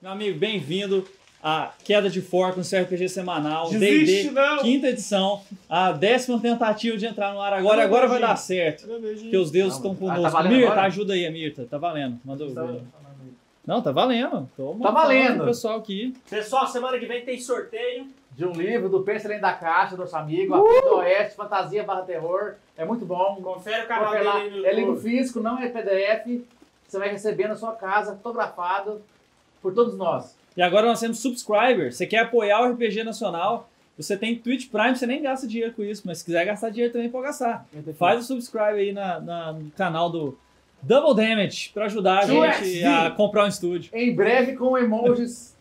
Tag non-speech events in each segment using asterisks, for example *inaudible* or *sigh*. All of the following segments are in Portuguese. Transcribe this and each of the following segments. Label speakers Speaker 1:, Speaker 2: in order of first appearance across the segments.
Speaker 1: Meu amigo, bem-vindo à Queda de Fork, um RPG semanal,
Speaker 2: Desiste,
Speaker 1: D&D,
Speaker 2: não!
Speaker 1: quinta edição, a décima tentativa de entrar no ar agora, e agora vai dar certo, porque os deuses estão
Speaker 3: Não, ah, tá
Speaker 1: conosco.
Speaker 3: valendo
Speaker 1: Mirta,
Speaker 3: agora?
Speaker 1: ajuda aí, Mirta, tá valendo, mandou
Speaker 3: Então,
Speaker 1: ver. Não, tá valendo. Tô
Speaker 3: Tá valendo.
Speaker 1: O pessoal aqui.
Speaker 2: Pessoal, semana que vem tem sorteio.
Speaker 3: De um livro do Pensa Além da Caixa, nosso amigo,
Speaker 1: Uh!
Speaker 3: Aqui do Oeste, Fantasia barra Terror. É muito bom.
Speaker 2: Confere o canal
Speaker 3: Confere lá.
Speaker 2: dele
Speaker 3: É
Speaker 2: aí no
Speaker 3: livro
Speaker 2: YouTube.
Speaker 3: físico, não é PDF. Você vai receber na sua casa, fotografado por todos nós.
Speaker 1: E agora nós temos subscriber. Você quer apoiar o RPG Nacional? Você tem Twitch Prime, você nem gasta dinheiro com isso, mas se quiser gastar dinheiro também pode gastar. Faz o subscribe aí na, na- no canal do Double Damage pra ajudar a gente
Speaker 3: 2XD.
Speaker 1: a comprar um estúdio.
Speaker 3: Em breve com
Speaker 1: *laughs*
Speaker 3: emojis.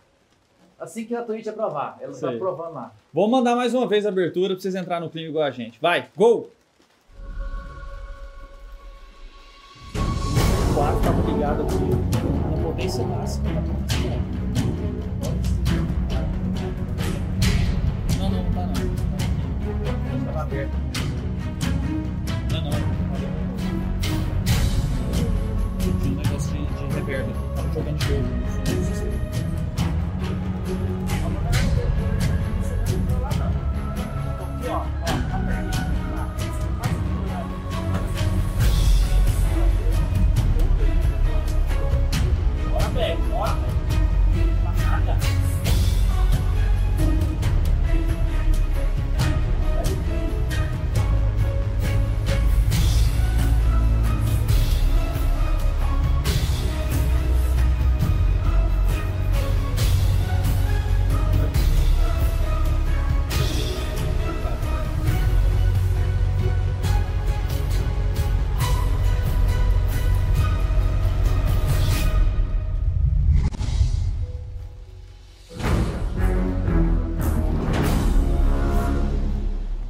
Speaker 3: Assim que a Twitch aprovar. Ela
Speaker 1: Isso
Speaker 3: está
Speaker 1: aí.
Speaker 3: aprovando lá.
Speaker 1: Vou mandar mais uma vez a abertura pra vocês entrarem no clima igual a gente. Vai, gol! O quarto tá brigado aqui na potência máxima da potência. Não, não, não tá não.
Speaker 3: Tá lá aberto.
Speaker 1: Não, tá não. Tinha um negócio de, de reverda. Tava jogando de né? verde.
Speaker 2: Bora, velho, bora. Nada.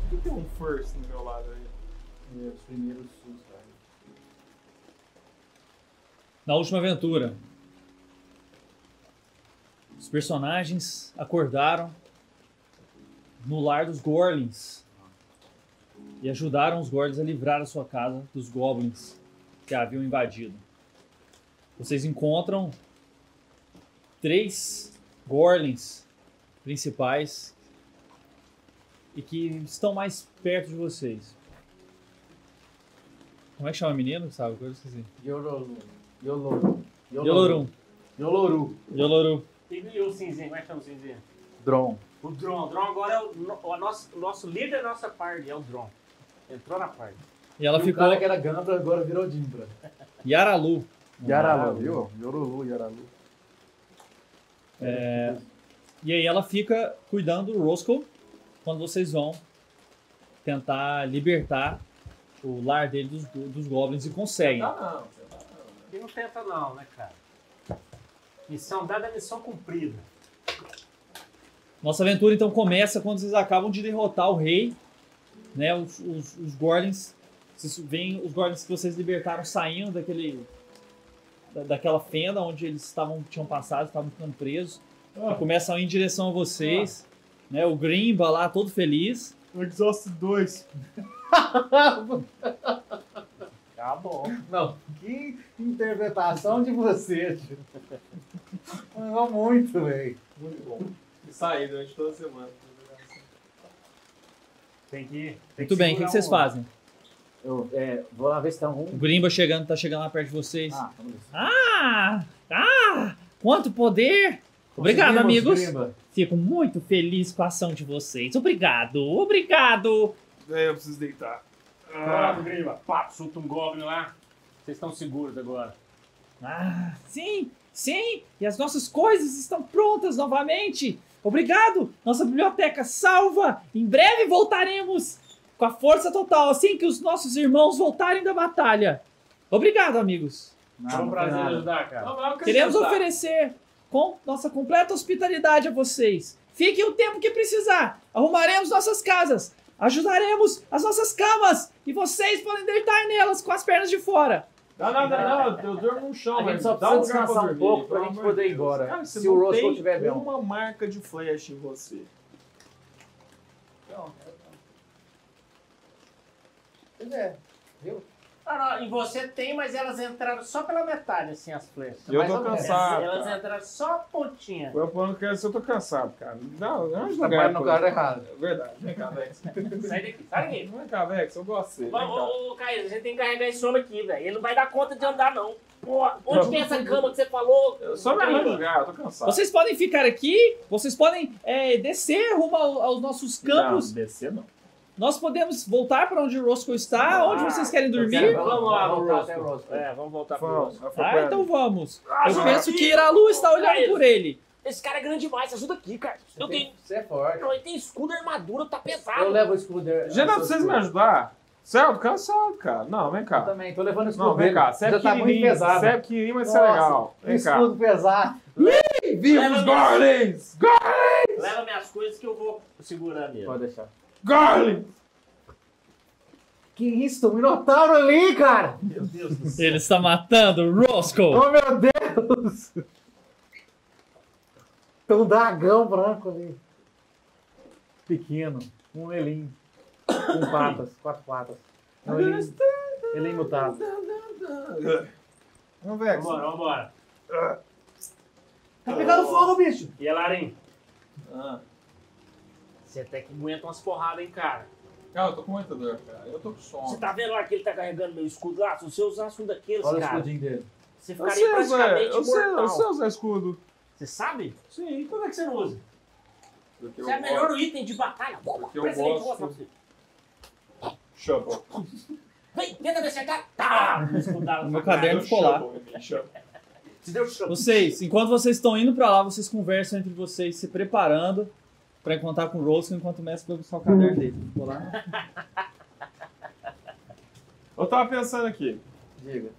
Speaker 4: Por que tem um first no meu lado aí?
Speaker 3: Meu primeiro susto. cara.
Speaker 1: Na última aventura, os personagens acordaram no lar dos Gorlins e ajudaram os Gorlins a livrar a sua casa dos Goblins que a haviam invadido. Vocês encontram três Gorlins principais e que estão mais perto de vocês. Como é que chama o menino? Sabe? assim. Eu esqueci.
Speaker 3: Yoloru. Yoloru.
Speaker 1: Yolorum.
Speaker 3: Yoloru.
Speaker 1: Yolorum.
Speaker 2: E o cinzinho, como é que chama o cinzinho?
Speaker 3: Dron.
Speaker 2: O Dron. O Dron agora é o, no- o nosso, o nosso líder da nossa party, é o Dron. Entrou na party.
Speaker 1: E ela
Speaker 3: E o
Speaker 1: ficou
Speaker 3: cara que é era Gambra agora virou Dimbra.
Speaker 1: Yaralu.
Speaker 4: Yaralu, viu? Yorulu, Yaralu.
Speaker 1: E aí ela fica cuidando do Roscoe quando vocês vão tentar libertar o lar dele dos, dos goblins e conseguem.
Speaker 3: não.
Speaker 2: E não tenta não, né, cara? Missão dada, é missão cumprida.
Speaker 1: Nossa aventura então começa quando vocês acabam de derrotar o rei, né? Os, os, os Gordons. Vocês veem os Gordons que vocês libertaram saindo daquele. da- daquela fenda onde eles estavam tinham passado, estavam ficando presos.
Speaker 3: Ah.
Speaker 1: E Começam a ir em direção a vocês. Né, o Grimba lá, todo feliz.
Speaker 4: O Exhaust 2.
Speaker 2: Tá bom.
Speaker 3: Não, que interpretação de você, tio. Não muito, velho.
Speaker 4: Muito bom. E saí durante toda a semana.
Speaker 2: Tem que. Tem
Speaker 1: Muito bem, o que, que vocês
Speaker 2: segurar
Speaker 1: fazem?
Speaker 3: Eu, é, vou lá ver se tem
Speaker 1: O
Speaker 3: algum.
Speaker 1: Grimba chegando, tá chegando lá perto de vocês.
Speaker 3: Ah, vamos ver.
Speaker 1: Ah! Ah! Quanto poder! Obrigado, amigos.
Speaker 3: Grimba.
Speaker 1: Fico muito feliz com a ação de vocês. Obrigado, obrigado!
Speaker 4: É, eu preciso deitar.
Speaker 2: um. Bora, Griba. Papo, solta um goblin lá. Vocês estão seguros agora.
Speaker 1: Ah, sim, sim! E as nossas coisas estão prontas novamente! Obrigado! Nossa biblioteca salva! Em breve voltaremos com a força total, assim que os nossos irmãos voltarem da batalha. Obrigado, amigos!
Speaker 3: Não,
Speaker 2: Foi um
Speaker 3: não
Speaker 2: prazer
Speaker 3: tem nada.
Speaker 2: ajudar, cara.
Speaker 1: Queremos oferecer com nossa completa hospitalidade a vocês. Fiquem o tempo que precisar. Arrumaremos nossas casas. Ajudaremos as nossas camas. E vocês podem deitar nelas com as pernas de fora.
Speaker 4: Não, não, não, não. Eu durmo no chão,
Speaker 3: A gente
Speaker 4: mas
Speaker 3: só
Speaker 4: dá
Speaker 3: precisa
Speaker 4: um lugar
Speaker 3: descansar um
Speaker 4: dormir,
Speaker 3: pouco pra
Speaker 4: pelo
Speaker 3: gente
Speaker 4: amor de
Speaker 3: poder ir
Speaker 4: Deus.
Speaker 3: embora.
Speaker 4: Cara, você
Speaker 3: Se
Speaker 4: não
Speaker 3: o Roscoe
Speaker 4: tem
Speaker 3: tiver bem.
Speaker 4: uma marca de flash em você.
Speaker 2: Então,
Speaker 3: é. Pois é, viu?
Speaker 2: Não, Ah, não, e você tem, mas elas entraram só pela metade, assim, as flechas.
Speaker 4: Eu
Speaker 2: Mais
Speaker 4: tô
Speaker 2: ou menos.
Speaker 4: cansado,
Speaker 2: Elas
Speaker 4: cara.
Speaker 2: entraram só a pontinha.
Speaker 4: Eu falo que eu tô cansado, cara. Não, não é
Speaker 3: Tá parando no cara errado.
Speaker 4: É verdade. Vem cá, Vex.
Speaker 2: Sai daqui, sai daqui.
Speaker 4: Vem cá, Vex. Eu gosto de você. Vem
Speaker 2: Vamos,
Speaker 4: cá.
Speaker 2: ô, ô, Caio, a gente tem que carregar esse homem aqui, velho. Ele não vai dar conta de andar, não. Pô, onde que é essa cama que você falou?
Speaker 4: Eu Só me arranja lugar, eu tô cansado.
Speaker 1: Vocês podem ficar aqui, vocês podem é, descer rumo ao- aos nossos campos.
Speaker 4: Não, descer não.
Speaker 1: Nós podemos voltar para onde o Roscoe está.
Speaker 2: Ah,
Speaker 1: onde vocês querem dormir?
Speaker 3: quero-
Speaker 2: Vamos lá,
Speaker 3: Vamos,
Speaker 2: voltar até o
Speaker 3: Rosco.
Speaker 2: Rosco. É, vamos voltar pro
Speaker 4: Vamos,
Speaker 2: Rosco.
Speaker 4: vai pra
Speaker 1: Ah,
Speaker 4: perna.
Speaker 1: então vamos. Eu
Speaker 2: Ajuda
Speaker 1: penso
Speaker 2: aqui.
Speaker 1: que Iralu está olhando
Speaker 2: Caio,
Speaker 1: por ele.
Speaker 2: Esse cara é grande demais, ajuda aqui, cara. Eu tenho...
Speaker 3: Você é forte.
Speaker 2: Não, ele tem escudo, armadura, tá pesado.
Speaker 3: Eu levo o escudo.
Speaker 4: Geraldo, vocês me ajudar? Céu, tô cansado, cara. Não, vem
Speaker 3: Eu
Speaker 4: cá.
Speaker 3: também, tô levando o escudo.
Speaker 4: Não, vem
Speaker 3: dele.
Speaker 4: cá. Você é
Speaker 3: Já tá muito
Speaker 4: pequenininho,
Speaker 3: pesado.
Speaker 4: você é pequenininho, mas você é
Speaker 3: Nossa,
Speaker 4: legal.
Speaker 3: Um
Speaker 4: Vem cá.
Speaker 3: escudo pesado.
Speaker 4: Vivos, Garlins!
Speaker 2: Leva minhas coisas que eu vou segurar nele.
Speaker 3: Pode deixar.
Speaker 4: Garlins!
Speaker 3: Que isso, um minotauro ali, cara!
Speaker 2: Meu Deus do céu.
Speaker 1: Ele está matando o Roscoe.
Speaker 3: Oh, meu Deus! Tem um dragão branco ali. Pequeno. Um lelinho. Com patas. Quatro patas. É um lelinho, lelinho mutado.
Speaker 4: Vamos ver.
Speaker 2: Vambora, vambora.
Speaker 3: Tá pegando fogo, bicho!
Speaker 2: E a Larim?
Speaker 4: Ah,
Speaker 2: Você até que aguenta umas porradas, hein, cara.
Speaker 4: cara, eu tô com muita dor, cara. Eu tô com sono.
Speaker 2: Você tá vendo lá que ele tá carregando meu escudo lá? Se você usasse um daqueles,
Speaker 3: Olha o
Speaker 2: cara,
Speaker 3: escudinho dele.
Speaker 2: você
Speaker 4: Eu
Speaker 2: ficaria
Speaker 4: sei, Zé.
Speaker 2: praticamente
Speaker 4: Eu sei, eu
Speaker 2: imortal.
Speaker 4: sei usar escudo.
Speaker 2: Você sabe?
Speaker 4: Sim.
Speaker 2: Como é que você não usa?
Speaker 4: Porque eu
Speaker 2: Você é
Speaker 4: gosto.
Speaker 2: melhor o item de batalha.
Speaker 4: eu
Speaker 2: Presta aí que eu
Speaker 4: gosto.
Speaker 2: mostro pra você.
Speaker 4: Shovel.
Speaker 2: Vem, tenta me acertar. Tá! Me escudaram
Speaker 1: Meu
Speaker 2: pra caralho.
Speaker 1: caderno. Deve
Speaker 4: Eu
Speaker 1: colar.
Speaker 4: shovel, shovel.
Speaker 2: Te deu chão.
Speaker 1: Vocês, enquanto vocês estão indo para lá, vocês conversam entre vocês, se preparando para encontrar com o Roscoe enquanto o mestre vai buscar o caderno dele. Vou lá.
Speaker 4: Eu tava pensando aqui.
Speaker 3: Diga.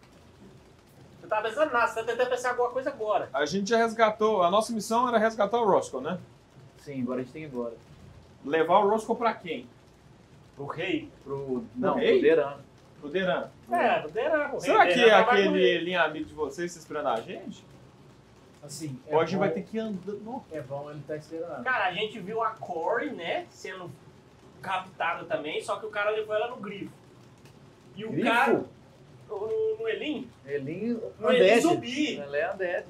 Speaker 2: Eu tava pensando nada, você tá tentando pensar alguma coisa agora.
Speaker 4: A gente já resgatou. A nossa missão era resgatar o Roscoe, né?
Speaker 3: Sim, agora a gente tem que ir embora.
Speaker 4: Levar o Roscoe pra quem?
Speaker 2: O rei.
Speaker 3: Pro. Não,
Speaker 4: rei?
Speaker 3: pro Derano.
Speaker 4: Pro Deran.
Speaker 2: É, o Deran. o rei
Speaker 4: Hum.
Speaker 2: um
Speaker 4: Será que
Speaker 2: Deran
Speaker 4: é
Speaker 2: vai
Speaker 4: aquele
Speaker 2: morrer.
Speaker 4: linha amigo de vocês tá esperando a gente?
Speaker 3: Assim.
Speaker 2: É
Speaker 4: Ou a gente vai ter que andar. Não.
Speaker 3: É bom ele tá esperando.
Speaker 2: Cara, a gente viu a Corey, né, sendo captada também, só que o cara levou ela no grifo. E o
Speaker 3: Grifo?
Speaker 2: cara... No, no Elin?
Speaker 3: Lelinho.
Speaker 2: No Elin
Speaker 3: Undead.
Speaker 2: zumbi.
Speaker 3: Ele é Undead.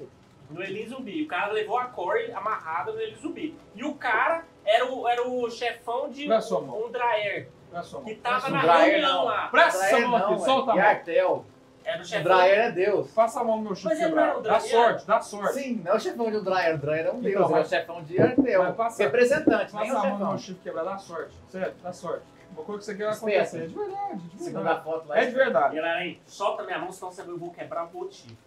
Speaker 2: No Elin zumbi. O cara levou a Corey amarrada no Elin zumbi. E o cara era o, era o chefão de
Speaker 4: Presta sua mão.
Speaker 2: um Draer,
Speaker 4: Presta sua mão.
Speaker 2: que tava
Speaker 3: Um
Speaker 2: na
Speaker 3: Draer,
Speaker 2: reunião
Speaker 3: não.
Speaker 2: lá.
Speaker 4: Presta essa
Speaker 3: Draer
Speaker 4: mão
Speaker 3: É, não,
Speaker 4: aqui.
Speaker 3: ué.
Speaker 4: Solta a
Speaker 3: E
Speaker 4: mão.
Speaker 3: Artel.
Speaker 2: Era
Speaker 4: Um
Speaker 2: o
Speaker 3: O
Speaker 2: chefão.
Speaker 3: Dryer é Deus.
Speaker 4: Passa a mão no meu chute
Speaker 2: Mas ele
Speaker 4: quebrado.
Speaker 2: não
Speaker 4: Dá
Speaker 2: era o Drayer?
Speaker 4: sorte, dá sorte.
Speaker 3: é Sim, não é o chefão de um Dryer. O Dryer é um deus,
Speaker 4: Então,
Speaker 3: é o
Speaker 4: mas-
Speaker 3: chefão de Artel.
Speaker 4: Mas passa-
Speaker 3: Representante, nem é
Speaker 4: Passa
Speaker 3: o
Speaker 4: a mão no meu
Speaker 3: chefão.
Speaker 4: chute quebrado. Dá sorte. Sério, dá sorte. Uma coisa que você quer
Speaker 3: Espera.
Speaker 4: acontecer. É de verdade, de verdade.
Speaker 3: Segunda foto lá.
Speaker 4: É de verdade.
Speaker 2: Galera, aí, solta minha mão, senão você- eu vou quebrar o motivo.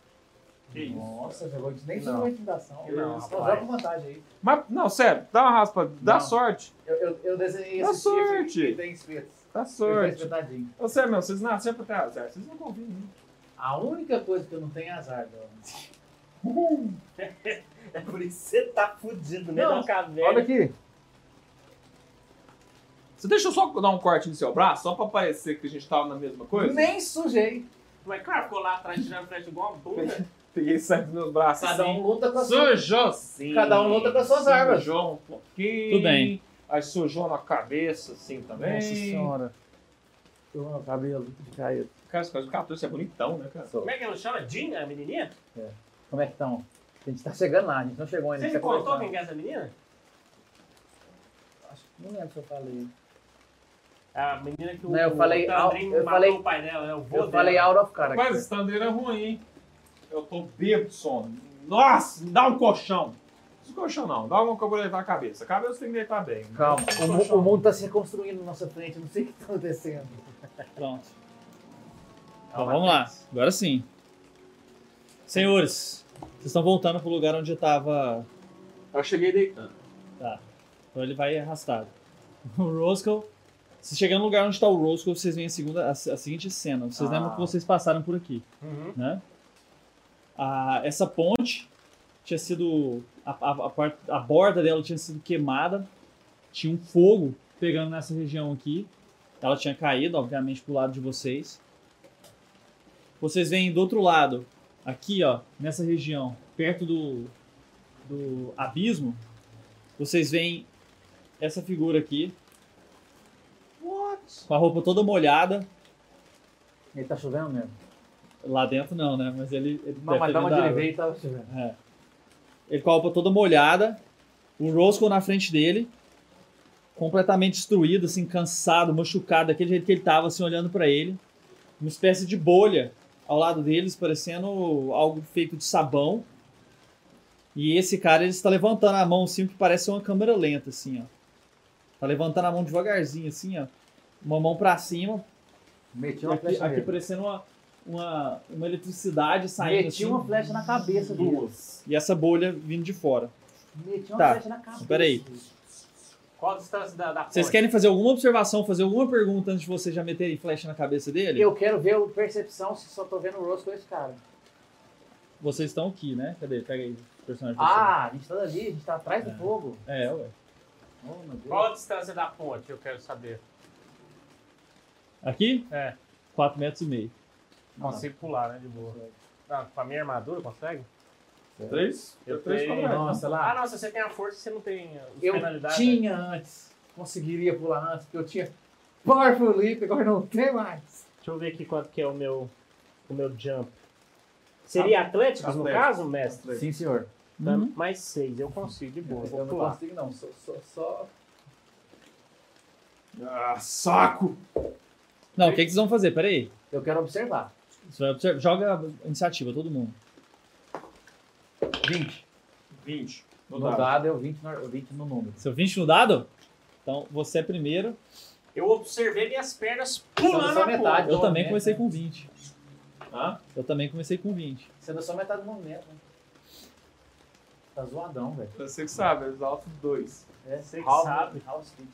Speaker 4: Que isso.
Speaker 3: Nossa, jogou de nem
Speaker 4: Não.
Speaker 3: sua intimidação.
Speaker 2: Não,
Speaker 3: Eles estão
Speaker 2: rapaz.
Speaker 3: com vantagem aí.
Speaker 4: Mas, não, sério, dá uma raspa, dá
Speaker 3: Não.
Speaker 4: sorte.
Speaker 3: Eu, eu, eu desenhei
Speaker 4: Dá
Speaker 3: esse chifre
Speaker 4: sorte.
Speaker 3: que tem espetos.
Speaker 4: Dá
Speaker 3: Ele tá
Speaker 4: sorte.
Speaker 3: espetadinho.
Speaker 4: Ô, sério, meu, vocês nasceram pra ter azar. Vocês não confiam em mim.
Speaker 3: A única coisa que eu não tenho é azar, meu.
Speaker 2: É por isso que você tá fudido, né?
Speaker 3: Não,
Speaker 2: Não, caverna.
Speaker 3: aqui.
Speaker 4: Você deixa eu só dar um corte no seu braço, só pra parecer que a gente tava na mesma coisa?
Speaker 3: Nem sujei.
Speaker 2: Mas cara ficou lá atrás tirando flecha igual uma bunda.
Speaker 4: Peguei sangue dos meus braços.
Speaker 3: Cada um luta com a sua.
Speaker 4: Sujou sim.
Speaker 3: Cada um luta com as suas armas.
Speaker 4: Sujou um pouquinho.
Speaker 1: Tudo bem.
Speaker 4: Aí sujou na cabeça, assim, também.
Speaker 3: Tô no cabelo de caído.
Speaker 4: Cara, esse cara de 14 é bonitão, né, cara?
Speaker 2: Como é que ela chama? Dinha, a menininha?
Speaker 3: Como é que estão? A gente tá chegando lá, a gente não chegou ainda.
Speaker 2: Você
Speaker 3: a gente
Speaker 2: me
Speaker 3: tá
Speaker 2: contou
Speaker 3: conversando.
Speaker 2: quem é essa menina?
Speaker 3: Acho que não lembro se eu falei.
Speaker 2: É A menina que o
Speaker 3: Não, eu falei
Speaker 2: o
Speaker 3: al-
Speaker 2: Tandrin
Speaker 3: eu
Speaker 2: matou
Speaker 3: falei-
Speaker 2: o pai dela, né? O vô
Speaker 3: Eu
Speaker 2: dela.
Speaker 3: falei out of character.
Speaker 4: Mas esse Thunder é ruim, hein? Eu tô bêbado de sono. Nossa, me dá um colchão. Não colchão não, dá uma que eu vou deitar a cabeça. A cabeça tem que deitar bem. né?
Speaker 3: Calma, o, mu-
Speaker 1: um.
Speaker 3: o mundo tá se reconstruindo na nossa frente, eu não sei o que tá acontecendo.
Speaker 4: Então
Speaker 1: Pronto.
Speaker 2: É uma
Speaker 1: Então vamos lá. Agora sim. Senhores, vocês estão voltando pro lugar onde estava.
Speaker 4: Eu cheguei deitando.
Speaker 1: Tá. Então ele vai arrastado. *laughs* O Roscoe. Vocês chegando no lugar onde está o Roscoe, vocês veem a, segunda, a, a seguinte cena. Vocês
Speaker 4: Ah.
Speaker 1: lembram que vocês passaram por aqui.
Speaker 2: Uhum.
Speaker 1: né? A- essa ponte tinha sido a, a- a par- a borda dela tinha sido queimada, tinha um fogo pegando nessa região aqui. Ela tinha caído, obviamente, pro lado de vocês. Vocês veem do outro lado, aqui, ó, nessa região, perto do, do abismo, vocês veem essa figura aqui,
Speaker 4: What?
Speaker 1: com a roupa toda molhada,
Speaker 3: Ele tá chovendo mesmo.
Speaker 1: Lá dentro não, né? Mas ele. ele
Speaker 3: Não,
Speaker 1: deve
Speaker 3: mas
Speaker 1: ter
Speaker 3: dá uma
Speaker 1: vindo da água.
Speaker 3: direita e tava chovendo.
Speaker 1: É. Ele com a roupa toda molhada, o Roscoe na frente dele, completamente destruído, assim, cansado, machucado, daquele jeito que ele tava, assim, olhando pra ele. Uma espécie de bolha ao lado deles, parecendo algo feito de sabão. E esse cara, ele está levantando a mão, assim, que parece uma câmera lenta, assim, ó. Tá levantando a mão devagarzinho, assim, ó. Uma mão pra cima,
Speaker 3: Meti uma
Speaker 1: aqui,
Speaker 3: flecha
Speaker 1: aqui
Speaker 3: nele.
Speaker 1: parecendo uma, uma, uma eletricidade saindo,
Speaker 3: Meti
Speaker 1: assim.
Speaker 3: uma flecha na cabeça dele.
Speaker 4: Duas.
Speaker 1: E essa bolha vindo de fora.
Speaker 3: Meti uma
Speaker 1: Tá,
Speaker 3: flecha na cabeça.
Speaker 1: peraí.
Speaker 2: Qual a distância da, da ponte?
Speaker 1: Vocês querem fazer alguma observação, fazer alguma pergunta antes de vocês já meterem flecha na cabeça dele?
Speaker 3: Eu quero ver o percepção se só tô vendo o rosto com esse cara.
Speaker 1: Vocês estão aqui, né? Cadê? Pega aí o personagem.
Speaker 3: Ah, a gente tá ali, a gente tá atrás do fogo.
Speaker 1: pra você. É, ué.
Speaker 3: Oh, meu Deus.
Speaker 2: Qual a distância da ponte? Eu quero saber.
Speaker 1: Aqui?
Speaker 2: É.
Speaker 1: 4 metros e meio.
Speaker 2: Consigo pular, né? De boa. Ah, com a minha armadura, consegue?
Speaker 4: Três?
Speaker 2: Eu
Speaker 4: três
Speaker 2: tenho.
Speaker 4: quadrados.
Speaker 3: Nossa,
Speaker 2: Ah,
Speaker 3: lá.
Speaker 2: não, se você tem a força, você não tem uh, os
Speaker 3: né? Eu
Speaker 2: penalidades.
Speaker 3: tinha antes. Conseguiria pular antes, porque eu tinha Powerful Leap, agora não tem mais.
Speaker 5: Deixa eu ver aqui quanto que é o meu, o meu jump. Seria atléticos, no
Speaker 4: Atléticos.
Speaker 5: caso, mestre?
Speaker 3: Sim, senhor.
Speaker 5: Tá,
Speaker 1: Uhum.
Speaker 5: Mais seis, eu consigo de boa.
Speaker 3: Eu
Speaker 5: Vou
Speaker 3: não
Speaker 5: pular.
Speaker 3: consigo, não. Só, só, só...
Speaker 4: Ah, saco!
Speaker 1: Não, o que, que vocês vão fazer? Pera aí.
Speaker 3: Eu quero observar.
Speaker 1: Você vai observar- Joga a iniciativa, todo mundo.
Speaker 3: 20.
Speaker 4: 20.
Speaker 3: No
Speaker 4: No dado.
Speaker 3: dado, eu 20 no, 20 no número.
Speaker 1: Seu 20 no dado? Então, você é primeiro.
Speaker 2: Eu observei minhas pernas pulando
Speaker 3: só
Speaker 2: Um a
Speaker 3: metade.
Speaker 2: ponte.
Speaker 1: Eu
Speaker 3: Bom,
Speaker 1: também
Speaker 3: né?
Speaker 1: comecei com 20.
Speaker 4: Hã?
Speaker 1: Eu também comecei com 20.
Speaker 3: Você deu né? só metade do momento, né? Tá zoadão, velho.
Speaker 4: Você que sabe, exalto dois.
Speaker 3: É,
Speaker 2: Você que
Speaker 3: half-
Speaker 2: sabe.
Speaker 3: half speed.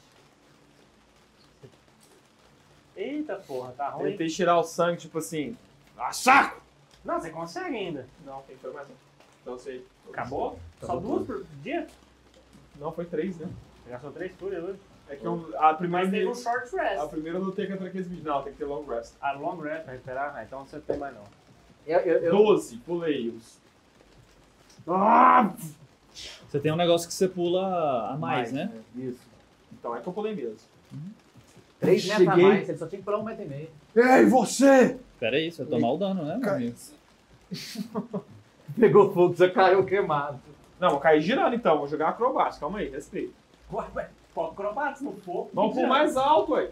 Speaker 2: Eita porra, tá ruim.
Speaker 4: Tentei tirar o sangue, tipo assim. Ah, saco!
Speaker 2: Não, você consegue ainda.
Speaker 4: Não, tem que mais um. Então sei.
Speaker 2: Acabou? Só
Speaker 3: Acabou
Speaker 2: duas por dia?
Speaker 4: Não, foi três, né?
Speaker 2: Já são três furas hoje.
Speaker 4: É que eu, a primeira.
Speaker 2: Hum. Mas teve um short
Speaker 4: A
Speaker 2: rest.
Speaker 4: primeira eu lutei contra aqueles bichos. Não, tem que ter long rest.
Speaker 2: A long rest pra recuperar? Ah, então você não tem mais não.
Speaker 3: Eu, eu, eu,
Speaker 4: 12, pulei os. Ah!
Speaker 1: Você tem um negócio que você pula a mais, né?
Speaker 3: Isso.
Speaker 4: Então é que eu pulei mesmo.
Speaker 3: 3 metros a
Speaker 4: Cheguei.
Speaker 3: mais, ele só tinha que pular um metro e meio.
Speaker 4: Ei, você!
Speaker 1: Pera aí, você vai tomar o dano, né, meu amigo?
Speaker 3: Pegou fogo, já caiu queimado.
Speaker 4: Não, eu caí girando então, vou jogar acrobática, calma aí, respeito.
Speaker 2: Ué, ué, pô, acrobata no fogo.
Speaker 4: Vamos pro mais alto, ué.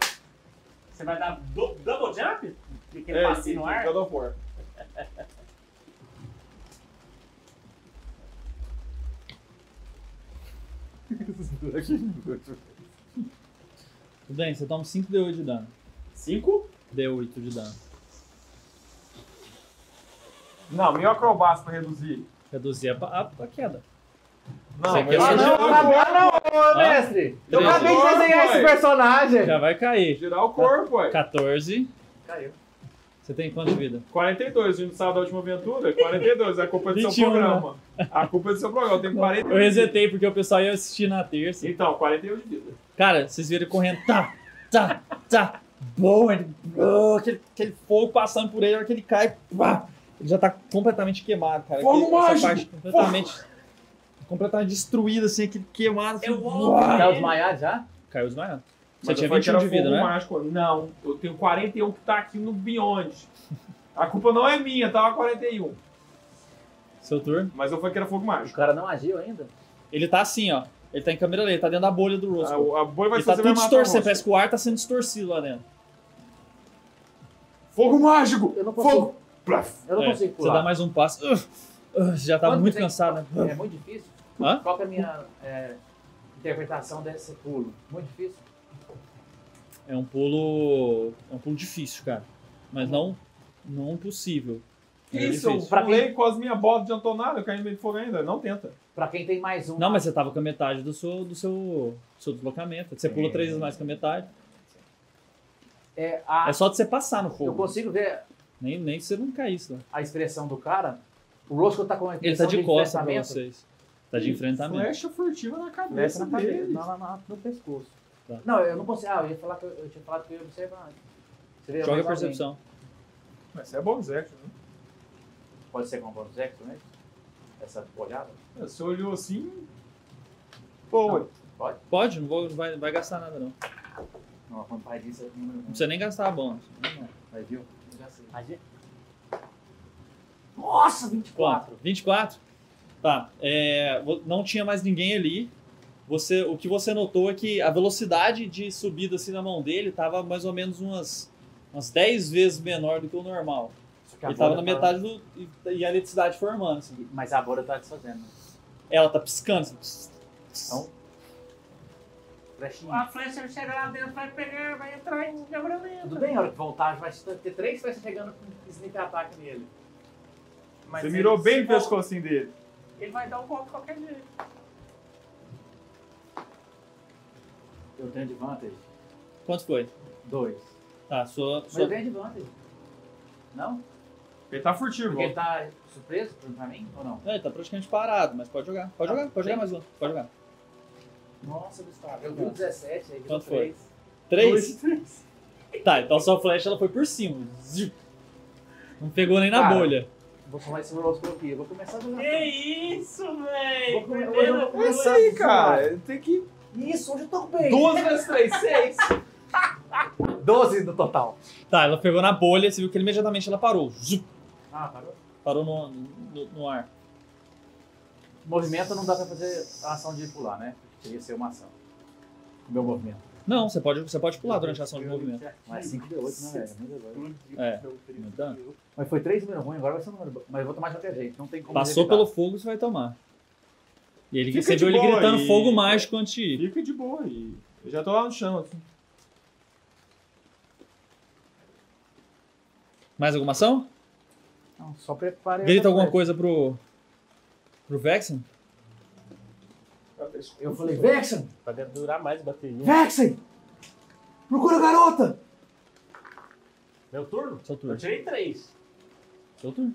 Speaker 2: Você vai dar du- double jump? Aquele
Speaker 4: É,
Speaker 2: passinho no ar?
Speaker 4: God of War.
Speaker 1: Tudo bem, você toma 5 D8 de dano.
Speaker 4: 5?
Speaker 1: D8 de dano.
Speaker 4: Não, meio acrobática pra reduzir.
Speaker 1: Reduzir a, a, a queda.
Speaker 4: Não,
Speaker 1: Você quer
Speaker 4: eu-
Speaker 1: Ah, não,
Speaker 4: eu-
Speaker 3: não,
Speaker 1: mestre!
Speaker 3: Eu acabei de desenhar esse personagem!
Speaker 1: Já vai cair.
Speaker 4: Girar o corpo, ué.
Speaker 1: 14.
Speaker 3: Caiu.
Speaker 1: Você tem quanto de vida?
Speaker 4: 42, a gente sabe da última aventura. 42, é a culpa do
Speaker 1: 21,
Speaker 4: seu programa. A culpa é do seu programa, eu tenho 41.
Speaker 1: né? Eu resetei porque o pessoal ia assistir na terça.
Speaker 4: Então, 41 de vida.
Speaker 1: Cara, vocês viram ele correndo. Tá, tá, tá. Boa, ele, oh, aquele, aquele fogo passando por ele, a hora que ele cai. pá, ele já tá completamente queimado, cara.
Speaker 4: Fogo
Speaker 1: Aquele- essa
Speaker 4: mágico!
Speaker 1: parte completamente. Completamente destruído, assim, aquele queimado. Assim,
Speaker 2: Eu vou-
Speaker 1: uá.
Speaker 3: Caiu desmaiado já?
Speaker 1: Caiu desmaiado. Você
Speaker 4: Mas
Speaker 1: tinha
Speaker 4: eu falei que
Speaker 1: 21 de
Speaker 4: era
Speaker 1: vida,
Speaker 4: fogo
Speaker 1: né?
Speaker 4: mágico. Não, eu tenho 41 que tá aqui no Beyond. A culpa não é minha, tava 41.
Speaker 1: Seu turno.
Speaker 4: Mas eu falei que era fogo
Speaker 3: O
Speaker 4: mágico.
Speaker 3: cara não agiu ainda?
Speaker 1: Ele tá assim, ó. Ele tá em câmera lenta, tá dentro da bolha do rosto.
Speaker 4: A, a boi Ah, vai
Speaker 1: Ele tá
Speaker 4: fazer vai
Speaker 1: tudo
Speaker 4: matar
Speaker 1: distorcido,
Speaker 4: o monstro.
Speaker 1: parece que o ar tá sendo distorcido lá dentro.
Speaker 4: Fogo mágico!
Speaker 3: Eu não consigo.
Speaker 4: fogo! Plaf!
Speaker 3: Eu não
Speaker 1: É,
Speaker 3: consigo
Speaker 1: Você dá
Speaker 3: pular.
Speaker 1: mais um passo. Uh, uh, você já tá
Speaker 3: Quanto
Speaker 1: muito
Speaker 3: tem-
Speaker 1: cansado, né?
Speaker 3: É muito difícil?
Speaker 1: Hã?
Speaker 3: Qual que é a minha é, interpretação desse pulo? Muito difícil.
Speaker 1: É um pulo. É um pulo difícil, cara. Mas não, não impossível.
Speaker 4: Que
Speaker 1: É
Speaker 4: isso? Eu
Speaker 1: difícil.
Speaker 3: Pra
Speaker 4: pulei com as minhas bolas de Antonado, eu caí no meio de fogo ainda. Não tenta.
Speaker 3: Pra quem tem mais um.
Speaker 1: Não, mas você tava com a metade do seu, do seu, do seu deslocamento. Você pula três vezes mais que a metade.
Speaker 3: É, a-
Speaker 1: É só de você passar no
Speaker 3: eu
Speaker 1: fogo.
Speaker 3: consigo ver
Speaker 1: Nem, nem que você não caísse lá.
Speaker 3: a expressão do cara. O Roscoe tá com uma
Speaker 1: Ele tá
Speaker 3: expressão
Speaker 1: de costas pra
Speaker 3: enfrentamento.
Speaker 1: vocês. Tá de enfrentamento.
Speaker 4: Flecha furtiva na
Speaker 3: Desce
Speaker 4: cabeça
Speaker 3: na cabeça,
Speaker 4: dele.
Speaker 3: na, na- na- no pescoço.
Speaker 1: Tá.
Speaker 3: Não, eu não consigo. Ah, eu ia falar que eu, eu tinha falado que eu ia observar. antes. Você veio
Speaker 1: Joga a
Speaker 3: mais alguém.
Speaker 1: percepção.
Speaker 4: Mas isso é bom, Zé. né?
Speaker 3: Pode ser com bonus action, né? Essa olhada?
Speaker 4: Você olhou assim... Pô, ué.
Speaker 1: Pode? Não, vou, não vai, vai gastar nada, não. Não
Speaker 3: Não, quando faz isso, eu não, não,
Speaker 1: precisa nem gastar a bônus.
Speaker 3: não, mas viu?
Speaker 2: desgraçado.
Speaker 3: A gente-
Speaker 2: Nossa, 24.
Speaker 1: 24. 24? Tá. é, vo- não tinha mais ninguém ali. Você, o que você notou é que a velocidade de subida assim na mão dele tava mais ou menos umas, umas 10 vezes menor do que o normal.
Speaker 3: Só que a
Speaker 1: Ele tava na
Speaker 3: Bora
Speaker 1: metade do. E, e a eletricidade formando, assim.
Speaker 3: Mas a Bora tá desfazendo.
Speaker 1: Ela tá piscando. assim, pss, pss.
Speaker 3: Então, Flechinha.
Speaker 2: A flecha chega lá dentro, vai pegar, vai entrar em
Speaker 3: Tudo
Speaker 2: desdobramento.
Speaker 3: bem, a hora que voltar vai ter três flechas chegando com sneak ataque nele.
Speaker 2: Mas
Speaker 4: Você
Speaker 2: ele
Speaker 4: mirou bem
Speaker 2: se
Speaker 4: no pescocinho dele.
Speaker 2: volta, Ele vai dar um golpe de qualquer jeito.
Speaker 3: Eu tenho advantage.
Speaker 1: Quanto foi?
Speaker 3: Dois.
Speaker 1: Tá, sua.
Speaker 3: Mas
Speaker 1: sua-
Speaker 3: eu tenho advantage. Não?
Speaker 4: Ele tá furtivo.
Speaker 3: Porque
Speaker 4: ó.
Speaker 3: ele tá surpreso pra mim ou não?
Speaker 1: É, ele tá praticamente parado, mas pode jogar. Pode
Speaker 3: Tá,
Speaker 1: jogar, pode jogar
Speaker 3: tem.
Speaker 1: mais uma. Pode jogar.
Speaker 3: Nossa, Gustavo. Eu vi o 17, aí virou
Speaker 1: Quanto foi?
Speaker 3: 3.
Speaker 1: Três? Tá, então sua flecha ela foi por cima. Ziu. Não pegou nem na
Speaker 4: Cara,
Speaker 1: bolha.
Speaker 3: Vou começar esse horoscopia. Vou começar a jogar.
Speaker 2: Que isso, velho?
Speaker 3: Vou comer-
Speaker 2: Primeira
Speaker 3: hoje eu vou
Speaker 4: É
Speaker 2: coisa.
Speaker 4: isso aí, cara. Tem que.
Speaker 3: Isso, hoje eu tô bem.
Speaker 4: 12 vezes 3,
Speaker 3: *laughs*
Speaker 4: 6.
Speaker 3: 12 no total.
Speaker 1: Tá, ela pegou na bolha, você viu que ele imediatamente ela parou. Ziu.
Speaker 3: Ah, parou.
Speaker 1: Parou no, no, no ar.
Speaker 3: Movimento não dá pra fazer a ação de pular, né? Teria que ser uma ação. Meu movimento.
Speaker 1: Não, você pode, você pode pular durante a ação de movimento.
Speaker 3: Mas 5 de 8, né, velho? Meu Deus.
Speaker 1: É. não dá?
Speaker 3: Mas foi 3 número ruim, agora vai ser um número bom. Mas eu vou tomar de qualquer jeito, não tem como.
Speaker 1: Passou
Speaker 3: evitar.
Speaker 1: pelo fogo, você vai tomar. E ele,
Speaker 4: Fica
Speaker 1: você
Speaker 4: de
Speaker 1: viu ele
Speaker 4: boa
Speaker 1: gritando
Speaker 4: aí.
Speaker 1: fogo mágico antes de ir.
Speaker 4: Fica de boa aí. Eu já tô lá no chão. assim.
Speaker 1: Mais alguma ação?
Speaker 3: Não, só preparei.
Speaker 1: Grita
Speaker 3: outra
Speaker 1: alguma coisa pro. pro Vexen?
Speaker 3: Eu falei, Vexen!
Speaker 2: Pra durar mais um. bateria.
Speaker 3: Vexen! Procura a garota!
Speaker 2: Meu turno?
Speaker 1: Seu turno.
Speaker 2: Eu tirei 3.
Speaker 1: Seu turno.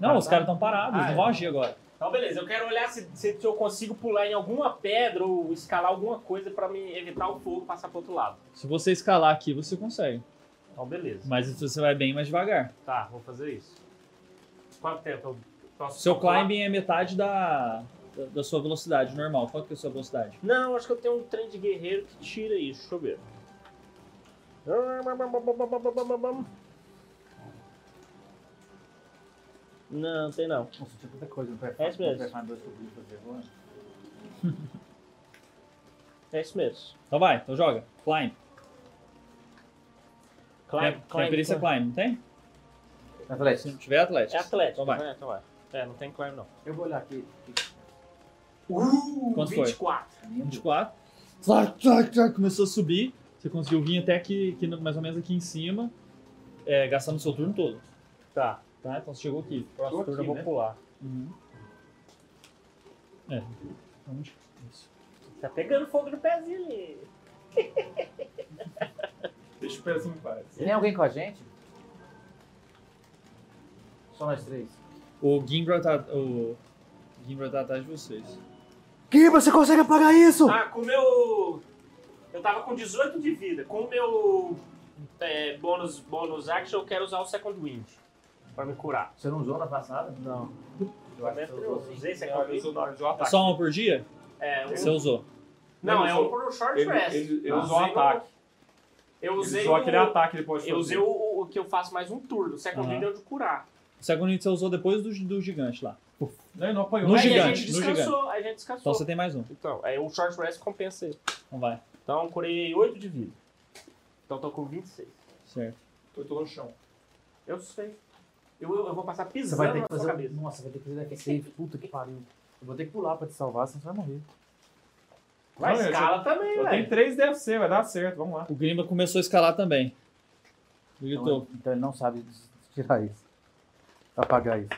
Speaker 1: Não, os caras estão parados,
Speaker 2: Ah,
Speaker 1: não
Speaker 2: é.
Speaker 1: vão agir agora.
Speaker 2: Então, beleza. Eu quero olhar se, se eu consigo pular em alguma pedra ou escalar alguma coisa pra me evitar o fogo e passar pro outro lado.
Speaker 1: Se você escalar aqui, você consegue.
Speaker 2: Então, beleza.
Speaker 1: Mas isso você vai bem mais devagar.
Speaker 2: Tá, vou fazer isso. Quanto tempo eu Então, posso
Speaker 1: Seu
Speaker 2: calcular?
Speaker 1: climbing é metade da, da, da sua velocidade normal. Qual que é a sua velocidade?
Speaker 2: Não, acho que eu tenho um trem de guerreiro que tira isso. Deixa eu ver. Não, tem não.
Speaker 3: Nossa, tinha tanta coisa no
Speaker 2: É isso mesmo.
Speaker 3: Prefire 2 que eu vi fazer agora.
Speaker 2: É isso mesmo.
Speaker 1: Então vai, então joga. Climb. Tem
Speaker 2: Climb,
Speaker 1: a- tem a perícia climb, não tem? Se não
Speaker 3: Atlético,
Speaker 1: tiver, atlético.
Speaker 2: É atlético,
Speaker 1: Então vai.
Speaker 2: né? Então vai. É, não tem climb não.
Speaker 3: eu vou olhar aqui.
Speaker 2: Uh,
Speaker 1: Quanto foi?
Speaker 2: 24.
Speaker 1: 24. Tlac, tlac, tlac, Começou a subir. Você conseguiu vir até aqui, aqui no- mais ou menos aqui em cima, é, gastando seu turno todo.
Speaker 2: Tá.
Speaker 1: Tá? Então você chegou aqui. Uhum.
Speaker 2: Próximo
Speaker 4: Tô
Speaker 2: turno eu
Speaker 4: aqui,
Speaker 2: vou
Speaker 4: né?
Speaker 2: pular.
Speaker 1: É. Onde? Isso.
Speaker 2: Tá pegando fogo no pezinho ali.
Speaker 4: Deixa o pezinho em paz.
Speaker 3: né? Tem alguém com a gente? Só nós três.
Speaker 1: O Gimbra tá. O Gimbra tá atrás de vocês.
Speaker 2: Ah, com o meu. Eu tava com 18 de vida. Com o meu é, bônus, bônus action, eu quero usar o Second Wind pra me curar.
Speaker 3: Você não usou na passada?
Speaker 2: Não.
Speaker 3: Eu acho que você usou sim.
Speaker 2: Usei Second
Speaker 4: Olha, eu
Speaker 2: Wind.
Speaker 4: sou na hora de um
Speaker 1: É
Speaker 2: Tá
Speaker 4: ataque.
Speaker 1: só uma por dia?
Speaker 2: É, um-
Speaker 1: Você usou.
Speaker 2: Não,
Speaker 4: Ele
Speaker 2: é
Speaker 4: usou-
Speaker 2: um pro short
Speaker 4: Ele,
Speaker 2: rest.
Speaker 4: ele, ele
Speaker 2: Eu
Speaker 4: usou o
Speaker 2: usei o-
Speaker 4: ataque.
Speaker 2: Eu
Speaker 4: Ele
Speaker 2: usei
Speaker 4: usou
Speaker 2: o-
Speaker 4: aquele ataque que ele pode fazer.
Speaker 2: Eu usei o, o- o que eu faço mais um turno. O Second
Speaker 1: Aham.
Speaker 2: Wind é o de curar.
Speaker 1: O segundo hit você usou depois do, do gigante lá.
Speaker 2: um-
Speaker 4: Não, ele não apanhou.
Speaker 1: No
Speaker 2: aí
Speaker 1: gigante,
Speaker 2: a gente
Speaker 1: no
Speaker 2: descansou, aí a gente
Speaker 1: Então
Speaker 2: descansou.
Speaker 1: você tem mais um.
Speaker 2: Então, aí o short rest compensa ele.
Speaker 1: Então vai.
Speaker 2: Então eu curei 8 de vida. Então eu tô com 26.
Speaker 1: Certo.
Speaker 4: Eu tô no chão.
Speaker 2: Eu sei. Eu, eu, eu vou passar
Speaker 3: Você
Speaker 2: pisando
Speaker 3: vai ter
Speaker 2: na
Speaker 3: que
Speaker 2: sua
Speaker 3: fazer. um-
Speaker 2: cabeça.
Speaker 3: Nossa, vai ter que fazer deck save. Puta que pariu. Eu vou ter que pular pra te salvar, senão você vai morrer.
Speaker 2: Vai,
Speaker 4: Não, eu
Speaker 2: escala também,
Speaker 4: Eu tenho
Speaker 2: velho.
Speaker 4: 3 DFC, vai dar certo. Vamos lá.
Speaker 1: O Gimbra começou a escalar também. Ele
Speaker 2: é.
Speaker 3: Então,
Speaker 1: gritou.
Speaker 3: então ele não sabe des- tirar isso. Apagar isso.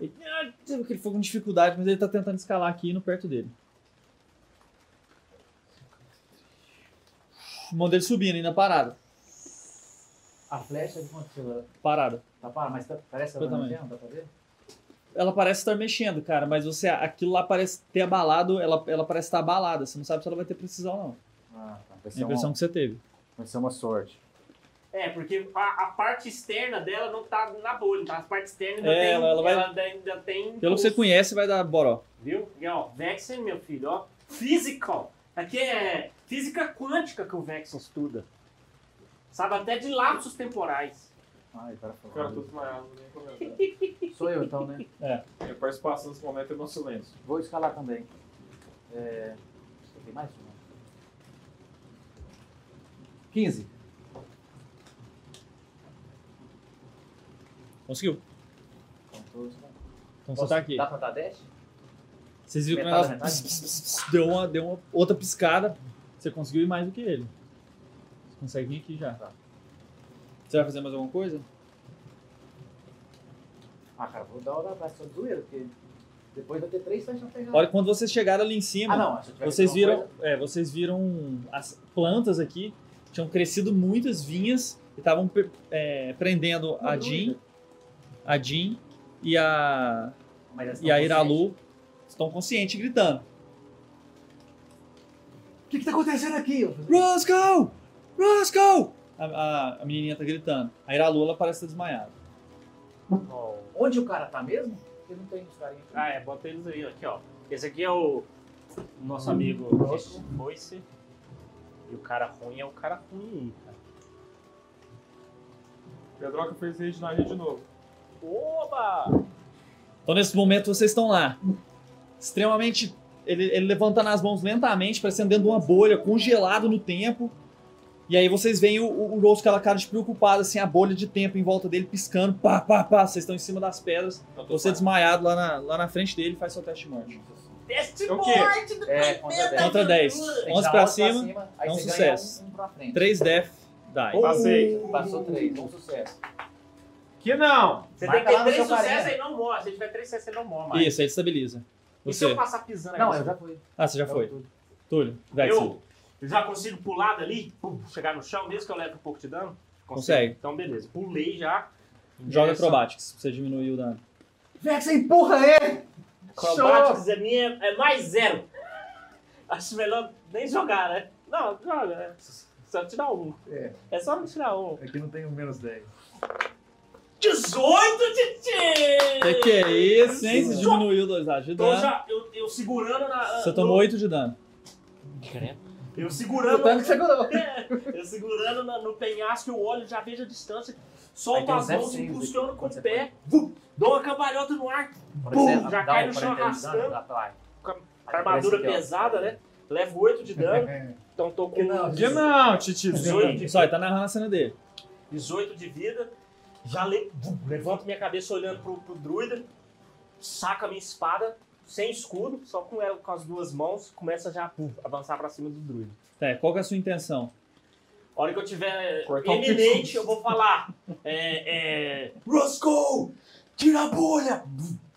Speaker 1: Ele, ah, sabe que ele foi com dificuldade, mas ele tá tentando escalar aqui no perto dele. A Mão dele subindo, ainda parada.
Speaker 3: A flecha de quanto
Speaker 1: Parada.
Speaker 3: Tá para, mas tá, parece que
Speaker 1: Eu
Speaker 3: ela tá
Speaker 1: também.
Speaker 3: mexendo, dá pra ver?
Speaker 1: Ela parece estar mexendo, cara, mas você aquilo lá parece ter abalado, ela, ela parece estar abalada. Você não sabe se ela vai ter precisão, não.
Speaker 3: Ah, tá. Vai
Speaker 1: É a
Speaker 3: ser, uma,
Speaker 1: impressão que você teve.
Speaker 3: vai ser uma sorte.
Speaker 2: É, porque a, a parte externa dela não tá na bolha. Tá? A parte externa ainda
Speaker 1: É,
Speaker 2: tem.
Speaker 1: ela- ela vai-
Speaker 2: ainda- ainda tem.
Speaker 1: Pelo que você
Speaker 2: impulso,
Speaker 1: conhece, vai dar boró.
Speaker 2: Viu? E, ó, Vexen, meu filho, ó. Physical. Aqui é física quântica que o Vexen estuda. Sabe até de lapsos temporais.
Speaker 3: Ai, cara,
Speaker 4: O cara
Speaker 3: falou.
Speaker 4: tudo desmaiado,
Speaker 2: *laughs*
Speaker 4: nem comentar.
Speaker 3: *laughs* Sou eu então, né?
Speaker 4: Minha participação nesse momento é no silêncio.
Speaker 3: Vou escalar também. É... Tem mais uma. 15.
Speaker 1: Conseguiu.
Speaker 3: Então, todos, né?
Speaker 1: Então
Speaker 3: Posso-
Speaker 1: você tá aqui.
Speaker 3: Dá pra dar 10?
Speaker 1: Vocês viram que o
Speaker 3: Metade,
Speaker 1: negócio
Speaker 3: metade?
Speaker 1: pss, pss, pss, *laughs* deu, uma, deu uma outra piscada. Você conseguiu ir mais do que ele. Você consegue vir aqui já.
Speaker 3: Tá.
Speaker 1: Você vai fazer mais alguma coisa?
Speaker 3: Ah, cara, vou dar uma abraço de zoeira, porque depois vai ter três flechas pegadas.
Speaker 1: Olha, quando vocês chegaram ali em cima,
Speaker 3: Ah, não. se eu tiver que
Speaker 1: vocês
Speaker 3: fazer uma
Speaker 1: viram, é, vocês viram as plantas aqui. Tinham crescido muitas vinhas e estavam pe- é, prendendo a
Speaker 3: Não,
Speaker 1: Jean, a Jean e a,
Speaker 3: coisa- mas elas
Speaker 1: e a
Speaker 3: estão conscientes.
Speaker 1: Iralu. Estão conscientes e gritando.
Speaker 3: O que que tá acontecendo aqui? Eu falei,
Speaker 1: Roscoe! Roscoe! A, a, a menininha tá gritando. A Iralu, ela parece estar desmaiada.
Speaker 3: Onde o cara tá mesmo? Porque não tem os carinha aqui.
Speaker 2: Ah, é, bota eles aí, aqui, ó. Esse aqui é o nosso amigo
Speaker 3: Nosso.
Speaker 2: Foice. E o cara ruim é o cara ruim aí, cara.
Speaker 4: Pedroca fez rede na rede de novo.
Speaker 2: Oba!
Speaker 1: Então, nesse momento, vocês estão lá. Extremamente. Ele, ele levantando as mãos lentamente, parecendo dentro de uma bolha, congelado no tempo. E aí vocês veem o, o, o Rose com aquela cara de preocupado, assim, a bolha de tempo em volta dele piscando, pá, pá, pá. Vocês estão em cima das pedras.
Speaker 2: Então
Speaker 4: Eu tô
Speaker 1: Você é desmaiado lá na, lá na frente dele, faz seu teste de morte.
Speaker 2: Teste
Speaker 4: É o quê?
Speaker 2: morte do
Speaker 3: É,
Speaker 2: primeiro
Speaker 3: contra
Speaker 2: da
Speaker 3: 10.
Speaker 1: Contra 10.
Speaker 2: aventura.
Speaker 3: Tem
Speaker 1: 11
Speaker 3: que
Speaker 1: pra cima,
Speaker 3: dar 11 tá aí
Speaker 1: é um
Speaker 3: você ganha
Speaker 1: sucesso.
Speaker 3: um- um pra frente.
Speaker 1: 3 death die.
Speaker 4: Oh. Passei.
Speaker 3: Passou três, um sucesso.
Speaker 4: Que não!
Speaker 2: Você
Speaker 3: Marca
Speaker 2: tem que ter
Speaker 3: lá no
Speaker 2: três
Speaker 3: seu
Speaker 2: sucessos
Speaker 3: carinha.
Speaker 2: e não morre. Se tiver três sucessos, você não morre mais.
Speaker 1: Isso, aí estabiliza.
Speaker 2: E se eu
Speaker 1: Você.
Speaker 2: passar pisando
Speaker 3: Não,
Speaker 2: aqui?
Speaker 3: eu já fui.
Speaker 1: Ah, você já
Speaker 3: Eu
Speaker 1: foi.
Speaker 3: fui.
Speaker 1: Túlio, vai que você-
Speaker 2: Eu, eu já consigo pular dali, pum, chegar no chão, mesmo que eu leve um pouco de dano?
Speaker 1: Consegue.
Speaker 2: Então, beleza. Pulei já.
Speaker 1: Joga
Speaker 2: Direção-
Speaker 1: acrobatics, pra você diminuir o dano.
Speaker 3: Vex, você empurra ele!
Speaker 2: Acrobatics é minha. É mais zero. Acho melhor nem jogar, né? Não, joga, né? Só tirar um.
Speaker 3: É.
Speaker 2: só me tirar um.
Speaker 3: Aqui não tem o menos 10.
Speaker 2: 18, Titi!
Speaker 1: Que que é isso, hein? Você
Speaker 3: Sim.
Speaker 1: diminuiu dois dados de
Speaker 2: Então
Speaker 1: dano.
Speaker 2: já, eu, eu segurando na.
Speaker 1: Você
Speaker 2: no-
Speaker 1: tomou 8 de dano.
Speaker 2: Eu
Speaker 3: O
Speaker 2: segurando. É,
Speaker 3: tanto Tá
Speaker 2: *laughs*
Speaker 3: que você colocou.
Speaker 2: Eu segurando na- no penhasco, eu olho, já vejo a distância,
Speaker 3: Aí
Speaker 2: solto
Speaker 3: tem
Speaker 2: as
Speaker 3: uns
Speaker 2: mãos,
Speaker 3: 16
Speaker 2: impulsiono
Speaker 1: né?
Speaker 3: aqui,
Speaker 2: com
Speaker 3: quando
Speaker 2: o pé, vum, dou uma cambalhota no ar,
Speaker 3: Parece que
Speaker 2: já
Speaker 3: dá
Speaker 2: cai
Speaker 3: um
Speaker 2: no chão
Speaker 3: 40 de dano,
Speaker 2: arrastando.
Speaker 3: dá pra lá.
Speaker 2: com a armadura
Speaker 3: Parece que, ó,
Speaker 2: pesada, né? Levo 8 de
Speaker 3: *laughs*
Speaker 2: dano, então tô com
Speaker 3: É. Que não,
Speaker 4: Que não, titizinho!
Speaker 2: Dezoito.
Speaker 1: Pessoal, ele tá narrando a cena dele.
Speaker 2: 18 de vida. Já le- vum, levanto minha cabeça olhando pro, pro druida, saca minha espada, sem escudo, só com, ela, com as duas mãos, começa já pum, avançar pra cima do druida.
Speaker 1: Tá, qual que é a sua intenção?
Speaker 3: Tá
Speaker 2: A hora que eu tiver
Speaker 4: Cortar o
Speaker 2: eminente, eu vou falar. É, é, Roscoe, tira a bolha!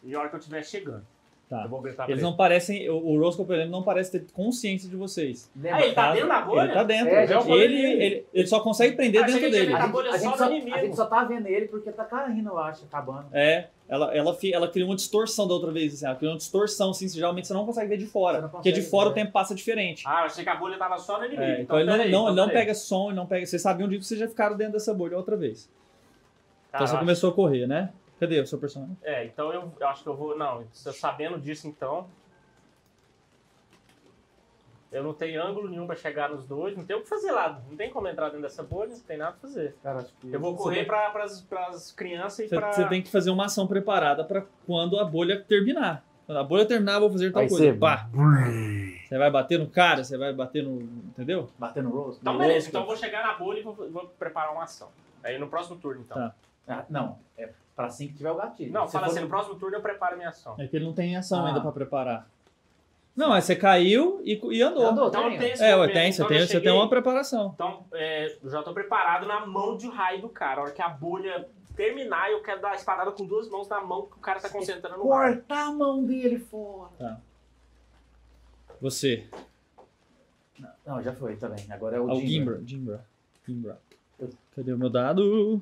Speaker 2: E a hora que eu tiver chegando.
Speaker 1: Tá.
Speaker 2: Eu vou gritar pra
Speaker 1: Eles
Speaker 2: ele.
Speaker 1: não parecem. O o Roscoe, por exemplo, não parece ter consciência de vocês.
Speaker 3: Lembra?
Speaker 2: Ah, ele tá
Speaker 1: Tá-
Speaker 2: dentro da bolha?
Speaker 1: Ele tá dentro.
Speaker 3: É, já
Speaker 1: ele,
Speaker 4: falei
Speaker 1: ele,
Speaker 4: dele.
Speaker 1: ele só consegue prender
Speaker 2: Ah,
Speaker 1: dentro
Speaker 2: achei que
Speaker 1: dele.
Speaker 2: ele-
Speaker 3: a,
Speaker 2: na
Speaker 3: gente,
Speaker 2: bolha
Speaker 3: a,
Speaker 2: só
Speaker 3: gente
Speaker 2: do
Speaker 3: só,
Speaker 2: inimigo.
Speaker 3: a gente só tá vendo ele porque tá caindo, eu acho, acabando.
Speaker 1: É. Ela, ela, fi- ela cria uma distorção da outra vez, assim, ela cria uma distorção, assim, geralmente você não consegue ver de
Speaker 3: Você
Speaker 1: fora.
Speaker 3: não
Speaker 1: Porque de
Speaker 3: consegue
Speaker 1: fora
Speaker 3: ver.
Speaker 1: o tempo passa diferente.
Speaker 2: Ah, eu achei que a bolha tava só no inimigo.
Speaker 1: É, então
Speaker 2: então,
Speaker 1: ele não,
Speaker 2: peraí,
Speaker 1: não, ele
Speaker 2: então
Speaker 1: não
Speaker 2: peraí.
Speaker 1: pega som, ele não pega. Vocês sabiam disso, vocês já ficaram dentro dessa bolha outra vez.
Speaker 3: Tá.
Speaker 1: Então você
Speaker 2: Caraca.
Speaker 1: começou a correr, né? Cadê o seu personagem?
Speaker 2: É, então eu, eu acho que eu vou. Não, se eu sabendo disso então. Eu não tenho ângulo nenhum pra chegar nos dois, não tem o que fazer lá. Não tem como entrar dentro dessa bolha, não tem nada pra fazer.
Speaker 3: Cara, acho que...
Speaker 2: Eu vou correr pra, pras, pras crianças e
Speaker 1: Você
Speaker 2: pra.
Speaker 1: você tem que fazer uma ação preparada pra quando a bolha terminar. Quando a bolha terminar, eu vou fazer tal coisa. Pá. Você vai bater no cara, você vai bater no. Entendeu?
Speaker 3: tá Batendo Rose?
Speaker 2: Então,
Speaker 3: No
Speaker 2: beleza.
Speaker 3: rosto.
Speaker 2: Então, eu vou chegar na bolha e vou, vou preparar uma ação. Aí no próximo turno, então.
Speaker 1: Tá.
Speaker 3: Ah, não, é pra assim que tiver o gatilho.
Speaker 2: Não,
Speaker 3: Se
Speaker 2: fala
Speaker 3: for-
Speaker 2: assim, no próximo turno eu preparo minha ação.
Speaker 1: É que ele não tem ação
Speaker 3: Ah.
Speaker 1: ainda pra preparar. Não, mas você caiu e, e andou.
Speaker 3: Andou, tá
Speaker 2: Então,
Speaker 3: tem.
Speaker 2: tem esse
Speaker 1: É, ué,
Speaker 2: movimento,
Speaker 1: tem, você,
Speaker 2: então
Speaker 1: tem,
Speaker 2: eu
Speaker 1: você
Speaker 2: cheguei-
Speaker 1: tem uma preparação.
Speaker 2: Então, é, eu já tô preparado na mão de raio do cara. A hora que a bolha terminar, eu quero dar a espadada com duas mãos na mão que o cara tá concentrando no raio.
Speaker 3: Cortar a mão dele fora.
Speaker 1: Você,
Speaker 3: Não, já foi também. Agora é o
Speaker 1: ao
Speaker 3: Gimbra.
Speaker 1: Gimbra. Gimbra. Gimbra. Cadê o meu dado?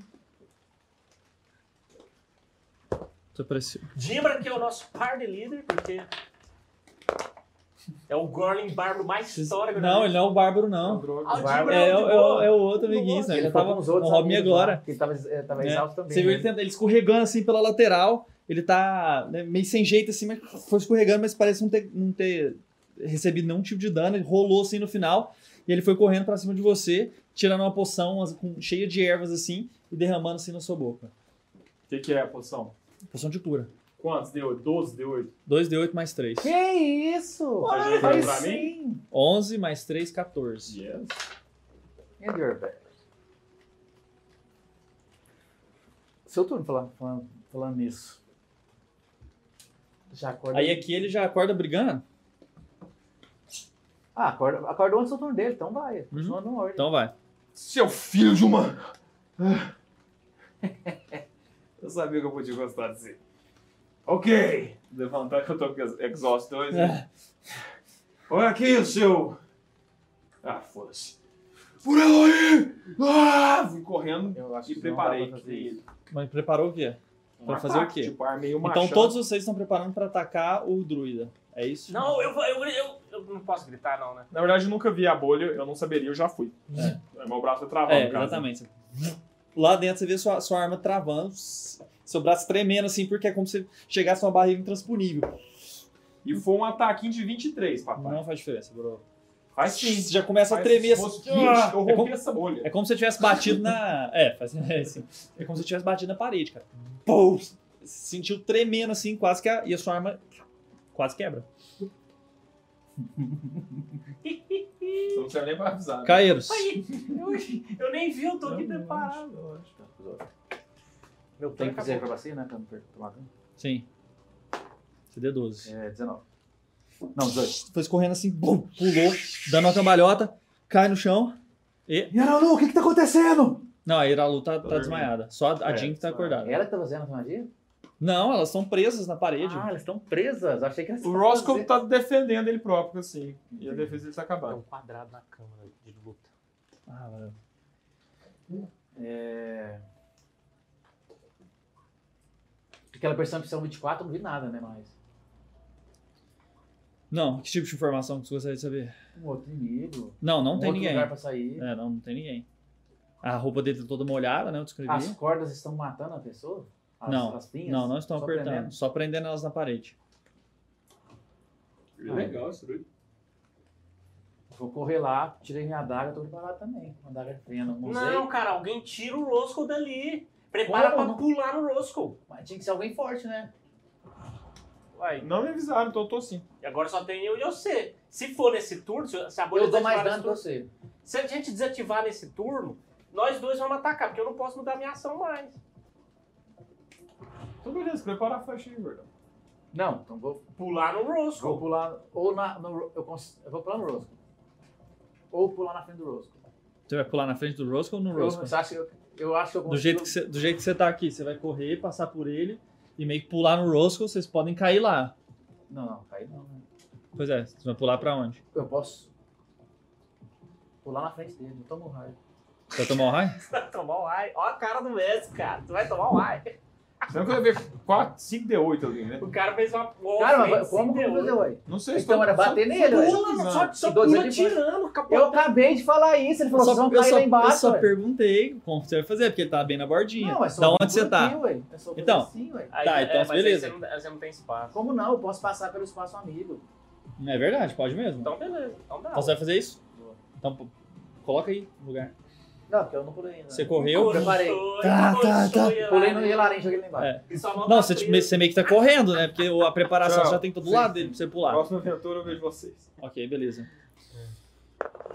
Speaker 1: Desapareceu.
Speaker 2: Dimbra, que é o nosso party leader, porque... É o Gorlin Barbo mais histórico. né?
Speaker 1: Não, ele não é o Bárbaro, não.
Speaker 4: Droga.
Speaker 2: Ah, o
Speaker 3: Bárbaro.
Speaker 2: Dimbra
Speaker 1: É,
Speaker 2: é,
Speaker 1: é,
Speaker 2: o de
Speaker 1: o-
Speaker 2: boa.
Speaker 1: é o outro amiguinho, né?
Speaker 3: Ele
Speaker 1: Ele
Speaker 3: tava
Speaker 1: tava
Speaker 3: tá com os
Speaker 1: no
Speaker 3: outros
Speaker 1: Hobby
Speaker 3: amigos
Speaker 1: agora.
Speaker 3: lá, que Ele tava, eh, tava
Speaker 1: É,
Speaker 3: exausto também.
Speaker 1: Você viu
Speaker 3: né?
Speaker 1: ele, tenta- ele escorregando assim pela lateral. Ele tá né, meio sem jeito assim, mas foi escorregando, mas parece não ter, não ter recebido nenhum tipo de dano, ele rolou assim no final, e ele foi correndo pra cima de você, tirando uma poção as- com- cheia de ervas assim, e derramando assim na sua boca.
Speaker 4: O que, que é a poção?
Speaker 1: Poção de cura.
Speaker 4: Quantos? Deu 12, deu 8.
Speaker 1: 2d8 mais 3.
Speaker 3: Que isso?
Speaker 4: Tá jogando
Speaker 3: Aí
Speaker 4: pra mim?
Speaker 3: sim.
Speaker 1: 11 mais 3, 14.
Speaker 4: Yes.
Speaker 3: And you're back. Seu turno falando, falando, falando nisso. Já acorda.
Speaker 1: Aí é aqui ele já acorda brigando?
Speaker 3: Ah, acorda, acordou antes do turno dele, então vai. Continua na ordem.
Speaker 1: Então vai.
Speaker 4: Seu filho de uma. *laughs* Eu sabia que eu podia gostar de você. Ok. Levantar que eu tô com ex- Exhaust 2.
Speaker 1: É.
Speaker 4: né? Olha aqui o seu. Ah, foda-se. Por aí! Ah! Fui correndo
Speaker 3: Eu acho
Speaker 4: e
Speaker 3: que não
Speaker 4: preparei.
Speaker 3: dá pra fazer
Speaker 4: Que...
Speaker 3: isso.
Speaker 1: Mas preparou o quê?
Speaker 4: um
Speaker 1: Pra fazer o
Speaker 4: ataque,
Speaker 1: quê?
Speaker 4: Tipo, armei uma
Speaker 1: Então todos vocês estão preparando pra atacar o druida. É isso?
Speaker 2: Não, eu, vou- eu, eu, eu não posso gritar, não, né?
Speaker 4: Na verdade, eu nunca vi a bolha, eu não saberia, eu já fui. Meu braço é travado,
Speaker 1: É,
Speaker 4: no caso.
Speaker 1: exatamente. Lá dentro você vê sua, sua arma travando, seu braço tremendo assim, porque é como se chegasse uma barreira intransponível.
Speaker 4: E foi um ataquinho de 23, papai.
Speaker 1: Não faz diferença, bro. Assim,
Speaker 4: Faz sim.
Speaker 1: Você já começa a tremer assim.
Speaker 4: Se fosse 20, eu
Speaker 1: É
Speaker 4: rompi
Speaker 1: como,
Speaker 4: essa bolha.
Speaker 1: é como se você tivesse batido na. É, faz, *laughs* é, assim. é como se você tivesse batido na parede, cara. Pum! Você se sentiu tremendo assim, quase que a, e a sua arma quase quebra.
Speaker 4: Então Não precisa nem pra avisar. né?
Speaker 1: Caeiros.
Speaker 2: Aí, eu, eu nem vi, eu tô aqui
Speaker 4: Não,
Speaker 2: preparado.
Speaker 4: lógico,
Speaker 2: Meu
Speaker 4: lógico.
Speaker 3: Tem
Speaker 1: Então
Speaker 2: tempo
Speaker 3: que fazer acrobacia, né? Pra não per- tomar dano.
Speaker 1: Sim. CD12.
Speaker 3: É 19. Não, 18.
Speaker 1: Foi escorrendo assim, bum, pulou, dando uma cambalhota, cai no chão.
Speaker 3: Yaralu, o que que tá acontecendo?
Speaker 1: Não, a Iralu tá, tá
Speaker 4: dormindo.
Speaker 1: desmaiada. Só a, a
Speaker 4: É,
Speaker 1: Jean que tá
Speaker 4: só-
Speaker 1: acordada.
Speaker 3: Ela que tá fazendo essa magia?
Speaker 1: Não, elas estão presas na parede.
Speaker 3: Ah, elas estão presas. Achei que elas
Speaker 4: O
Speaker 3: estavam
Speaker 4: Roscoe
Speaker 3: fazendo-
Speaker 4: tá defendendo ele próprio, assim. E a defesa dele tá
Speaker 2: É
Speaker 4: acabando.
Speaker 2: um quadrado na câmera de luta.
Speaker 1: Ah, valeu.
Speaker 3: É... Aquela percepção 24, eu não vi nada, né? Mas.
Speaker 1: Não, que tipo de informação que você gostaria de saber?
Speaker 3: Um outro inimigo.
Speaker 1: Não, não
Speaker 3: um
Speaker 1: tem
Speaker 3: outro
Speaker 1: ninguém.
Speaker 3: lugar pra sair.
Speaker 1: É, não, não tem ninguém. A roupa dele tá toda molhada, né? Eu descrevi.
Speaker 3: As cordas estão matando a pessoa? As,
Speaker 1: Não,
Speaker 3: as pinhas?
Speaker 1: não, não estão
Speaker 3: assim, Só
Speaker 1: apertando.
Speaker 3: prendendo?
Speaker 1: Só prendendo elas na parede.
Speaker 4: É Legal isso daí.
Speaker 3: Vou correr lá, tirei minha adaga, tô preparado também. Uma adaga de fenda, não
Speaker 2: Não,
Speaker 3: usei.
Speaker 2: cara, alguém tira o Roscoe dali. Prepara pra
Speaker 3: Como?
Speaker 2: pular no Roscoe.
Speaker 3: Mas tinha que ser alguém forte, né?
Speaker 2: Uai,
Speaker 4: Não me avisaram, então eu tô sim.
Speaker 2: e agora só tem eu e você. Se for nesse turno, se se a bolha tá
Speaker 3: Eu dou mais
Speaker 2: desativar nesse
Speaker 3: dano que
Speaker 2: turno-
Speaker 3: você.
Speaker 2: Se a gente desativar nesse turno, nós dois vamos atacar, porque eu não posso mudar minha ação mais.
Speaker 4: Então beleza, prepara a flecha aí, gordão.
Speaker 3: Não, então vou,
Speaker 2: Pular no
Speaker 3: vou
Speaker 2: Roscoe.
Speaker 3: pular. Ou na. no ro- eu, cons- eu vou pular no Rosco. Ou pular na frente do Rosco.
Speaker 1: Você vai pular na frente do Roscoe ou no
Speaker 3: Eu,
Speaker 1: Roscoe?
Speaker 3: você acha que eu, eu acho que eu
Speaker 1: Do jeito, que você, do jeito que você tá aqui, você vai correr, passar por ele e meio que pular no Roscoe, vocês podem cair lá.
Speaker 3: Não, não, caí não, né?
Speaker 1: Pois é, você vai pular pra onde?
Speaker 3: Eu posso pular na frente dele, eu tomo raio.
Speaker 1: Você vai tomar o raio?
Speaker 2: Vai tomar o ai. Ó a cara do Messi, cara. Tu vai tomar o ai.
Speaker 4: Será que eu ia ver 4, 5 D8 ali, né?
Speaker 2: O cara fez uma. uma
Speaker 3: Cara, mas
Speaker 2: ofensa,
Speaker 3: como que eu vou fazer
Speaker 2: entendeu?
Speaker 3: ué?
Speaker 4: Não sei se
Speaker 3: Então
Speaker 4: tô-
Speaker 3: era bater nele, ué.
Speaker 2: Pula, só, só
Speaker 3: E dois
Speaker 2: pula
Speaker 3: elefantes.
Speaker 2: tirando, capotando.
Speaker 3: Eu acabei de falar isso, ele falou, vocês vão
Speaker 1: eu,
Speaker 3: cair lá
Speaker 1: eu
Speaker 3: embaixo,
Speaker 1: só
Speaker 3: ué.
Speaker 1: perguntei como você vai fazer, porque ele tá bem na bordinha.
Speaker 3: Não, é só
Speaker 1: da
Speaker 3: um
Speaker 1: onde você tá?
Speaker 3: buraquinho, ué. É só um
Speaker 1: Então.
Speaker 3: buraquinho, ué.
Speaker 2: Aí- é,
Speaker 1: Tá, então,
Speaker 2: mas aí
Speaker 1: beleza.
Speaker 2: você não, você não tem espaço.
Speaker 3: Como não? Eu posso passar pelo espaço amigo.
Speaker 1: É verdade, pode mesmo.
Speaker 2: Então, beleza. Então dá.
Speaker 1: Então você vai fazer isso?
Speaker 3: Boa.
Speaker 1: Então pô, coloca aí no lugar.
Speaker 3: Não, porque eu não pulei ainda.
Speaker 1: Você
Speaker 3: né?
Speaker 1: correu?
Speaker 2: Coxou,
Speaker 3: preparei.
Speaker 2: ele
Speaker 1: Tá,
Speaker 2: coxou,
Speaker 1: tá, tá.
Speaker 2: ele
Speaker 3: Pulei
Speaker 2: lá,
Speaker 3: no
Speaker 2: né?
Speaker 3: Ilarim, joguei lá embaixo.
Speaker 1: É.
Speaker 2: E sua mão
Speaker 1: Não,
Speaker 2: tá
Speaker 1: você,
Speaker 2: presa.
Speaker 1: você meio que tá correndo, né? Porque o- a preparação
Speaker 4: Tchau.
Speaker 1: já tem todo
Speaker 4: Sim,
Speaker 1: lado
Speaker 4: sim.
Speaker 1: dele pra você pular.
Speaker 4: Próxima aventura eu vejo vocês.
Speaker 1: Ok, beleza.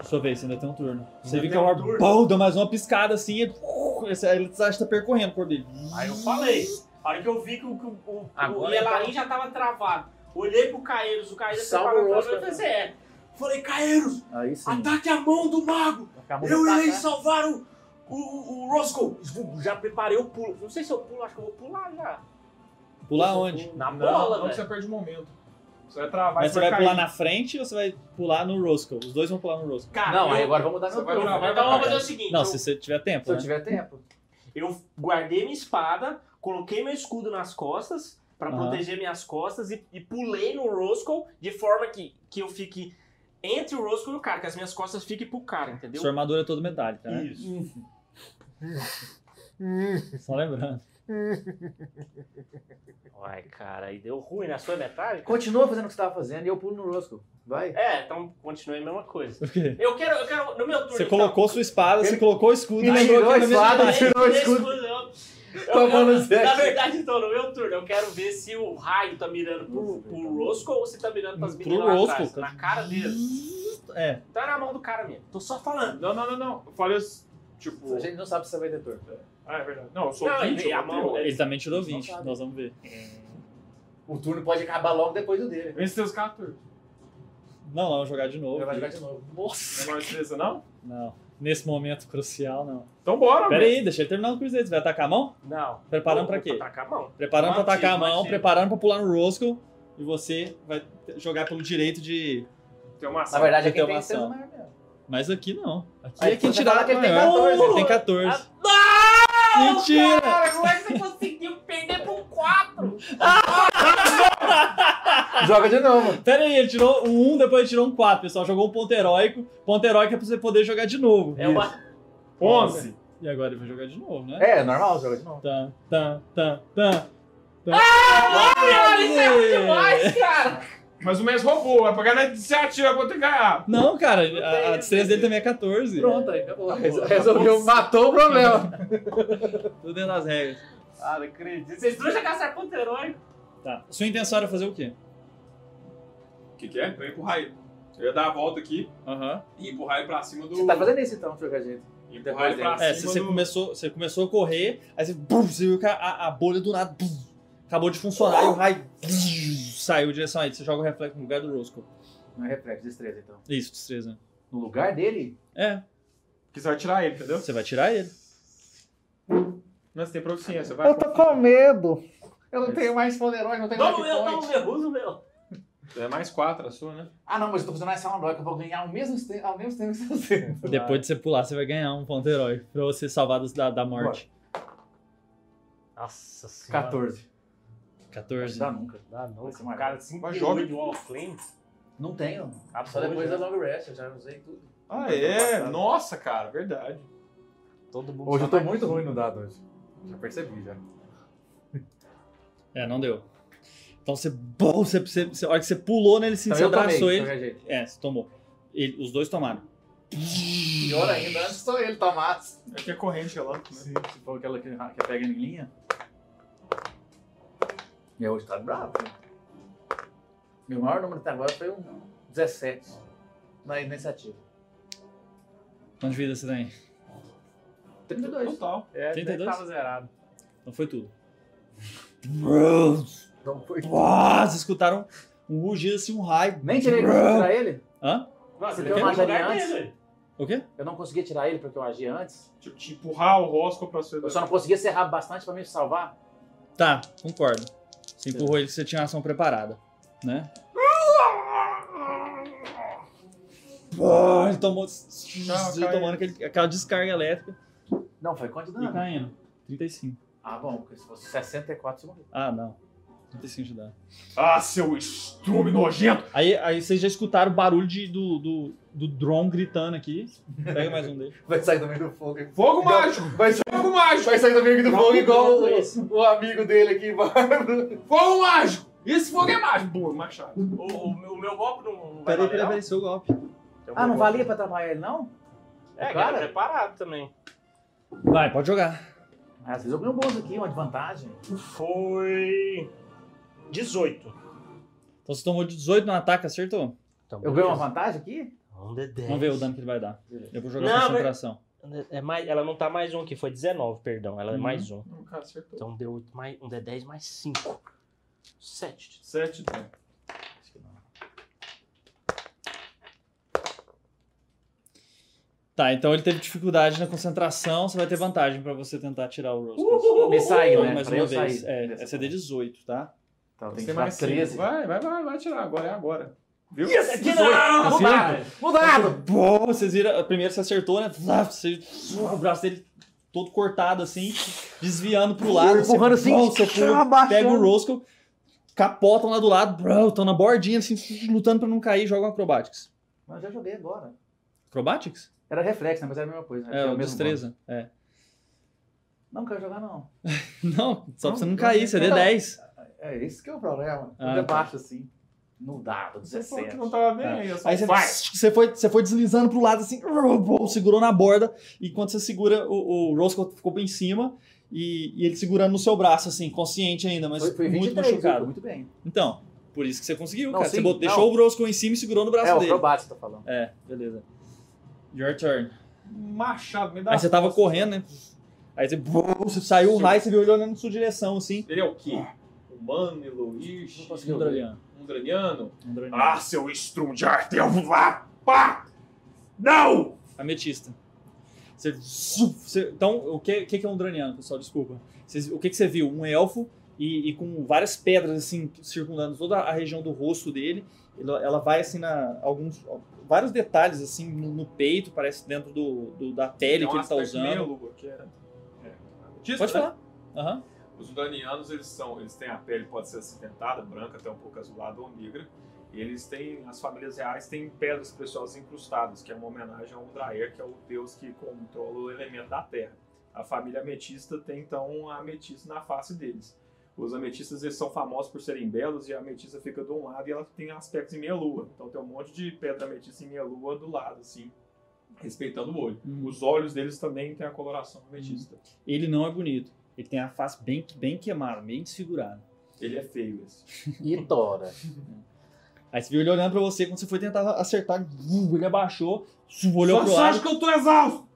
Speaker 1: Sua vez, você ainda tem um turno. Você viu
Speaker 2: Ainda
Speaker 1: que
Speaker 2: tem
Speaker 1: a
Speaker 2: um
Speaker 1: hora
Speaker 2: turno.
Speaker 1: pau, deu mais uma piscada assim, e, uh, esse- aí ele acha que tá percorrendo o corpo dele.
Speaker 2: Aí eu falei. A hora que eu vi que o, que o- o, o
Speaker 3: Agora
Speaker 2: Yelarin já tava travado. Olhei pro Caeiros, o Caeiros
Speaker 3: Salva
Speaker 2: separou
Speaker 3: o
Speaker 2: pra
Speaker 3: Oscar,
Speaker 2: mim
Speaker 3: né?
Speaker 2: e falei assim, é. Falei, Caeiros,
Speaker 3: Aí sim.
Speaker 2: ataque a mão do mago! é?
Speaker 3: Acabou
Speaker 2: Eu
Speaker 3: de
Speaker 2: irei
Speaker 3: atacar.
Speaker 2: salvar o, o, o Roscoe! Já preparei o pulo. Não sei se eu pulo, acho que eu vou pular já.
Speaker 1: Pular onde?
Speaker 2: Na
Speaker 4: Não,
Speaker 2: bola,
Speaker 4: não,
Speaker 2: velho.
Speaker 4: você perde o momento. Você vai travar
Speaker 1: Mas
Speaker 4: e
Speaker 1: você vai
Speaker 4: cair.
Speaker 1: pular na frente ou você vai pular no Roscoe? Os dois vão pular no Roscoe.
Speaker 2: Cara,
Speaker 3: Não,
Speaker 2: eu-
Speaker 3: aí agora vamos mudar
Speaker 4: Você
Speaker 3: meu
Speaker 4: vai
Speaker 3: turno.
Speaker 4: pra lá,
Speaker 2: Então
Speaker 4: vai
Speaker 2: vamos
Speaker 4: pra
Speaker 2: fazer
Speaker 4: cá.
Speaker 2: o seguinte.
Speaker 1: Não,
Speaker 2: eu-
Speaker 1: se você tiver tempo,
Speaker 3: Se eu
Speaker 1: né?
Speaker 3: tiver tempo.
Speaker 2: Eu guardei minha espada, coloquei meu escudo nas costas pra
Speaker 1: Aham.
Speaker 2: proteger minhas costas e, e pulei no Roscoe de forma que, que eu fique entre o Roscoe e o cara, que as minhas costas fiquem pro cara, entendeu?
Speaker 1: né?
Speaker 2: Hum.
Speaker 1: Sua armadura é toda metálica, né?
Speaker 2: Isso.
Speaker 1: Só lembrando.
Speaker 2: Ai, cara, aí deu ruim na sua metade?
Speaker 3: Continua fazendo o que você tava fazendo e eu pulo no Rosco. Vai.
Speaker 2: É, então continue a mesma coisa.
Speaker 1: *laughs* O quê?
Speaker 2: Eu quero, eu quero, no meu turno.
Speaker 1: Você
Speaker 2: então,
Speaker 1: colocou sua espada, você colocou o escudo.
Speaker 3: E
Speaker 1: Aí,
Speaker 3: tirou a espada,
Speaker 2: Aí,
Speaker 3: tirou o
Speaker 2: nesse
Speaker 3: escudo.
Speaker 2: turno, eu- eu
Speaker 3: Com a mão no
Speaker 2: quero-
Speaker 3: Zé.
Speaker 2: na verdade, então, no meu turno, eu quero ver se o raio tá mirando pro, pro Roscoe ou se tá mirando pras
Speaker 1: Pro
Speaker 2: meninas lá
Speaker 1: Roscoe,
Speaker 2: atrás,
Speaker 1: cara.
Speaker 2: na cara dele.
Speaker 1: É.
Speaker 2: Tá na mão do cara mesmo. Tô só falando.
Speaker 4: Não, não, não, não. Eu falei assim, tipo.
Speaker 3: A gente não sabe se você vai ter turno.
Speaker 4: Ah, é verdade. Não, eu sou
Speaker 2: Não,
Speaker 4: 20,
Speaker 2: e a
Speaker 4: eu um.
Speaker 2: mão- é.
Speaker 4: tenho-
Speaker 1: Ele tá também tirou
Speaker 3: Não
Speaker 1: 20,
Speaker 3: sabe.
Speaker 1: nós vamos ver.
Speaker 3: O turno pode acabar logo depois do dele.
Speaker 4: Vence seus 14.
Speaker 1: Não, não, vou jogar de novo.
Speaker 3: Ele vai jogar de novo.
Speaker 4: Não é mais 13, não?
Speaker 1: Não. Nesse momento crucial, não.
Speaker 4: Então bora,
Speaker 1: Pera aí, deixa ele terminar o cruzeiro. Você vai atacar a mão?
Speaker 2: Não.
Speaker 1: Preparando pra
Speaker 2: Vou
Speaker 1: quê?
Speaker 2: Tacar a mão.
Speaker 1: Preparando pra
Speaker 2: Mantiro,
Speaker 1: atacar a mão,
Speaker 2: mantiro.
Speaker 1: preparando pra pular no Roscoe. E você vai t- jogar pelo direito de.
Speaker 4: velho. Tem uma
Speaker 3: Na
Speaker 4: ação.
Speaker 3: verdade, é
Speaker 1: Tem
Speaker 3: quem
Speaker 1: uma
Speaker 3: tem que ser
Speaker 1: ação.
Speaker 3: maior mesmo.
Speaker 1: Mas aqui não. Aqui
Speaker 3: Aí
Speaker 1: é quem
Speaker 3: você
Speaker 1: tirar
Speaker 3: fala que ele tem Ah, 14.
Speaker 1: Ele tem 14. Mentira!
Speaker 2: Cara, como é que você conseguiu perder pro 4?
Speaker 3: Joga de novo.
Speaker 1: Pera aí, ele tirou um 1, depois ele tirou um 4, pessoal. Jogou um ponto heróico. Ponto heróico é pra você poder jogar de novo.
Speaker 2: É uma...
Speaker 4: 11.
Speaker 1: E agora ele vai jogar de novo, né?
Speaker 3: É, normal, joga de novo.
Speaker 1: Tá, tá, tá, tá. Ah,
Speaker 2: Cara, isso é ruim demais, cara!
Speaker 4: Mas o mês roubou. Vai pagar na iniciativa, vou ter que ganhar.
Speaker 1: Não, cara, a, a destreza dele também é 14.
Speaker 3: Pronto, aí acabou. Resolveu, matou o problema.
Speaker 1: *laughs* Tudo dentro das regras.
Speaker 2: Cara, não acredito. Vocês dois já caçaram contra herói.
Speaker 1: Tá. Sua intenção era fazer o quê?
Speaker 4: O que, que é? Eu ia empurrar ele. Eu ia dar a volta aqui
Speaker 1: Aham.
Speaker 4: e empurrar ele pra cima do.
Speaker 3: Você tá fazendo isso então, jogar jeito.
Speaker 4: E empurrar ele pra
Speaker 1: É, você,
Speaker 4: cima
Speaker 1: você
Speaker 4: do.
Speaker 1: começou, você começou a correr, aí você, bum, você viu que a- a, a bolha do nada bum, acabou de funcionar e o raio bum, saiu em direção a ele. Você joga o reflexo no lugar do Roscoe.
Speaker 3: Não é reflexo, destreza então.
Speaker 1: Isso, destreza.
Speaker 3: No lugar dele?
Speaker 1: É,
Speaker 4: Porque você vai tirar ele, entendeu?
Speaker 1: você vai tirar ele.
Speaker 4: Não, você tem proficiência, vai.
Speaker 6: Eu tô com medo.
Speaker 3: Eu não tenho mais poderoso, não tenho
Speaker 2: Toma o
Speaker 3: mais
Speaker 2: meu, toma o
Speaker 3: point.
Speaker 2: meu, usa o meu.
Speaker 4: É mais 4 a sua, né?
Speaker 3: Ah não, mas eu tô fazendo essa herói que eu vou ganhar ao mesmo tempo, ao mesmo tempo que você. *laughs*
Speaker 1: Depois de você pular, você vai ganhar um ponto herói pra você salvar dos- da, da morte.
Speaker 2: Nossa senhora.
Speaker 3: 14.
Speaker 1: 14.
Speaker 3: Dá nunca.
Speaker 2: Dá
Speaker 3: Esse é maior.
Speaker 2: Cara, 5
Speaker 4: Mas
Speaker 2: de
Speaker 4: joga.
Speaker 2: 8 Wall of Flame.
Speaker 3: Não tenho.
Speaker 2: Ah,
Speaker 3: Só
Speaker 2: pô,
Speaker 3: depois
Speaker 2: já.
Speaker 3: da long rest, eu já usei tudo.
Speaker 4: Ah, é? Nossa, cara, verdade.
Speaker 2: Todo mundo
Speaker 3: Hoje eu
Speaker 2: sabe.
Speaker 3: tô muito ruim no dado hoje. Já percebi, já.
Speaker 1: É, não deu. Então você, bom, você, você, você- a hora que você pulou nele, assim,
Speaker 3: Então
Speaker 1: você
Speaker 3: eu tomei,
Speaker 1: abraçou
Speaker 3: de
Speaker 1: ele.
Speaker 3: qualquer jeito.
Speaker 1: É, você tomou. Ele- os dois tomaram.
Speaker 3: Pior ainda, antes só ele tá massa.
Speaker 4: É que é corrente relâmpago, né?
Speaker 3: Se for aquela que, que pega em linha. E hoje tá bravo. né? Meu maior número até agora foi um 17 na iniciativa.
Speaker 1: Quanto de vida você tem?
Speaker 3: 32.
Speaker 4: Total.
Speaker 7: É,
Speaker 1: 32?
Speaker 7: tava zerado.
Speaker 1: Então foi tudo.
Speaker 3: Então foi.
Speaker 1: Uau, vocês escutaram um rugido assim, um raio.
Speaker 3: Nem tirei pra tirar ele?
Speaker 1: Hã?
Speaker 2: Nossa,
Speaker 3: Porque
Speaker 2: ele
Speaker 3: eu
Speaker 2: tá no
Speaker 3: mataria
Speaker 2: lugar
Speaker 3: antes.
Speaker 2: dele.
Speaker 1: O quê?
Speaker 3: Eu não conseguia tirar ele porque eu agi antes.
Speaker 4: Tipo, te empurrar o rosco pra sua.
Speaker 3: Eu só não conseguia ser rápido bastante pra me salvar.
Speaker 1: Tá, concordo. Você empurrou ele que você tinha a ação preparada, né? Pô, Ele tomou, ele
Speaker 4: caiu.
Speaker 1: tomando aquele- aquela descarga elétrica
Speaker 3: Não, foi quanto de
Speaker 1: e
Speaker 3: dano?
Speaker 1: caindo. 35.
Speaker 3: Ah, bom, porque se fosse 64 você morreu.
Speaker 1: Ah, não. 35 de dano.
Speaker 4: Ah, seu estrume nojento!
Speaker 1: Aí, aí vocês já escutaram o barulho de- do, do, do drone gritando aqui. Pega mais um dele.
Speaker 3: Vai sair do meio do fogo. hein?
Speaker 4: Fogo
Speaker 3: Igual-
Speaker 4: mágico!
Speaker 3: Vai sair,
Speaker 4: Fogo mágico!
Speaker 3: vai sair do meio do
Speaker 4: Não,
Speaker 3: fogo igual
Speaker 4: não,
Speaker 3: o, o amigo dele aqui, bárbaro.
Speaker 4: Fogo mágico! Esse fogo é mágico! Boa,
Speaker 6: Hum.
Speaker 4: machado.
Speaker 2: O, o, meu- o meu golpe não, não vai
Speaker 1: Peraí,
Speaker 2: valer,
Speaker 1: peraí,
Speaker 2: não?
Speaker 1: peraí, seu golpe.
Speaker 3: Ah, não valia pra trabalhar ele, não?
Speaker 2: É,
Speaker 3: Cara.
Speaker 2: cara, preparado também.
Speaker 1: Vai, pode jogar.
Speaker 3: Às vezes eu ganho um bônus aqui, uma vantagem.
Speaker 2: Foi... 18.
Speaker 1: Então você tomou 18 no ataque, acertou?
Speaker 2: Então,
Speaker 3: Eu ganho uma vantagem aqui?
Speaker 2: Um de 10.
Speaker 1: Vamos ver o dano que ele vai dar. Eu vou jogar
Speaker 2: Não, mas-
Speaker 1: concentração.
Speaker 2: É mais, ela não tá mais um aqui, foi 19, perdão. Ela é
Speaker 1: Uhum.
Speaker 2: mais um.
Speaker 4: Não, cara, acertou.
Speaker 2: Então deu oito mais, um D10 mais 5. 7.
Speaker 4: 7 dano.
Speaker 1: Tá, então ele teve dificuldade na concentração, você vai ter vantagem pra você tentar tirar o Rose.
Speaker 3: Me sair, né?
Speaker 1: Mais
Speaker 3: Pra
Speaker 1: uma
Speaker 3: eu
Speaker 1: vez.
Speaker 3: sair
Speaker 1: É,
Speaker 3: dessa
Speaker 1: é CD 18, tá?
Speaker 3: Então tem
Speaker 4: Você tem
Speaker 3: que tirar
Speaker 4: mais 13.
Speaker 3: 13.
Speaker 4: Vai, vai, vai, vai tirar agora, é agora. Viu?
Speaker 2: Que não!
Speaker 3: Mudado! Mudado!
Speaker 1: Pô, vocês viram. Primeiro você acertou, né? Lá, Você, o braço dele todo cortado assim, desviando pro lado. você-
Speaker 3: Empurrando assim,
Speaker 1: Bom, você pula, pega o
Speaker 3: abaixando.
Speaker 1: Roscoe, capotam lá do lado, bro, estão na bordinha, assim, lutando pra não cair, jogam acrobatics.
Speaker 3: Mas eu já joguei agora.
Speaker 1: Acrobatics?
Speaker 3: Era reflexo, né? Mas era a mesma coisa. Né?
Speaker 1: É,
Speaker 3: Tinha o
Speaker 1: o
Speaker 3: mesmo
Speaker 1: destreza. É.
Speaker 3: Não quero jogar, não.
Speaker 1: Não, só pra você não
Speaker 3: Não,
Speaker 1: cair,
Speaker 3: não,
Speaker 1: você dê
Speaker 3: não.
Speaker 1: 10.
Speaker 3: É esse que é o problema.
Speaker 1: Ah,
Speaker 3: Quando é baixo assim, não dá, tô
Speaker 4: Você falou
Speaker 3: 17.
Speaker 4: que não tava bem aí, eu só
Speaker 1: Aí você,
Speaker 4: vai.
Speaker 1: você foi, você foi deslizando pro lado assim, segurou na borda, e quando você segura, o, o Roscoe ficou bem em cima, e, e ele segurando no seu braço, assim, consciente ainda, mas
Speaker 3: Foi, foi
Speaker 1: muito
Speaker 3: 23,
Speaker 1: machucado.
Speaker 3: viu? Muito bem.
Speaker 1: Então, por isso que você conseguiu,
Speaker 3: Não,
Speaker 1: cara. você
Speaker 3: sim,
Speaker 1: bot-
Speaker 3: não.
Speaker 1: deixou o Roscoe em cima e segurou no braço
Speaker 3: É, o
Speaker 1: dele.
Speaker 3: acrobático tá falando.
Speaker 1: É, beleza. Your turn.
Speaker 4: Machado, me dá.
Speaker 1: Aí você tava correndo, né? Aí você, você saiu o raio, você veio olhando na sua direção, assim.
Speaker 4: Ele é o quê? Humano, Eloís,
Speaker 1: Um draliano.
Speaker 4: Undraniano?
Speaker 1: Um draliano.
Speaker 4: Ah, seu estrundiarte, eu vou lá, pá! Não!
Speaker 1: Ametista. Você, você- então, o que, o que que é um draniano, pessoal? Desculpa. Vocês- o que, que você viu? Um elfo e, e com várias pedras assim circundando toda a região do rosto dele. Ela, ela vai assim na alguns vários detalhes assim no, no peito, parece dentro do, do- da pele
Speaker 4: É um
Speaker 1: que ele tá
Speaker 4: aspecto
Speaker 1: usando.
Speaker 4: meio louco, que é- é. Diz,
Speaker 1: Pode
Speaker 4: né?
Speaker 1: falar. Aham.
Speaker 4: Os undranianos, eles são, eles têm a pele pode ser acidentada, branca, até um pouco azulada ou negra. E eles têm, as famílias reais têm pedras preciosas incrustadas, que é uma homenagem ao Undraer, que é o deus que controla o elemento da terra. A família ametista tem então a ametista na face deles. Os ametistas eles são famosos por serem belos e a ametista fica de um lado e ela tem aspectos em meia lua. Então tem um monte de pedra ametista em meia lua do lado, assim, respeitando o olho.
Speaker 1: Hum.
Speaker 4: Os olhos deles também têm a coloração ametista.
Speaker 1: Ele não é bonito. Ele tem a face bem, bem queimada, bem desfigurada.
Speaker 4: Ele é feio esse.
Speaker 3: *laughs* E Tora.
Speaker 1: Aí você viu ele olhando pra você, quando você foi tentar acertar, vum, ele abaixou, olhou
Speaker 4: Só-
Speaker 1: pro
Speaker 4: só
Speaker 1: lado.
Speaker 4: acho que eu tô exausto!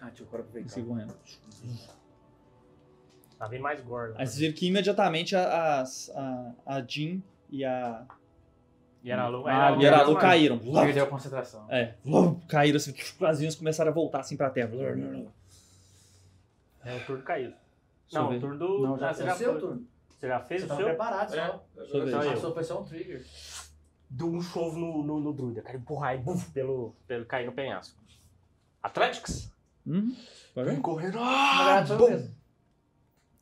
Speaker 3: Ah, tio, agora
Speaker 1: e
Speaker 3: aproveitar.
Speaker 1: saiu correndo.
Speaker 2: Tá bem mais gordo.
Speaker 1: Aí vocês viram que imediatamente a, as- a, a Jean e a,
Speaker 2: E era louco.
Speaker 3: Ah,
Speaker 1: e a Aralu caíram.
Speaker 3: Perdeu a concentração.
Speaker 1: É, caíram assim, as vinhas começaram a voltar assim pra terra.
Speaker 2: Uhum. É o turno caído.
Speaker 1: Deixa eu
Speaker 2: Não,
Speaker 1: ver.
Speaker 2: o turno do.
Speaker 3: Não, já
Speaker 2: Ah, você
Speaker 3: foi o é seu
Speaker 2: foi.
Speaker 3: turno.
Speaker 2: Você tá já fez
Speaker 3: Você
Speaker 2: o
Speaker 3: tava
Speaker 2: seu?
Speaker 3: preparado
Speaker 4: É,
Speaker 3: só.
Speaker 4: deixa
Speaker 1: eu ver.
Speaker 2: Só eu.
Speaker 3: Passou, foi só um trigger.
Speaker 2: Deu um chovo no, no, no druida. Quero empurrar ele buf, pelo, pelo cair no penhasco. Atléticos?
Speaker 1: Hum, pode ver?
Speaker 2: correndo.
Speaker 3: Na verdade, sou eu mesmo.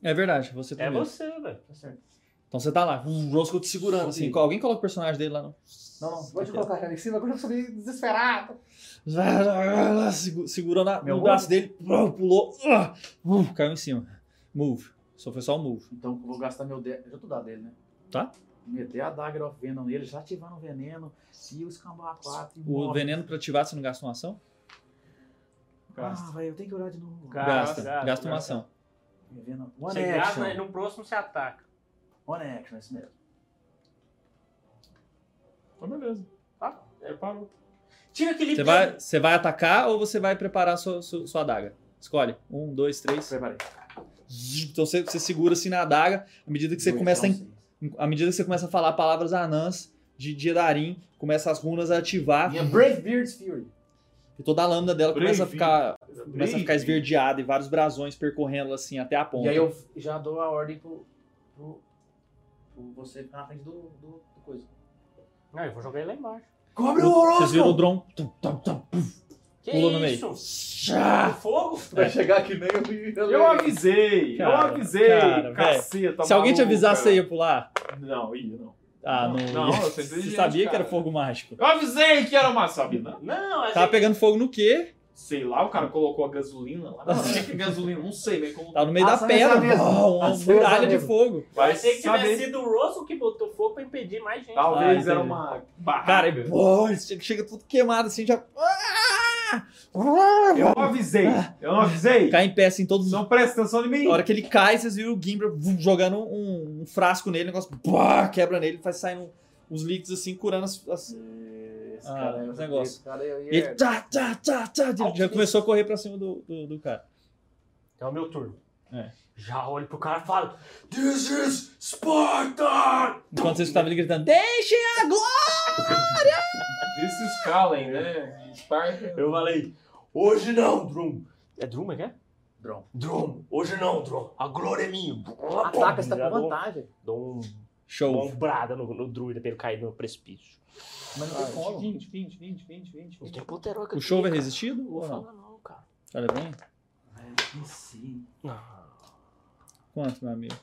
Speaker 1: é verdade, você
Speaker 2: É
Speaker 1: também.
Speaker 2: você, velho.
Speaker 3: Tá certo.
Speaker 1: então você tá lá, o Roscoe te segurando assim. Alguém coloca o personagem dele lá no.
Speaker 3: Não, não, pode colocar ela em cima, agora eu subi desesperado.
Speaker 1: Segu- Segurou na,
Speaker 3: Meu
Speaker 1: no braço dele, pulou, uh, caiu em cima. Move. Só foi só um move.
Speaker 3: Então eu vou gastar meu dedo. Já tu dá dele, né?
Speaker 1: Tá.
Speaker 3: Meter a Dagger of Venom nele, já ativar no veneno, se o escambar 4 e
Speaker 1: O
Speaker 3: morre.
Speaker 1: veneno pra ativar, você não gasta uma ação?
Speaker 3: Ah, velho, eu tenho que olhar de novo.
Speaker 1: Gasta. Gasta,
Speaker 2: gasta,
Speaker 1: uma
Speaker 2: gasta.
Speaker 1: ação.
Speaker 3: Veneno. One
Speaker 2: Você
Speaker 3: action.
Speaker 2: gasta e no próximo você ataca.
Speaker 3: One action, é isso mesmo.
Speaker 4: Então, beleza. É,
Speaker 2: Tá.
Speaker 4: Preparou.
Speaker 2: Tira aquele
Speaker 1: Você vai, você vai atacar ou você vai preparar sua, sua, sua adaga? Escolhe. Um, dois, três.
Speaker 3: Preparei.
Speaker 1: Então você, você segura assim na adaga, à medida que você
Speaker 3: Dois,
Speaker 1: começa a,
Speaker 3: é um
Speaker 1: en-
Speaker 3: seis.
Speaker 1: à medida que você começa a falar palavras anãs de Diedarim, começa as runas a ativar
Speaker 3: Minha Brave Beard's Fury.
Speaker 1: e toda a lâmina dela começa a
Speaker 4: Brave.
Speaker 1: ficar começa a ficar esverdeada e vários brasões percorrendo assim até a ponta.
Speaker 3: E aí eu já dou a ordem pro, pro, pro você ficar na frente do, do, do coisa.
Speaker 2: Não, eu vou jogar ele lá embaixo.
Speaker 3: Cobre o
Speaker 1: Vocês viram o
Speaker 3: horóscopo!
Speaker 1: drone tum, tum, tum,
Speaker 2: Que
Speaker 1: Pula no
Speaker 2: isso?
Speaker 1: meio.
Speaker 2: O fogo?
Speaker 3: Vai chegar aqui nem eu.
Speaker 4: Eu avisei!
Speaker 1: Cara,
Speaker 4: eu avisei!
Speaker 1: cara,
Speaker 4: caceta,
Speaker 1: Se alguém te
Speaker 4: maluca.
Speaker 1: avisasse, você ia pular?
Speaker 4: Não, ia, não.
Speaker 1: Ah, não.
Speaker 4: Não,
Speaker 1: ia.
Speaker 4: você é
Speaker 1: você
Speaker 4: inteligente,
Speaker 1: sabia que era
Speaker 4: cara.
Speaker 1: fogo mágico.
Speaker 4: Eu avisei que era uma sabina.
Speaker 2: Não, é
Speaker 1: Tava pegando fogo no quê?
Speaker 4: Sei lá, o cara colocou a gasolina lá. Não, que é gasolina, não sei, mas
Speaker 1: *laughs*
Speaker 4: colocou.
Speaker 1: Tava no meio
Speaker 3: Acesa
Speaker 1: da pedra.
Speaker 3: mesmo.
Speaker 1: Bom, Uma
Speaker 3: Acesa
Speaker 1: muralha de
Speaker 3: mesmo.
Speaker 1: fogo.
Speaker 4: Vai
Speaker 2: Pensei que
Speaker 4: saber.
Speaker 2: tivesse sido o Russell que botou fogo pra impedir mais gente.
Speaker 1: Ah,
Speaker 4: Talvez
Speaker 1: entendi.
Speaker 4: era uma barraca.
Speaker 1: Cara, é bom, ele chega, chega tudo queimado assim, já. ah!
Speaker 4: eu não avisei. Eu não avisei.
Speaker 1: Cai em pé assim, todos.
Speaker 4: Não presta atenção em mim.
Speaker 1: Na hora que ele cai, vocês viram o Gimbra vum, jogando um, um frasco nele, o negócio pá, quebra nele, faz saindo uns líquidos assim, curando as. as-
Speaker 3: Esse
Speaker 1: Ah,
Speaker 3: cara é
Speaker 1: esse
Speaker 3: esse
Speaker 1: negócio.
Speaker 3: cara é-
Speaker 1: E ele tá, tá, tá, tá, ele já começou a correr pra cima do, do, do cara.
Speaker 2: É o meu turno.
Speaker 1: É.
Speaker 2: Já olho pro cara e falo: This is Sparta!
Speaker 1: Enquanto vocês estavam ali gritando, deixa agora!
Speaker 4: This is Kallen, né? Sparta.
Speaker 2: Eu falei: Hoje não, Drum. É Drum, é que é?
Speaker 3: Drum.
Speaker 2: Drum. Hoje não, Drum. A glória é minha.
Speaker 3: Ataca, você tá
Speaker 2: Já
Speaker 3: com
Speaker 2: dou-
Speaker 3: vantagem.
Speaker 2: Dou um
Speaker 1: Show.
Speaker 2: bombrada no, no druida pra ele cair no precipício.
Speaker 3: Mas
Speaker 1: Ah,
Speaker 3: não tem como.
Speaker 4: 20, 20, 20, 20, 20.
Speaker 2: Ele tem ponto heróico
Speaker 1: O
Speaker 2: aqui,
Speaker 1: show é
Speaker 2: cara.
Speaker 1: resistido
Speaker 2: Não vou
Speaker 1: ou não?
Speaker 2: falar, não, cara.
Speaker 1: Olha bem.
Speaker 3: É, sim.
Speaker 2: Não.
Speaker 1: Quanto, meu amigo?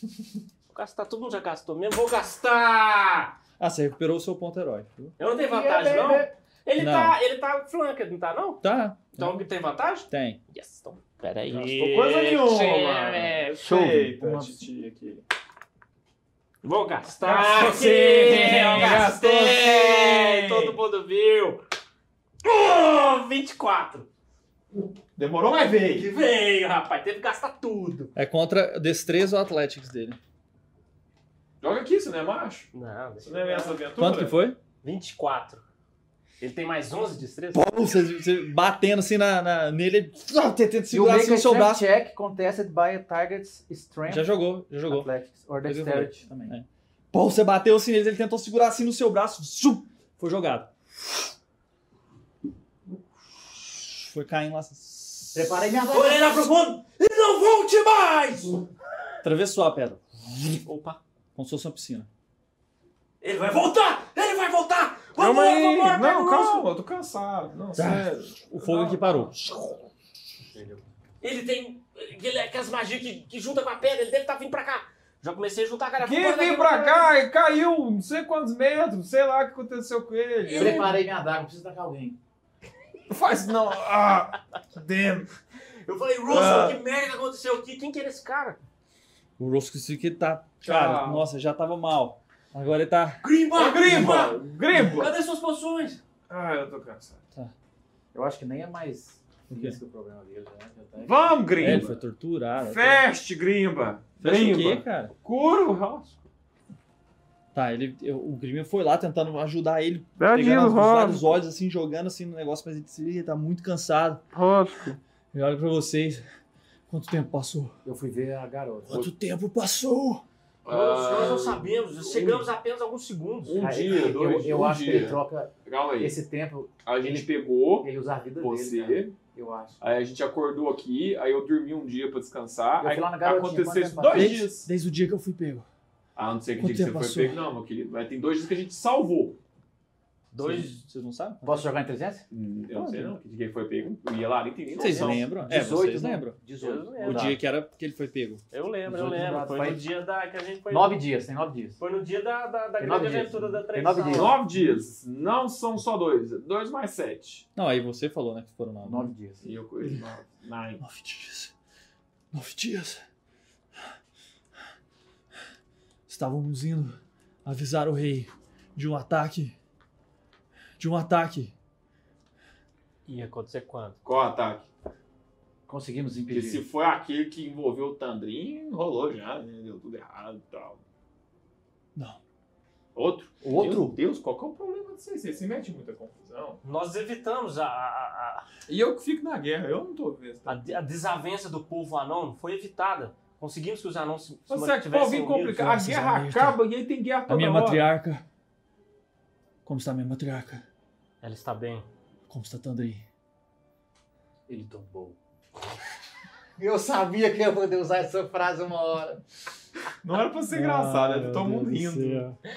Speaker 2: Vou gastar, todo mundo já gastou mesmo. Vou gastar!
Speaker 1: Ah, você recuperou o seu ponto heróico. viu?
Speaker 2: é né, Eu não tenho vantagem, não? Ele
Speaker 1: Não.
Speaker 2: tá, ele tá flanked, não tá não?
Speaker 1: Tá,
Speaker 2: Então que tem vantagem?
Speaker 1: tem.
Speaker 2: Yes, então. Peraí.
Speaker 4: Gastou coisa nenhuma.
Speaker 2: É,
Speaker 3: Show.
Speaker 4: Eita,
Speaker 3: Uma-
Speaker 4: Titi aqui.
Speaker 2: Vou gastar.
Speaker 1: Gastou
Speaker 2: Gastei,
Speaker 1: sim,
Speaker 2: eu
Speaker 1: gastou
Speaker 2: gastei.
Speaker 1: sim.
Speaker 2: Todo mundo viu. Oh, 24.
Speaker 4: Demorou, mas
Speaker 2: Que
Speaker 4: veio.
Speaker 2: veio, rapaz. Teve que gastar tudo.
Speaker 1: É contra destreza ou athletics dele.
Speaker 4: Joga aqui, você não é macho.
Speaker 2: Não,
Speaker 4: Você não é essa aventura.
Speaker 1: Quanto que foi?
Speaker 2: 24. Ele tem mais 11 de destreza?
Speaker 1: Pô, você, você batendo assim na, na- nele, ele, ah, tentando
Speaker 3: You
Speaker 1: segurar
Speaker 3: make
Speaker 1: assim
Speaker 3: a
Speaker 1: o seu
Speaker 3: strength
Speaker 1: braço.
Speaker 3: check contested by a target's strength,
Speaker 1: Já jogou, já jogou.
Speaker 3: athletics or
Speaker 1: Teve
Speaker 3: dexterity
Speaker 1: rolê.
Speaker 3: também.
Speaker 1: É. Pô, você bateu assim nele, ele tentou segurar assim no seu braço, zum, foi jogado. Foi caindo lá. assim.
Speaker 8: Preparei minha
Speaker 2: Olhei lá pro fundo e não volte mais!
Speaker 1: Atravessou a pedra,
Speaker 2: Opa.
Speaker 1: como se fosse uma piscina.
Speaker 2: Ele vai voltar! Ele vai voltar! Vamos
Speaker 4: Calma
Speaker 2: lá,
Speaker 4: aí.
Speaker 2: vamos lá,
Speaker 4: Não,
Speaker 2: vamos
Speaker 4: calma, eu tô cansado.
Speaker 1: Tá.
Speaker 4: Não, sério.
Speaker 1: O fogo
Speaker 4: é Não.
Speaker 1: que parou.
Speaker 2: Ele tem. Ele é aquelas magias que, que junta com a pedra, ele deve estar vindo pra cá. Já comecei a juntar a cara
Speaker 4: Quem veio pra cá e caiu não sei quantos metros, sei lá o que aconteceu com ele.
Speaker 3: Preparei minha daga, preciso tacar alguém.
Speaker 4: Faz não. Ah, damn.
Speaker 2: Eu falei, Russell,
Speaker 4: Ah.
Speaker 2: que merda aconteceu aqui? Quem que era esse cara?
Speaker 1: O Rosco que tá. Cara,
Speaker 4: Tchau.
Speaker 1: nossa, já tava mal. Agora ele tá.
Speaker 2: Grimba!
Speaker 4: Ô, Gripa! Gripa!
Speaker 2: Cadê suas poções?
Speaker 4: Ah, eu tô cansado.
Speaker 3: Eu acho que nem é mais
Speaker 1: O quê?
Speaker 3: físico o problema dele, né? Já tá-
Speaker 4: Vamos,
Speaker 1: É, ele foi
Speaker 4: Grimba!
Speaker 1: torturado.
Speaker 4: Feste, Grimba!
Speaker 1: Fecha o quê, cara?
Speaker 4: Cura o Ross.
Speaker 1: Tá, ele, eu- o Grimmer foi lá tentando ajudar ele,
Speaker 4: Tadinho
Speaker 1: pegando
Speaker 4: do
Speaker 1: os
Speaker 4: Ross.
Speaker 1: vários olhos, assim, jogando assim no negócio, mas ele disse, "Ih, tá muito cansado. Ele olha pra vocês. Quanto tempo passou?
Speaker 3: Eu fui ver a garota.
Speaker 1: Quanto tempo passou?
Speaker 2: Nós nós não sabemos, chegamos apenas alguns segundos.
Speaker 4: Ah, Um
Speaker 3: Ah,
Speaker 4: dia,
Speaker 3: eu,
Speaker 4: dois
Speaker 3: eu
Speaker 4: um
Speaker 3: acho que
Speaker 4: dia.
Speaker 3: ele troca
Speaker 4: Calma aí.
Speaker 3: esse tempo,
Speaker 4: A gente pegou
Speaker 3: ele usa a vida
Speaker 4: você,
Speaker 1: né?
Speaker 3: dele, cara, eu acho.
Speaker 4: aí a gente acordou aqui, aí eu dormi um dia pra descansar.
Speaker 3: Eu
Speaker 4: Aí
Speaker 3: fui lá na garotinha,
Speaker 4: aconteceu isso
Speaker 3: quanto tempo
Speaker 4: dois
Speaker 1: passou?
Speaker 4: dias.
Speaker 1: Desde o dia que eu fui pego.
Speaker 4: Ah, não sei que
Speaker 1: Quanto
Speaker 4: dia que você
Speaker 1: tempo
Speaker 4: foi
Speaker 1: passou?
Speaker 4: pego, não, meu querido. Mas tem dois dias que a gente salvou.
Speaker 2: Dois.
Speaker 1: Vocês, vocês não sabem?
Speaker 3: Posso jogar inteligência?
Speaker 4: Hum, Eu não sei não, que dia que ele foi pego. O Ielari tem nem
Speaker 1: Vocês
Speaker 4: noção.
Speaker 1: lembram? É, vocês
Speaker 3: né?
Speaker 1: lembram.
Speaker 3: 18.
Speaker 2: Eu
Speaker 1: O dia que era que ele foi pego.
Speaker 2: Eu lembro,
Speaker 3: Os
Speaker 2: eu
Speaker 3: outros
Speaker 2: lembro.
Speaker 3: dados
Speaker 2: Foi no
Speaker 3: faz-
Speaker 2: dia da que a gente foi.
Speaker 1: um-
Speaker 3: Nove dias, tem nove dias.
Speaker 2: Foi no dia da, da, da
Speaker 3: Tem
Speaker 2: grande
Speaker 3: nove dias.
Speaker 2: aventura da
Speaker 3: Tem
Speaker 2: traição.
Speaker 3: nove dias.
Speaker 4: Nove dias. Não são só dois. Dois mais sete.
Speaker 1: Não, aí você falou, né, que foram nove.
Speaker 3: Nove dias.
Speaker 4: E eu coisa.
Speaker 3: *laughs*
Speaker 4: Nine.
Speaker 1: Nove dias. Nove dias. Estávamos indo avisar o rei de um ataque. De um ataque.
Speaker 2: Ia acontecer quando?
Speaker 4: Qual ataque?
Speaker 3: Conseguimos
Speaker 4: Porque se
Speaker 3: impedir.
Speaker 4: foi aquele que envolveu o Tandrin, rolou já, né? Deu tudo errado e tal.
Speaker 1: Não.
Speaker 4: Outro?
Speaker 3: O outro?
Speaker 4: Meu Deus, qual que é o problema de vocês? Vocês se metem em muita confusão.
Speaker 2: Nós evitamos a, a, a,
Speaker 4: E eu que fico na guerra, eu não tô vendo. tá?
Speaker 2: a, a desavença do povo anão foi evitada. Conseguimos que os anões se, se
Speaker 4: Mas será é que pode
Speaker 2: mantivessem
Speaker 4: vir
Speaker 2: unidos. né?
Speaker 4: complicar? tipo, A
Speaker 1: vocês
Speaker 4: guerra
Speaker 1: amigos,
Speaker 4: acaba e aí tem guerra toda
Speaker 1: A minha
Speaker 4: hora.
Speaker 1: matriarca. Como está a minha matriarca?
Speaker 2: Ela está bem.
Speaker 1: Como está Tandri?
Speaker 3: Ele tombou. *laughs* Eu sabia que eu ia poder usar essa frase uma hora.
Speaker 4: Não era pra ser engraçado, né? Todo mundo rindo.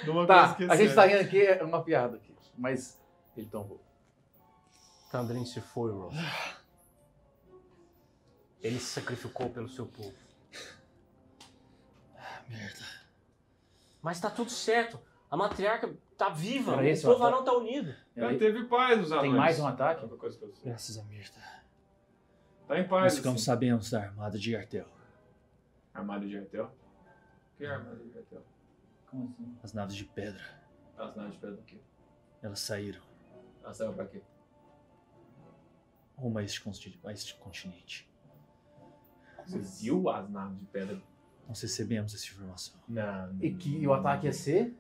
Speaker 4: de uma
Speaker 3: Tá,
Speaker 4: coisa que é
Speaker 3: a gente
Speaker 4: séria.
Speaker 3: tá rindo aqui, é uma piada aqui. Mas ele tombou.
Speaker 2: Tandrin se foi, Rose. Ele se sacrificou pelo seu povo.
Speaker 1: Merda.
Speaker 2: Mas tá tudo certo. A matriarca tá viva.
Speaker 3: Era esse
Speaker 2: o povo
Speaker 3: o ataque?
Speaker 2: anão tá unido.
Speaker 4: Já É, teve paz os anões.
Speaker 3: Tem mais um ataque?
Speaker 4: Outra coisa que eu sei.
Speaker 1: Graças a Mirta.
Speaker 4: Tá em
Speaker 1: Nós
Speaker 4: paz.
Speaker 1: ficamos
Speaker 4: assim.
Speaker 1: sabendo da armada de Artel.
Speaker 4: Armada de Artel. Que armada de Artel?
Speaker 3: Como assim?
Speaker 1: As naves de pedra,
Speaker 4: As naves de pedra do quê?
Speaker 1: elas saíram
Speaker 4: Elas saíram pra quê?
Speaker 1: rumo a este, consti- a este continente.
Speaker 4: Você viu as naves de pedra?
Speaker 1: Nós recebemos essa informação.
Speaker 4: Não.
Speaker 3: E que o ataque ia ser?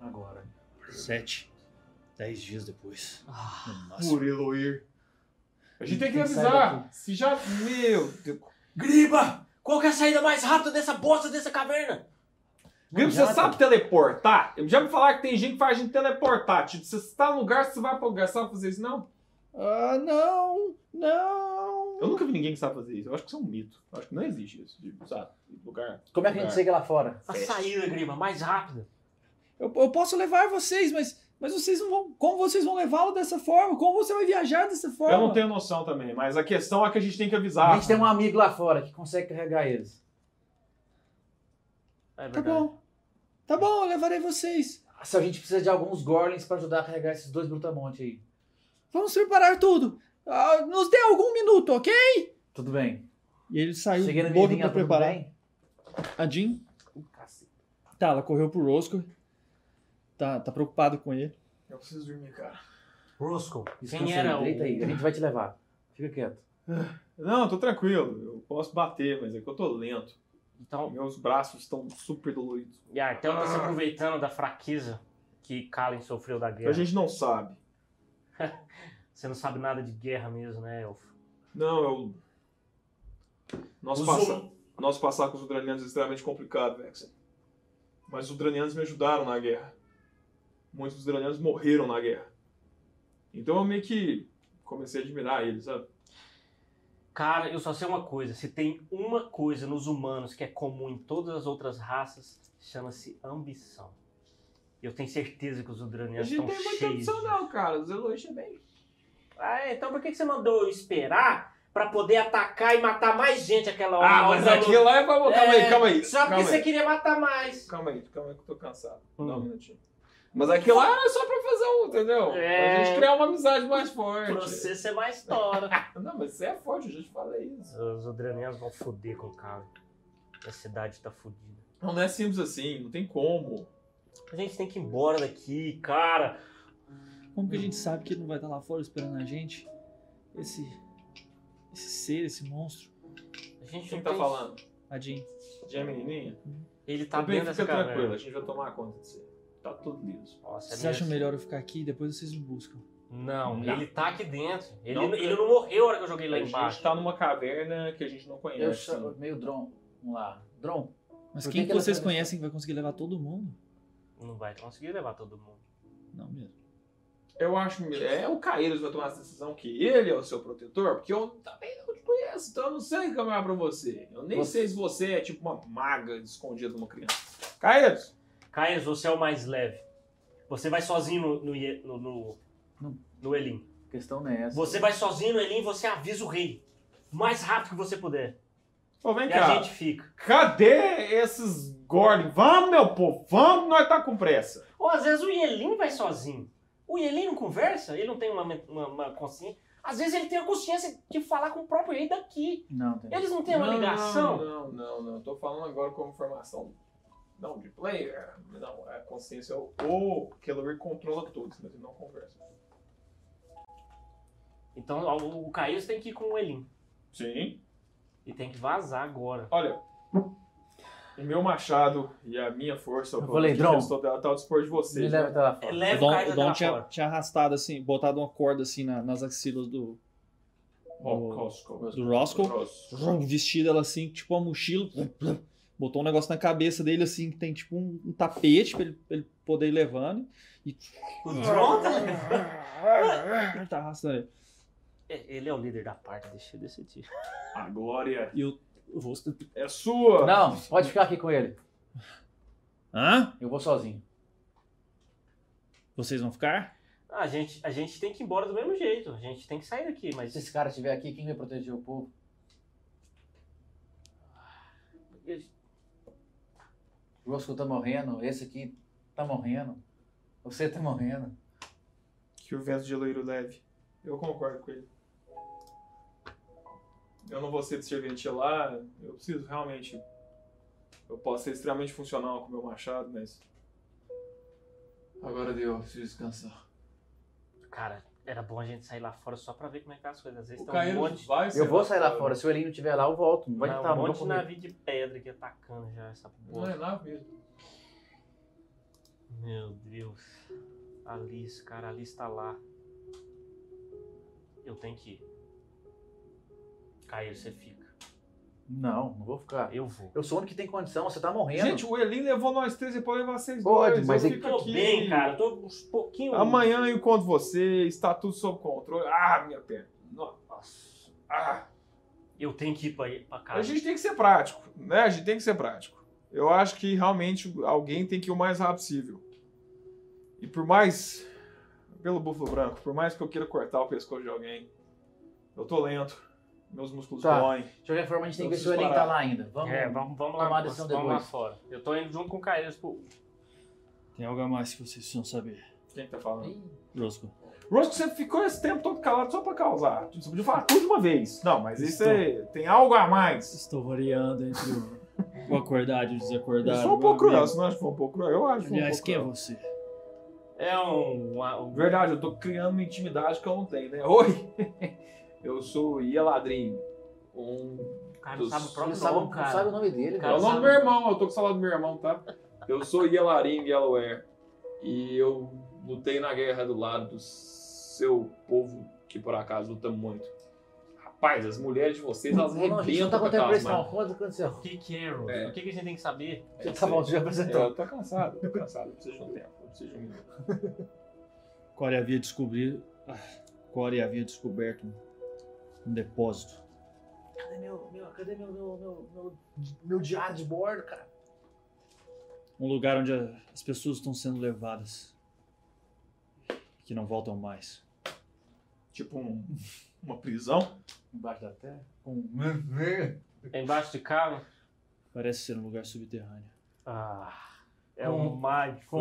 Speaker 3: Agora.
Speaker 1: Sete, dez dias depois. no máximo.
Speaker 4: Por Eloir. A gente tem que
Speaker 3: Tem que sair
Speaker 4: avisar. Se já. Meu Deus.
Speaker 2: Griba! Qual que é a saída mais rápida dessa bosta dessa caverna?
Speaker 4: Gripe, você sabe teleportar? Já me falaram que tem gente que faz a gente teleportar. Tipo, você está no lugar, você vai para lugar, sabe fazer isso? Não.
Speaker 1: Ah, não! Não!
Speaker 4: Eu nunca vi ninguém que sabe fazer isso. Eu acho que isso é um mito. Eu acho que não existe isso. De, sabe, lugar.
Speaker 3: Como é que a gente chega lá fora?
Speaker 2: A saída, Griba, mais rápida.
Speaker 1: Eu, eu posso levar vocês, mas, mas vocês não vão. Como vocês vão levá-lo dessa forma? Como você vai viajar dessa forma?
Speaker 4: Eu não tenho noção também, mas a questão é que a gente tem que avisar.
Speaker 3: A gente tem um amigo lá fora que consegue carregar eles.
Speaker 2: É
Speaker 1: Tá bom. Tá bom, eu Tá levarei vocês.
Speaker 3: Se a gente precisa de alguns Gorlins pra ajudar a carregar esses dois brutamontes aí.
Speaker 1: Vamos preparar tudo. Ah, nos dê algum minuto, ok?
Speaker 3: Tudo bem.
Speaker 1: Tá, E ele saiu
Speaker 3: Cheguei na minha
Speaker 1: louco
Speaker 3: linha,
Speaker 1: pra
Speaker 3: tudo
Speaker 1: preparar.
Speaker 3: bem?
Speaker 1: A Jean. Tá, ela correu pro Roscoe. Tá, tá preocupado com ele.
Speaker 4: Eu preciso dormir, cara.
Speaker 2: Roscoe.
Speaker 3: Descansa
Speaker 2: Quem
Speaker 3: aí,
Speaker 2: era o...
Speaker 3: deita aí, a gente vai te levar. Fica quieto.
Speaker 4: Não, eu tô tranquilo. Eu posso bater, mas é que eu tô lento.
Speaker 2: Então,
Speaker 4: Meus braços estão super doloridos.
Speaker 2: e Artel tá se aproveitando da fraqueza que Kallen sofreu da
Speaker 4: A
Speaker 3: É.
Speaker 2: guerra.
Speaker 4: gente não sabe.
Speaker 2: Você não sabe nada de guerra mesmo, né, Elfo?
Speaker 4: Não, eu. Nosso,
Speaker 2: Os
Speaker 4: passa... Nosso passar com os Udranianos é extremamente complicado, Vexen. Mas os Udranianos me ajudaram na guerra. Muitos dos Udranianos morreram na guerra. Então eu meio que comecei a admirar eles, sabe?
Speaker 2: Cara, eu só sei uma coisa. Se tem uma coisa nos humanos que é comum em todas as outras raças, chama-se ambição. Eu tenho certeza que os udranianos estão cheios. disso.
Speaker 4: cara. Os elogios é bem.
Speaker 2: Ah, então por que que você mandou eu esperar pra poder atacar e matar mais gente aquela hora?
Speaker 4: Ah, mas aquilo lá é pra. Calma aí, calma aí.
Speaker 2: Só porque
Speaker 4: calma
Speaker 2: você
Speaker 4: aí.
Speaker 2: queria matar mais.
Speaker 4: Calma aí, calma aí que eu tô cansado.
Speaker 2: Hum.
Speaker 4: Dá um minutinho. Mas aquilo lá era só pra fazer um, entendeu?
Speaker 2: É.
Speaker 4: Pra gente criar uma amizade mais forte.
Speaker 2: Processo é mais tora.
Speaker 4: Não, mas você é forte, eu já te falei isso.
Speaker 2: os udranianos vão foder com o cara. A cidade tá fodida.
Speaker 4: Não, não é simples assim, não tem como.
Speaker 2: A gente tem que ir embora daqui, cara.
Speaker 1: Como que a gente sabe que ele não vai estar lá fora esperando a gente? Esse. Esse ser, esse monstro.
Speaker 2: A gente
Speaker 4: Quem
Speaker 2: não
Speaker 4: tá
Speaker 2: tem-
Speaker 4: falando?
Speaker 1: A Jean.
Speaker 4: Já é menininha?
Speaker 2: Ele tá
Speaker 4: Tá bem,
Speaker 2: dentro dessa
Speaker 4: fica tranquilo, a
Speaker 2: caverna.
Speaker 4: gente vai tomar conta de você. Tá tudo liso.
Speaker 2: Nossa, é
Speaker 1: Vocês
Speaker 2: minha-
Speaker 1: acham melhor eu ficar aqui e depois vocês me buscam?
Speaker 2: Não,
Speaker 4: Não.
Speaker 2: ele tá aqui dentro. Ele
Speaker 4: Não,
Speaker 2: não, ele não morreu a hora que eu joguei lá
Speaker 4: a gente
Speaker 2: embaixo.
Speaker 4: tá numa caverna que a gente não
Speaker 2: É,
Speaker 4: conhece.
Speaker 3: Eu chamo meio Dron. Vamos lá. Dron,
Speaker 1: Mas
Speaker 3: Por que
Speaker 1: quem
Speaker 3: que
Speaker 1: que
Speaker 3: ela
Speaker 1: vocês
Speaker 3: tá-
Speaker 1: conhecem que vai conseguir levar todo mundo?
Speaker 2: Não vai conseguir levar todo mundo.
Speaker 1: Não mesmo.
Speaker 4: Eu acho melhor. É o Caíros vai tomar essa decisão que ele é o seu protetor, porque eu também não te conheço, então eu não sei caminhar pra você. Eu nem
Speaker 3: Você-
Speaker 4: sei se você é tipo uma maga escondida numa criança. Caíros!
Speaker 2: Caio, você é o mais leve. Você vai sozinho no, no, Ie- no, no,
Speaker 3: Não.
Speaker 2: no Elim.
Speaker 3: a questão não é essa.
Speaker 2: Você vai sozinho no Elim e você avisa o rei. O mais rápido que você puder.
Speaker 4: Pô, vem
Speaker 2: E
Speaker 4: cá.
Speaker 2: a gente fica.
Speaker 4: Cadê esses Gordon? Vamos, meu povo, vamos, nós tá com pressa.
Speaker 2: Ou às vezes o Elim vai sozinho. O Elim não conversa, ele não tem uma, men- uma, uma consciência. Às vezes ele tem a consciência de falar com o próprio rei daqui.
Speaker 3: Não, tem.
Speaker 2: Eles não têm uma
Speaker 4: Não,
Speaker 2: ligação.
Speaker 4: Não, não, não, Tô falando agora como formação. Não, de player. Não, a consciência é o. O Kellory controla todos, mas ele não conversa.
Speaker 2: Então ó, o, o Caio tem que ir com o Elim.
Speaker 4: Sim.
Speaker 2: E tem que vazar agora.
Speaker 4: Olha. O meu machado e a minha força, o
Speaker 3: Eu falei,
Speaker 4: que
Speaker 3: Drão,
Speaker 4: restou dela, tá ao dispor de
Speaker 3: Me
Speaker 4: vocês.
Speaker 3: leva até lá fora.
Speaker 4: É,
Speaker 2: Leva
Speaker 1: o Dom,
Speaker 2: o
Speaker 1: o
Speaker 2: Caio
Speaker 4: tá
Speaker 2: até
Speaker 1: Dom
Speaker 2: lá
Speaker 1: tinha,
Speaker 2: fora.
Speaker 1: tinha arrastado assim, botado uma corda assim na- nas axilas do,
Speaker 4: Ó, Costco.
Speaker 1: do Roscoe.
Speaker 4: Grosso.
Speaker 1: Vrum, vestido ela assim, tipo uma mochila. vrum, vrum. Botou um negócio na cabeça dele assim, que tem tipo um, um tapete pra ele, pra ele poder ir levando. E
Speaker 2: O Dron tá
Speaker 1: ele tá arrastando ele.
Speaker 2: É, Ele é o líder da parte, deixa eu decidir.
Speaker 4: A glória
Speaker 1: E o, o rosto.
Speaker 4: é sua.
Speaker 3: Não, pode ficar aqui com ele.
Speaker 1: Hã?
Speaker 3: Eu vou sozinho.
Speaker 1: Vocês vão ficar?
Speaker 2: Ah, A gente, a gente tem que ir embora do mesmo jeito, a gente tem que sair daqui, mas
Speaker 3: Se esse cara estiver aqui, quem vai proteger o povo? O Roscoe tá morrendo, esse aqui tá morrendo. Você tá morrendo.
Speaker 4: Que o vento de loiro leve. Eu concordo com ele. Eu não vou ser de serventia lá. Eu preciso realmente. Eu posso ser extremamente funcional com o meu machado, mas. Agora deu, eu preciso descansar.
Speaker 2: cara, era bom a gente sair lá fora só pra ver como é que tá as coisas. Às vezes
Speaker 4: O
Speaker 2: tem um
Speaker 4: Caio
Speaker 2: monte,
Speaker 4: vai
Speaker 3: Eu vou sair lá fora. Se o Elinho não estiver lá, eu volto. Não vai
Speaker 2: tá,
Speaker 3: estar
Speaker 2: um monte de
Speaker 3: muito
Speaker 2: navio de pedra aqui atacando já essa
Speaker 4: Não
Speaker 2: porra.
Speaker 4: é nada mesmo.
Speaker 2: Meu Deus. Alice, cara, a Alice tá lá. Eu tenho que ir. Caio, você fica.
Speaker 3: Não, não vou ficar.
Speaker 2: Eu vou.
Speaker 3: Eu sou o único que tem condição, você tá morrendo.
Speaker 4: Gente, o Elin levou nós três e pode levar vocês
Speaker 3: Pode,
Speaker 4: dois.
Speaker 3: mas
Speaker 4: eu
Speaker 3: é-
Speaker 4: fico
Speaker 2: Tô
Speaker 4: aqui.
Speaker 2: bem, cara, tô uns pouquinho...
Speaker 4: Amanhã eu encontro vocês, tá tudo sob controle. Ah, minha perna. Nossa. Ah.
Speaker 2: Eu tenho que ir pra, pra casa.
Speaker 4: A gente tem que ser prático, né? A gente tem que ser prático. Eu acho que realmente alguém tem que ir o mais rápido possível. E por mais. Pelo búfalo branco, por mais que eu queira cortar o pescoço de alguém, eu tô lento. Meus músculos
Speaker 3: Tá.
Speaker 4: doem.
Speaker 3: De qualquer forma, a gente tem
Speaker 4: Eu
Speaker 3: que ver se o
Speaker 4: preciso
Speaker 3: Elinho
Speaker 4: parar.
Speaker 3: tá lá ainda. Vamos.
Speaker 2: É, vamos, vamos
Speaker 3: tomar
Speaker 2: lá,
Speaker 3: a decisão
Speaker 2: vamos lá
Speaker 3: depois.
Speaker 2: fora. Eu tô indo junto com o Caeiros pro...
Speaker 1: Tem algo a mais que vocês precisam saber.
Speaker 4: Quem que tá falando?
Speaker 1: Rosco.
Speaker 4: Rosco, você ficou esse tempo todo calado só pra causar. Você podia falar tudo de uma vez. Não, mas isso é, tem algo a mais.
Speaker 1: Estou variando entre o, o acordar e o
Speaker 4: Eu
Speaker 1: desacordar.
Speaker 4: sou um
Speaker 1: meu
Speaker 4: pouco cruel,
Speaker 1: amigo.
Speaker 4: você não acha que foi um pouco cruel? Eu acho. que foi um
Speaker 1: Aliás,
Speaker 4: pouco
Speaker 1: quem é
Speaker 4: cruel.
Speaker 1: você?
Speaker 2: É um. uma- um-
Speaker 4: Verdade, eu tô criando uma intimidade que eu não tenho, né? *laughs* Oi! Eu sou o Ia Ladrinho. Um...
Speaker 2: O cara não sabe o
Speaker 3: Ele
Speaker 2: próprio
Speaker 3: sabe,
Speaker 2: nome,
Speaker 3: não
Speaker 2: cara.
Speaker 3: sabe o nome dele,
Speaker 4: É
Speaker 2: Cara,
Speaker 4: o
Speaker 3: velho.
Speaker 4: nome do meu irmão, eu tô com o salário do meu irmão, tá? Eu sou Ia Larinho Yellowware. E eu lutei na guerra do lado do seu povo, que por acaso luta muito. Rapaz, as mulheres de vocês, elas
Speaker 3: Não, a gente não
Speaker 4: arrebentam
Speaker 3: tá
Speaker 4: com
Speaker 3: contando pra
Speaker 4: aquelas
Speaker 3: isso, não.
Speaker 4: manas.
Speaker 3: Conta o que aconteceu.
Speaker 2: O que, que é, Rose?
Speaker 4: É.
Speaker 2: O que, que a gente tem que saber?
Speaker 4: É
Speaker 3: Já
Speaker 4: isso
Speaker 3: *laughs* tá bom,
Speaker 4: aí.
Speaker 3: você já apresentou.
Speaker 4: Eu tô cansado, tô cansado. Eu preciso de um tempo, eu preciso de um minuto.
Speaker 1: Core havia descobrido. ah, Core havia descoberto um- um depósito.
Speaker 3: Cadê meu, meu, cadê meu, meu, meu, meu, meu diário de bordo, cara?
Speaker 1: Um lugar onde a- as pessoas estão sendo levadas. Que não voltam mais.
Speaker 4: Tipo um- uma prisão.
Speaker 3: Embaixo da terra.
Speaker 2: É embaixo de carro?
Speaker 1: Parece ser um lugar subterrâneo.
Speaker 2: Ah. É um mágico.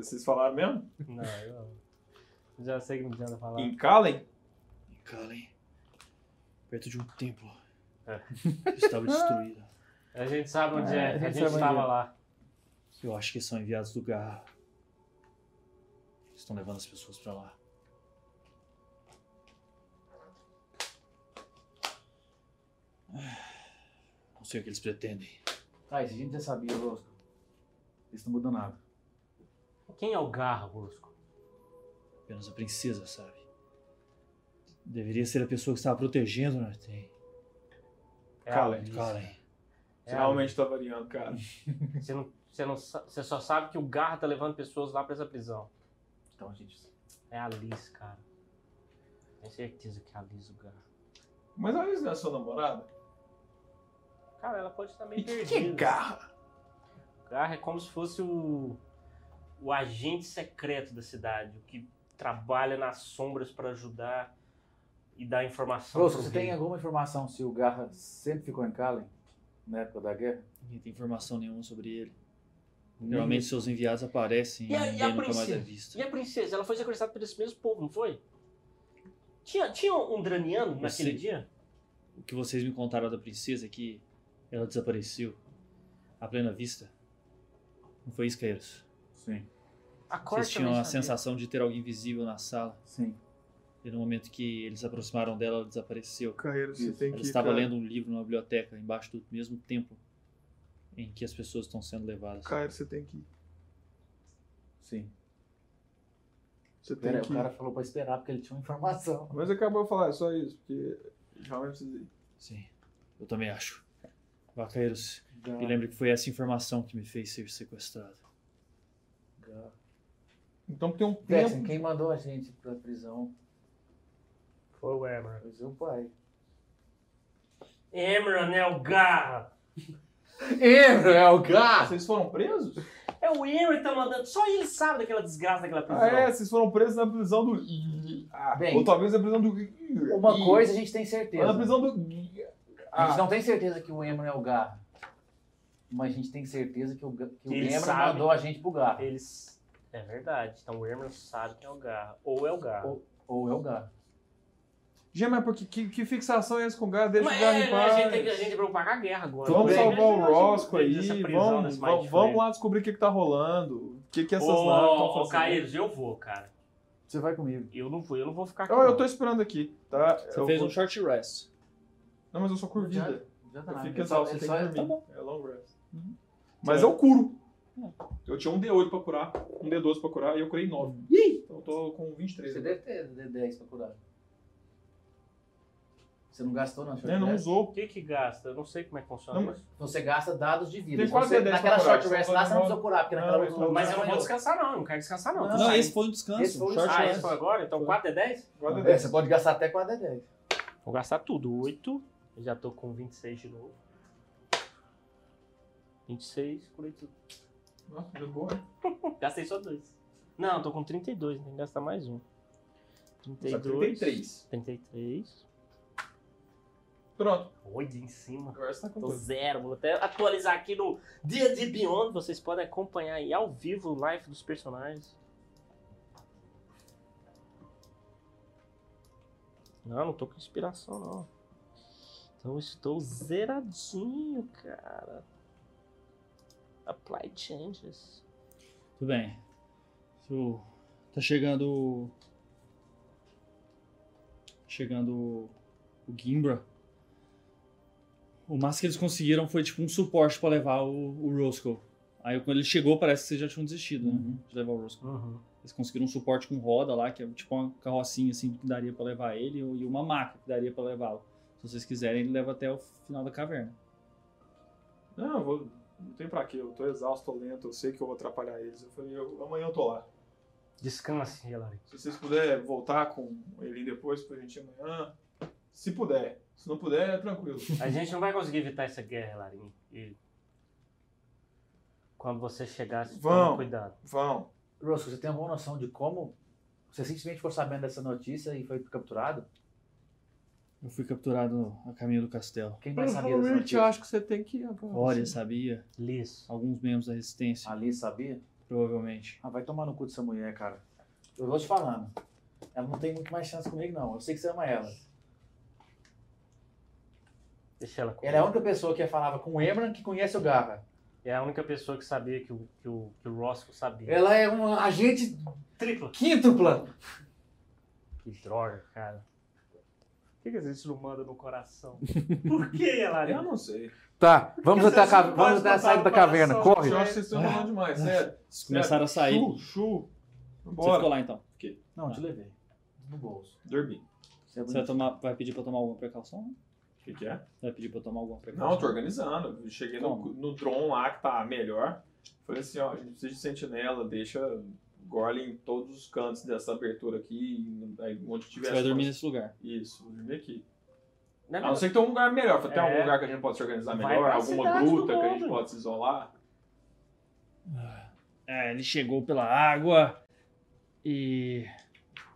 Speaker 4: Vocês falaram mesmo?
Speaker 2: Não, eu. Já sei que não adianta falar.
Speaker 4: Em Calen?
Speaker 1: Em Kalen. Perto de um templo.
Speaker 2: É.
Speaker 1: Que *laughs* estava destruído.
Speaker 2: A gente sabe onde
Speaker 9: É,
Speaker 2: é.
Speaker 9: a
Speaker 2: A
Speaker 9: gente
Speaker 2: gente,
Speaker 9: sabe onde
Speaker 2: tava
Speaker 9: é.
Speaker 2: lá.
Speaker 1: Eu acho que são enviados do Garra. Estão levando as pessoas pra lá. Ah, Não sei o que eles pretendem.
Speaker 3: Ah, isso a gente já sabia, Rosco. Isso não muda nada.
Speaker 2: Quem é o Garra, Brusco?
Speaker 1: Apenas a princesa, sabe? Deveria ser a pessoa que estava protegendo né? o Nartem.
Speaker 2: É
Speaker 4: Kalen.
Speaker 2: a-
Speaker 1: Kalen.
Speaker 2: É a-
Speaker 4: Realmente tá variando, cara.
Speaker 2: Você, não, você, não, sa- você só sabe que o Garra tá levando pessoas lá pra essa prisão.
Speaker 3: Então a gente.
Speaker 2: É a Liz, cara. Tenho certeza que é a Liz o Garra.
Speaker 4: Mas a Liz não é sua namorada?
Speaker 2: Tá Cara, ela pode estar meio
Speaker 4: E que,
Speaker 2: perdida.
Speaker 4: que é garra?
Speaker 2: Garra é como se fosse o, o agente secreto da cidade, o que trabalha nas sombras pra ajudar e dar informação.
Speaker 3: Rosco,
Speaker 2: pro
Speaker 3: você
Speaker 2: rei.
Speaker 3: tem alguma informação se o Garra sempre ficou em Kallen na época da guerra?
Speaker 1: Ninguém tem informação nenhuma sobre ele. Geralmente seus enviados aparecem e,
Speaker 2: E a- e a
Speaker 1: ninguém nunca mais é
Speaker 2: princesa?
Speaker 1: visto.
Speaker 2: E a princesa, ela foi sequestrada por esse mesmo povo, não foi? Tinha, tinha um draniano naquele
Speaker 1: sei.
Speaker 2: dia?
Speaker 1: O que vocês me contaram da princesa é que ela desapareceu à plena vista. Não foi isso, Caeiros?
Speaker 3: Sim.
Speaker 2: A
Speaker 1: Vocês
Speaker 2: corte
Speaker 1: tinham a sensação de ter alguém invisível na sala.
Speaker 3: Sim.
Speaker 1: E no momento que eles se aproximaram dela, ela desapareceu.
Speaker 4: Carreiro,
Speaker 3: você Isso. tem
Speaker 1: Ela estava lendo um livro numa biblioteca, embaixo do mesmo templo em que as pessoas estão sendo levadas.
Speaker 4: Carreiro, você tem que.
Speaker 3: Sim.
Speaker 4: Você
Speaker 3: Pera, o cara falou pra esperar porque ele tinha uma informação.
Speaker 4: Mas acabou de falar, é só isso, porque realmente precisa ir.
Speaker 1: Sim, eu também acho. Vaqueiros, me
Speaker 3: Garra.
Speaker 1: lembre que foi essa informação que me fez ser sequestrado.
Speaker 3: Garra.
Speaker 4: Então tem um tempo.
Speaker 3: Jackson, é assim, quem mandou a gente pra prisão
Speaker 8: Foi o Emer.
Speaker 3: foi seu pai.
Speaker 2: Emerald é o Garra!
Speaker 3: Ele é o Garra!
Speaker 4: Ah, Vocês foram presos?
Speaker 2: É o Emerald que tá mandando, só ele sabe daquela desgraça daquela prisão.
Speaker 4: Ah, é, vocês foram presos na prisão do. Ah,
Speaker 3: Bem,
Speaker 4: ou talvez na prisão do.
Speaker 3: Uma coisa a gente tem
Speaker 4: Mas
Speaker 3: certeza.
Speaker 4: na prisão do.
Speaker 3: A gente
Speaker 4: Ah,
Speaker 3: não tem certeza que o Emron é o Garra. Mas a gente tem certeza que o, Ga- que o
Speaker 2: Ele
Speaker 3: Emron
Speaker 2: sabe.
Speaker 3: mandou a gente pro
Speaker 8: Ah,
Speaker 3: Garra.
Speaker 2: Eles. É verdade. Então o Emerald sabe quem é o Garra. Ou é o Garra.
Speaker 3: Ou- Ou é o Garra.
Speaker 4: Gê, mas por que, que, que fixação é essa com o gás? Deixa
Speaker 2: Mas
Speaker 4: o gás
Speaker 2: é,
Speaker 4: em
Speaker 2: né,
Speaker 4: paz.
Speaker 2: a gente tem que a gente preocupar com a guerra agora.
Speaker 4: Vamos
Speaker 2: Mas
Speaker 3: Tudo bem.
Speaker 4: salvar o
Speaker 2: eu acho
Speaker 4: Rosco
Speaker 2: que
Speaker 4: aí,
Speaker 2: dessa prisão,
Speaker 4: vamos,
Speaker 2: desse
Speaker 4: vamos,
Speaker 2: mindfuck.
Speaker 4: vamos lá descobrir o que, que tá rolando, o que, que essas
Speaker 2: Ô,
Speaker 4: naves
Speaker 2: ô,
Speaker 4: estão fazendo.
Speaker 2: Caíros, eu vou, cara.
Speaker 3: Você vai comigo.
Speaker 2: Eu não vou, eu não vou ficar aqui.
Speaker 4: Eu, eu
Speaker 2: não.
Speaker 4: tô esperando aqui, tá?
Speaker 1: Você
Speaker 4: Eu
Speaker 1: fez
Speaker 4: vou-
Speaker 1: um short rest.
Speaker 4: Não, mas eu sou
Speaker 3: Já,
Speaker 4: curvida.
Speaker 3: já tá
Speaker 4: Eu
Speaker 3: na
Speaker 4: fico
Speaker 3: ele só,
Speaker 4: exausto,
Speaker 3: ele
Speaker 4: tem
Speaker 3: só
Speaker 4: que
Speaker 3: é
Speaker 4: dormir. É long rest. Mas eu curo. Eu tinha um D8 pra curar, um D12 pra curar e eu curei 9. Então eu tô com 23.
Speaker 3: Você
Speaker 4: agora.
Speaker 3: deve ter D- 10 pra curar. Você não gastou, não, short
Speaker 4: Né, não
Speaker 3: rest?
Speaker 4: usou.
Speaker 2: O que que gasta? Eu não sei como é que funciona
Speaker 4: Não,
Speaker 2: isso.
Speaker 3: Você gasta dados de vida.
Speaker 4: Tem
Speaker 3: Se
Speaker 4: quatro
Speaker 3: você,
Speaker 4: D10 pra
Speaker 3: naquela
Speaker 4: curar,
Speaker 3: short
Speaker 4: você
Speaker 3: rest
Speaker 4: não
Speaker 3: lá
Speaker 4: pode
Speaker 3: você não
Speaker 4: usar.
Speaker 3: precisou curar, porque
Speaker 4: Não,
Speaker 3: naquela é
Speaker 4: eu
Speaker 2: Mas
Speaker 4: tô-
Speaker 2: eu não
Speaker 3: foi
Speaker 2: vou
Speaker 3: outra.
Speaker 2: descansar, não. Eu não quero descansar, não.
Speaker 3: Não,
Speaker 2: Tô
Speaker 1: Não,
Speaker 2: saindo.
Speaker 1: esse foi um descanso.
Speaker 3: Esse foi um
Speaker 4: é
Speaker 1: short
Speaker 2: Ah,
Speaker 1: rest.
Speaker 2: esse foi agora? Então 4 é 10?
Speaker 4: Guarda
Speaker 3: É,
Speaker 4: 10.
Speaker 3: você pode gastar até 4 D10.
Speaker 2: Vou gastar tudo. 8. Eu já tô com 26 de novo. 26, curei tudo.
Speaker 4: Nossa, jogou.
Speaker 2: Gastei só dois. Não, tô com 32, tem que gastar mais um. 32.
Speaker 4: 33.
Speaker 2: 33.
Speaker 4: Pronto.
Speaker 2: Olha em cima.
Speaker 4: Agora você tá com
Speaker 2: Tô
Speaker 4: tudo.
Speaker 2: zero. Vou até atualizar aqui no Dia de Beyond. Vocês podem acompanhar aí ao vivo o live dos personagens. Não, não tô com inspiração, não. Então estou zeradinho, cara. Apply changes.
Speaker 1: Tudo bem. Isso- Tá chegando. Chegando o Gimbra. O máximo que eles conseguiram foi tipo um suporte pra levar o, o Roscoe. Aí quando ele chegou, parece que vocês já tinham desistido,
Speaker 3: Uhum.
Speaker 1: né? De levar o Roscoe.
Speaker 2: Uhum.
Speaker 1: Eles conseguiram um suporte com roda lá, que é tipo uma carrocinha assim que daria pra levar ele, e uma maca que daria pra levá-lo. Se vocês quiserem, ele leva até o final da caverna.
Speaker 4: Não, eu vou. Não tem pra quê, eu tô exausto, tô lento, eu sei que eu vou atrapalhar eles. Eu falei, eu- amanhã eu tô lá.
Speaker 2: Descanse, Hilary.
Speaker 4: Se vocês puderem voltar com ele depois pra gente ir amanhã, se puder. Se não puder, é tranquilo.
Speaker 2: A gente não vai conseguir evitar essa guerra, Hilary. E quando você chegar, se
Speaker 4: Vão.
Speaker 2: toma cuidado.
Speaker 4: Vão.
Speaker 3: Rosco, você tem alguma noção de como você simplesmente ficou sabendo dessa notícia e foi capturado?
Speaker 1: Eu fui capturado a caminho do castelo.
Speaker 3: Quem mais sabia dessa notícia?
Speaker 4: acho que você tem que ir agora.
Speaker 1: Olha, sabia?
Speaker 2: Liz.
Speaker 1: Alguns membros da resistência,
Speaker 3: Ali sabia?
Speaker 1: provavelmente.
Speaker 3: Ah, vai tomar no cu dessa mulher, cara. Eu vou te falando. Ela não tem muito mais chance comigo, não. Eu sei que você ama ela.
Speaker 2: Deixa ela
Speaker 3: Ela é a única pessoa que falava com o Emran que conhece o Garra.
Speaker 2: É a única pessoa que sabia que o, que o, que o Roscoe sabia.
Speaker 3: Ela é uma agente
Speaker 2: Tripla.
Speaker 3: quíntupla.
Speaker 2: Que droga, cara. Por que, que a gente não manda no coração? *laughs* Por que,
Speaker 3: É.
Speaker 2: Elari?
Speaker 4: Eu não sei.
Speaker 9: Tá, vamos
Speaker 2: Por que
Speaker 9: até a,
Speaker 2: vocês
Speaker 9: ca-
Speaker 2: não
Speaker 9: vamos
Speaker 2: podem
Speaker 9: até a
Speaker 2: botar
Speaker 9: saída da
Speaker 2: o
Speaker 9: caverna,
Speaker 2: coração?
Speaker 9: corre.
Speaker 4: Eu acho que vocês estão falando demais, sério.
Speaker 1: Eles começaram a sair.
Speaker 4: Chu, chu.
Speaker 1: Você ficou
Speaker 4: Vambora.
Speaker 1: lá então.
Speaker 3: Não, te levei. No bolso.
Speaker 4: Dormi.
Speaker 3: Você
Speaker 1: Você
Speaker 3: é
Speaker 1: vai,
Speaker 3: bonito.
Speaker 1: tomar- vai pedir pra tomar alguma precaução?
Speaker 4: O que, que é?
Speaker 1: Vai pedir pra eu tomar alguma precaução?
Speaker 4: Não, tô organizando. Eu Cheguei no,
Speaker 1: Como?
Speaker 4: no Tron lá, que tá melhor. Falei assim, ó, a gente precisa de sentinela, deixa Gorlin em todos os cantos dessa abertura aqui, e aí onde tiver...
Speaker 1: Você vai
Speaker 4: as
Speaker 1: dormir
Speaker 4: coisas.
Speaker 1: nesse lugar.
Speaker 4: Isso, vou dormir aqui.
Speaker 2: Na
Speaker 3: Ah,
Speaker 4: A não
Speaker 2: verdade,
Speaker 4: ser que tem um lugar melhor. Falei, Tem
Speaker 2: É.
Speaker 4: algum lugar que a gente pode se organizar
Speaker 2: Vai
Speaker 4: melhor?
Speaker 2: pra
Speaker 4: Alguma
Speaker 2: cidade do
Speaker 4: gruta que a gente
Speaker 2: mundo.
Speaker 4: pode se isolar?
Speaker 1: É, ele chegou pela água e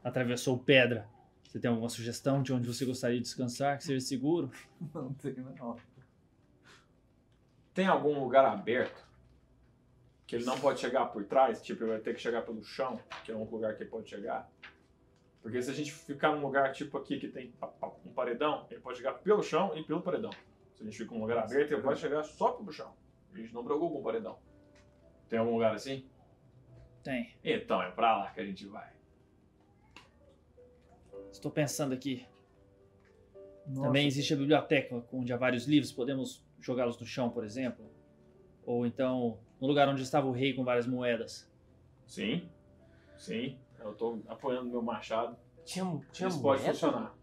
Speaker 1: atravessou pedra. Você tem alguma sugestão de onde você gostaria de descansar, que seja seguro?
Speaker 3: *laughs* Não tem, não.
Speaker 4: Tem algum lugar aberto? Que ele não pode chegar por trás? Tipo, ele vai ter que chegar pelo chão, que é um lugar que ele pode chegar? Porque se a gente ficar num lugar tipo aqui que tem pa- pa- um paredão, ele pode chegar pelo chão e pelo paredão. Se a gente fica num lugar aberto, ele pode chegar só pelo chão. A gente não preocupa com o paredão. Tem algum lugar assim?
Speaker 1: Tem.
Speaker 4: Então é pra lá que a gente vai.
Speaker 1: Estou pensando aqui.
Speaker 9: Nossa.
Speaker 1: Também existe a biblioteca, onde há vários livros. Podemos jogá-los no chão, por exemplo. Ou então, no lugar onde estava o rei com várias moedas.
Speaker 4: Sim. Sim. Eu tô apoiando meu machado.
Speaker 2: tinha, tinha
Speaker 4: Isso pode
Speaker 2: moeda?
Speaker 4: funcionar.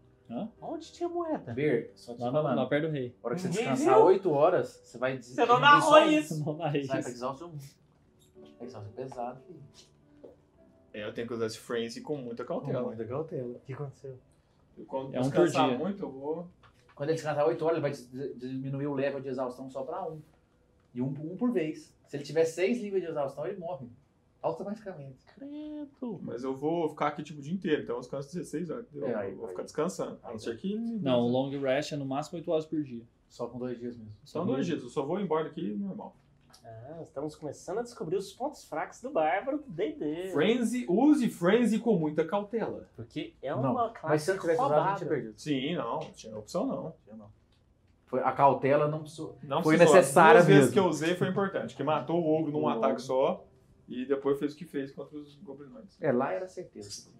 Speaker 2: Onde tinha moeda?
Speaker 3: Ber, só te
Speaker 1: Lá, no, lá
Speaker 3: falando.
Speaker 1: perto do rei.
Speaker 3: A hora que você
Speaker 2: Ninguém
Speaker 3: descansar
Speaker 2: viu.
Speaker 3: 8 horas, você vai des-
Speaker 2: Você não
Speaker 3: diminuir
Speaker 2: narrou
Speaker 3: só um.
Speaker 2: isso.
Speaker 1: Não dá
Speaker 3: Você vai pra
Speaker 1: isso.
Speaker 3: exaustão 1. Exaustão é pesado, filho.
Speaker 4: É, Eu tenho que usar esse frenzy com muita
Speaker 9: Com
Speaker 4: cautela.
Speaker 9: muita cautela.
Speaker 2: O que aconteceu?
Speaker 4: Eu, quando
Speaker 1: É um por
Speaker 4: descansar
Speaker 1: dia.
Speaker 4: muito, eu vou...
Speaker 3: Quando ele descansar 8 horas, ele vai des- des- diminuir o level de exaustão só pra 1. E um, um por vez. Se ele tiver 6 níveis de exaustão, ele morre. Automaticamente.
Speaker 2: Credo.
Speaker 4: Mas eu vou ficar aqui tipo o dia inteiro, então eu descanso 16 horas. entendeu?
Speaker 3: É, aí,
Speaker 4: eu vou
Speaker 3: aí.
Speaker 4: ficar descansando. A não ser que.
Speaker 1: Não, o long rest é no máximo 8 horas por dia.
Speaker 3: Só com dois dias mesmo.
Speaker 4: São Então, dois dias, eu só vou embora daqui normal.
Speaker 2: Ah, estamos começando a descobrir os pontos fracos do Bárbaro do D&D.
Speaker 4: Frenzy, use Frenzy com muita cautela.
Speaker 2: Porque é
Speaker 3: Não,
Speaker 2: uma
Speaker 3: Mas se
Speaker 2: classe
Speaker 3: eu tivesse usado, a gente
Speaker 2: roubada.
Speaker 3: tinha perdido.
Speaker 4: Sim, não, não tinha opção não.
Speaker 3: Foi, a cautela não precisou.
Speaker 4: não
Speaker 9: Foi
Speaker 4: precisou. As
Speaker 9: necessária
Speaker 4: duas vezes
Speaker 9: mesmo.
Speaker 4: que eu usei foi importante, que matou o ogro num
Speaker 3: O
Speaker 4: ataque
Speaker 3: ogro.
Speaker 4: só e depois fez o que fez contra os goblinoides.
Speaker 3: É, lá era certeza.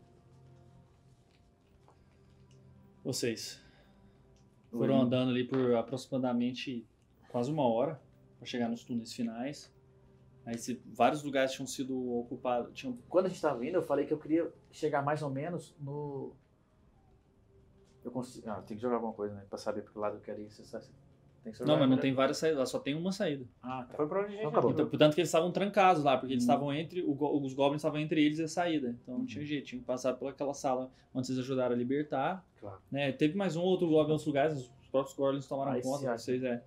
Speaker 1: Vocês foram
Speaker 3: Oi.
Speaker 1: andando ali por aproximadamente quase uma hora para chegar nos túneis finais. Aí se- vários lugares tinham sido ocupados, tinham
Speaker 3: Quando a gente tava vindo, eu falei que eu queria chegar mais ou menos no. Eu consigo. Ah, tem que jogar alguma coisa, né? Pra saber pro que lado eu quero ir. Você sabe- Tem que jogar
Speaker 1: Não, mas não
Speaker 3: agora.
Speaker 1: tem várias saídas, lá só tem uma saída.
Speaker 3: Ah, tá.
Speaker 2: Foi pra onde a gente
Speaker 3: Então acabou.
Speaker 1: Então, portanto que eles estavam trancados lá, porque eles estavam entre o go- os goblins estavam entre eles e a saída. Então não tinha jeito, tinha que passar pelaquela sala onde vocês ajudaram a libertar.
Speaker 3: Claro.
Speaker 1: Né? Teve mais um ou outro goblin em outros lugares, os próprios goblins tomaram
Speaker 3: Aí se
Speaker 1: conta,
Speaker 3: acha.
Speaker 1: vocês é.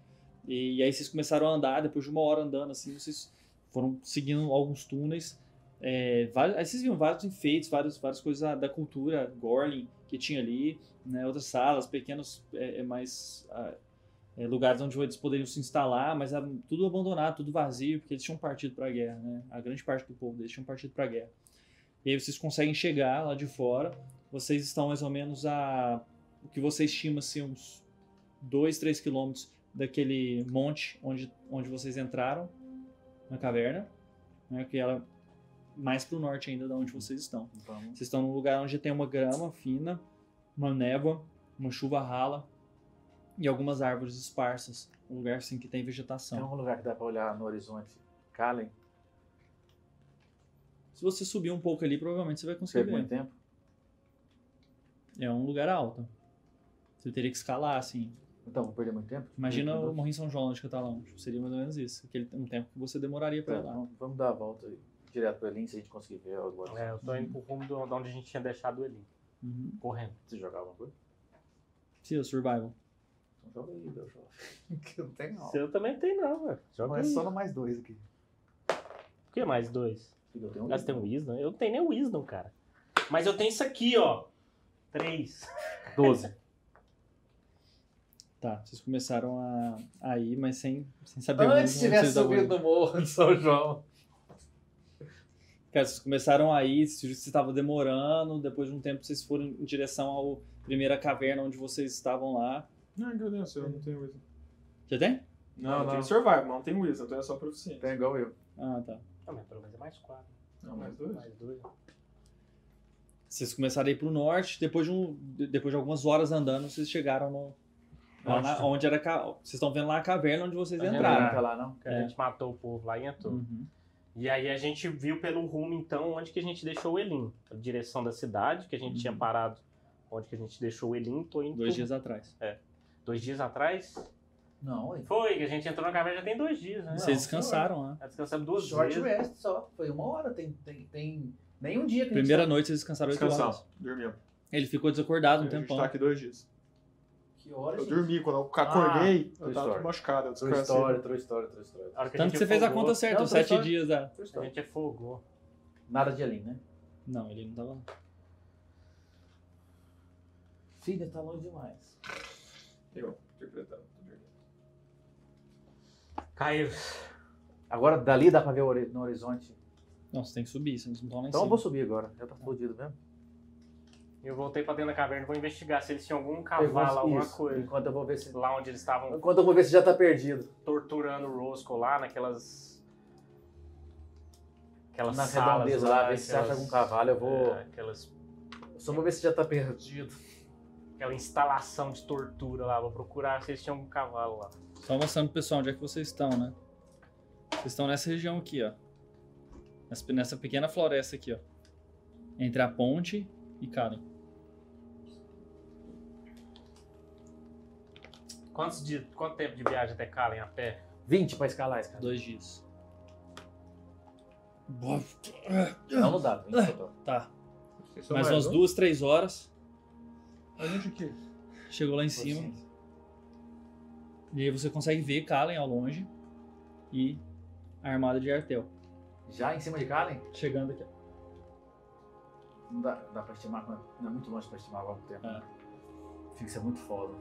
Speaker 1: E, e aí vocês começaram a andar, depois de uma hora andando assim, vocês foram seguindo alguns túneis. é, vários- aí vocês viram vários enfeites, várias, várias coisas da- da cultura, Gorlin, que tinha ali, né, outras salas, pequenos é, é mais ah, é, lugares onde eles poderiam se instalar, mas era tudo abandonado, tudo vazio, porque eles tinham partido para a guerra, né? A grande parte do povo deles tinha partido para a guerra. E aí vocês conseguem chegar lá de fora, vocês estão mais ou menos a o que você estima ser uns 2, 3 quilômetros daquele monte onde, onde vocês entraram na caverna, né, que era mais pro norte ainda da onde vocês estão. Vocês estão num lugar onde tem uma grama fina, uma névoa, uma chuva rala e algumas árvores esparsas. Um lugar assim que tem
Speaker 3: Tem
Speaker 1: vegetação.
Speaker 3: algum lugar que dá pra olhar no horizonte? Calen,
Speaker 1: Se você subir um pouco ali, provavelmente você vai conseguir
Speaker 3: pegou
Speaker 1: ver.
Speaker 3: muito tempo?
Speaker 1: É um lugar alto. Você teria que escalar, assim.
Speaker 3: Então, vou perder muito tempo?
Speaker 1: Imagina
Speaker 3: Muito
Speaker 1: o Morrinho São João de Catalão. Tipo, seria mais ou menos isso. Aquele um tempo que você demoraria pra ir
Speaker 3: Tá,
Speaker 1: lá.
Speaker 3: vamos- vamos dar a volta aí, direto pra Elin, se a gente conseguir ver os guardas.
Speaker 2: É, eu tô indo pro rumo do- de onde a gente tinha deixado ele.
Speaker 1: Uhum.
Speaker 2: Correndo.
Speaker 3: Você jogar alguma coisa?
Speaker 1: Sim, o survival.
Speaker 3: Então joga aí, meu jovem. *laughs* que não tem não.
Speaker 2: Seu também tem não, velho. Joga
Speaker 3: Mas
Speaker 2: aí.
Speaker 3: é só no mais dois aqui.
Speaker 2: Por que mais dois?
Speaker 3: Filho, eu tenho um.
Speaker 2: Gastei um Wisdom? Eu não tenho nem o Wisdom, cara. Mas eu tenho isso aqui, ó. Três. Doze.
Speaker 1: Tá, vocês começaram a, a ir, mas sem, sem saber
Speaker 3: Antes
Speaker 1: muito
Speaker 3: de tivesse
Speaker 1: vocês davam
Speaker 3: subido
Speaker 1: isso.
Speaker 3: no morro *laughs* de São João.
Speaker 1: Cara, vocês começaram a ir, vocês estavam demorando, depois de um tempo vocês foram em direção à primeira caverna onde vocês estavam lá.
Speaker 4: Não, agradeço, eu não tenho Wisdom.
Speaker 1: Já tem?
Speaker 4: Não,
Speaker 3: não.
Speaker 4: não. Tem Survival, mas não tem Wisdom, então é só proficiência.
Speaker 3: Então é igual eu.
Speaker 1: Ah, tá.
Speaker 2: *laughs* Não, mas pelo menos é mais quatro.
Speaker 4: Não, mais dois.
Speaker 2: Mais dois.
Speaker 1: Vocês começaram a ir pro norte, depois de, um, de- depois de algumas horas andando, vocês chegaram no. Lá na- onde era. a ca- Vocês estão vendo lá a caverna onde vocês
Speaker 2: Onde era
Speaker 1: entraram.
Speaker 3: Não tá lá, não?
Speaker 2: Que a gente matou o povo lá e entrou.
Speaker 1: Uhum.
Speaker 2: E aí a gente viu pelo rumo, então, onde que a gente deixou o Elim. A direção da cidade, que a gente
Speaker 1: Uhum.
Speaker 2: tinha parado. Onde que a gente deixou o Elim, tô indo...
Speaker 1: Dois
Speaker 2: pro-
Speaker 1: dias atrás.
Speaker 2: Dois dias atrás?
Speaker 3: Não, ué.
Speaker 2: Foi, que a gente entrou na caverna já tem dois dias, né?
Speaker 1: vocês descansaram, né?
Speaker 2: Já descansamos duas
Speaker 3: Short
Speaker 2: vezes.
Speaker 3: rest só. Foi uma hora. Tem, tem, tem nem um dia que a gente
Speaker 1: Primeira noite vocês descansaram oito horas.
Speaker 4: Descansar, dormimos.
Speaker 1: Ele ficou desacordado um
Speaker 4: a gente
Speaker 1: tempão.
Speaker 4: tá aqui dois dias.
Speaker 3: Que hora,
Speaker 4: Eu
Speaker 3: gente?
Speaker 4: dormi, quando eu acordei, eu
Speaker 3: True
Speaker 4: tava
Speaker 3: story.
Speaker 4: machucado, eu
Speaker 3: True
Speaker 4: descansei.
Speaker 3: story, true story, true story.
Speaker 2: A hora que a
Speaker 1: Tanto que
Speaker 2: gente
Speaker 1: você fez a
Speaker 2: afogou,
Speaker 1: conta certa,
Speaker 3: Não,
Speaker 1: os
Speaker 3: tô
Speaker 1: sete
Speaker 3: só-
Speaker 1: dias é. da.
Speaker 2: A
Speaker 3: True story.
Speaker 2: gente afogou.
Speaker 3: Nada de Alin, né?
Speaker 1: Não, ele não tava lá.
Speaker 3: Filha, tá longe demais.
Speaker 4: Eu, interpretando. tô dormindo.
Speaker 2: Caiu.
Speaker 3: Agora dali dá pra ver o hori- no horizonte.
Speaker 1: Não, você tem que subir, vocês não estão lá em
Speaker 3: Então eu
Speaker 1: cima.
Speaker 3: vou subir agora. Já tá fodido mesmo.
Speaker 2: Eu voltei pra dentro da caverna, vou investigar se eles tinham algum
Speaker 3: Eu vou-
Speaker 2: cavalo, alguma
Speaker 3: isso,
Speaker 2: coisa.
Speaker 3: Enquanto eu vou ver se.
Speaker 2: Lá onde eles estavam
Speaker 3: Enquanto eu vou ver se já tá perdido.
Speaker 2: torturando o Roscoe lá, naquelas... Aquelas
Speaker 3: Na
Speaker 2: salas
Speaker 3: redondeza lá, ver se você acha
Speaker 2: aquelas-
Speaker 3: algum cavalo. Eu vou.
Speaker 2: é, aquelas
Speaker 3: Só vou ver se já tá perdido.
Speaker 2: aquela instalação de tortura lá. Vou procurar se eles tinham um cavalo lá.
Speaker 1: Só mostrando pro pessoal onde é que vocês estão, né? Vocês estão nessa região aqui, ó. Nessa, nessa pequena floresta aqui, ó. Entre a ponte e Karen.
Speaker 2: Quantos de, quanto tempo de viagem até Kalen a pé?
Speaker 3: 20 pra escalar esse cara.
Speaker 1: Dois dias. Boa.
Speaker 3: Não, não dá. 20 total.
Speaker 1: Tá.
Speaker 4: Vocês são
Speaker 1: Mais umas
Speaker 4: um?
Speaker 1: duas, três horas.
Speaker 4: Mas onde que? é
Speaker 1: Chegou lá em cima. E aí você consegue ver Kalen ao longe. E a armada de Artel.
Speaker 3: Já em cima de Kalen?
Speaker 1: Chegando aqui.
Speaker 2: Ah,
Speaker 3: Não dá, dá pra estimar, não é- não é muito longe pra estimar logo o tempo.
Speaker 1: É.
Speaker 3: Fica ser muito foda.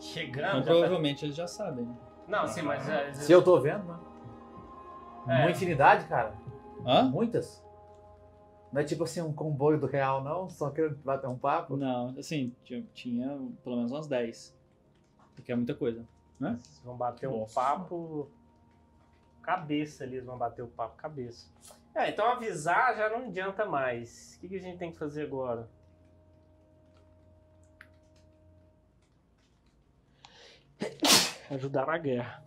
Speaker 2: Chegando.
Speaker 1: Então
Speaker 2: já tá-
Speaker 1: provavelmente eles já sabem, né?
Speaker 2: Não, sim, mas. é,
Speaker 3: Se eu tô vendo, né?
Speaker 2: É.
Speaker 3: Uma infinidade, cara.
Speaker 1: Hã?
Speaker 3: Muitas. Não é tipo assim um comboio do real, não? Só querendo bater um papo.
Speaker 1: Não, assim, tinha, tinha pelo menos umas 10. Porque é muita coisa.
Speaker 2: Eles vão bater um papo. Cabeça ali, eles vão bater o papo cabeça. É, então avisar já não adianta mais. O que, que a gente tem que fazer agora? *coughs* Ajudar na guerra.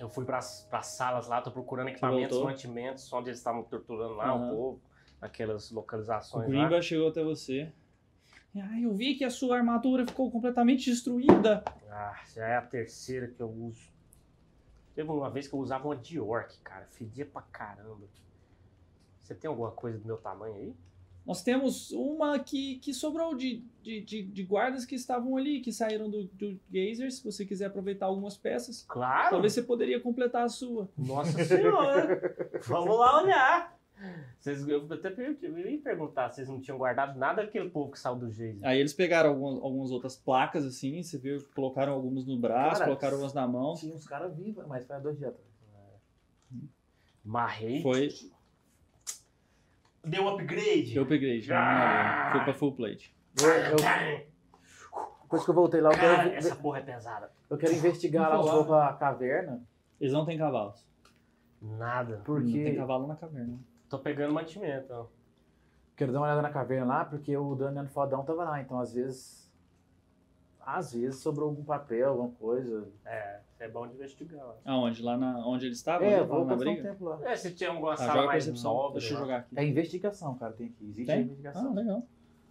Speaker 2: Eu fui pras, pras salas lá, tô procurando equipamentos,
Speaker 1: voltou?
Speaker 2: mantimentos, onde eles estavam torturando lá
Speaker 1: Aham.
Speaker 2: o povo, naquelas
Speaker 1: O
Speaker 2: localizações lá.
Speaker 1: Grimba chegou até você. Ah, eu vi que a sua armadura ficou completamente destruída.
Speaker 2: Ah, já é a terceira que eu uso. Teve uma vez que eu usava uma de orc, cara. Fedia pra caramba. Você tem alguma coisa do meu tamanho aí?
Speaker 1: Nós temos uma que, que sobrou de, de, de, de guardas que estavam ali, que saíram do, do Gazer. Se você quiser aproveitar algumas peças, *laughs*
Speaker 2: Claro!
Speaker 1: talvez você poderia completar a sua.
Speaker 2: Nossa senhora! Vamos lá olhar! Vocês, eu até per- eu ia perguntar, vocês não tinham guardado nada daquele povo que saiu do Geise?
Speaker 1: Aí eles pegaram algumas, algumas outras placas, assim, você viu, colocaram algumas no braço,
Speaker 3: Cara,
Speaker 1: colocaram algumas na mão.
Speaker 3: Tinha uns caras vivos, mas foi há dois dias atrás.
Speaker 2: Marrei.
Speaker 1: Foi,
Speaker 2: Deu upgrade.
Speaker 1: eu peguei, já foi pra full plate.
Speaker 3: Eu, eu- depois que eu voltei lá, eu
Speaker 2: Cara,
Speaker 3: quero,
Speaker 2: essa porra é pesada.
Speaker 3: eu quero investigar lá um
Speaker 1: Vamos lá.
Speaker 3: pouco a caverna,
Speaker 1: Eles não têm cavalos.
Speaker 2: Nada.
Speaker 1: Não tem
Speaker 3: porque...
Speaker 1: cavalo na caverna.
Speaker 2: Tô pegando mantimento. ó.
Speaker 3: Quero dar uma olhada na caverna lá, porque o Daniel Fodão tava lá, então às vezes... Às vezes sobrou algum papel, alguma coisa.
Speaker 2: É, isso é bom de investigar. ó.
Speaker 1: Aonde? Lá na, onde eles estavam? Onde
Speaker 3: é, eu
Speaker 1: estavam
Speaker 3: vou
Speaker 1: então na
Speaker 3: passar um
Speaker 1: briga?
Speaker 3: tempo lá.
Speaker 2: É, se tinha alguma
Speaker 1: Ah,
Speaker 2: sala
Speaker 1: joga
Speaker 2: mais
Speaker 1: percepção.
Speaker 2: nobre
Speaker 1: Deixa eu
Speaker 2: lá.
Speaker 1: jogar aqui.
Speaker 3: É investigação, cara, tem aqui. Existe
Speaker 1: Tem? Ah,
Speaker 3: investigação.
Speaker 1: legal.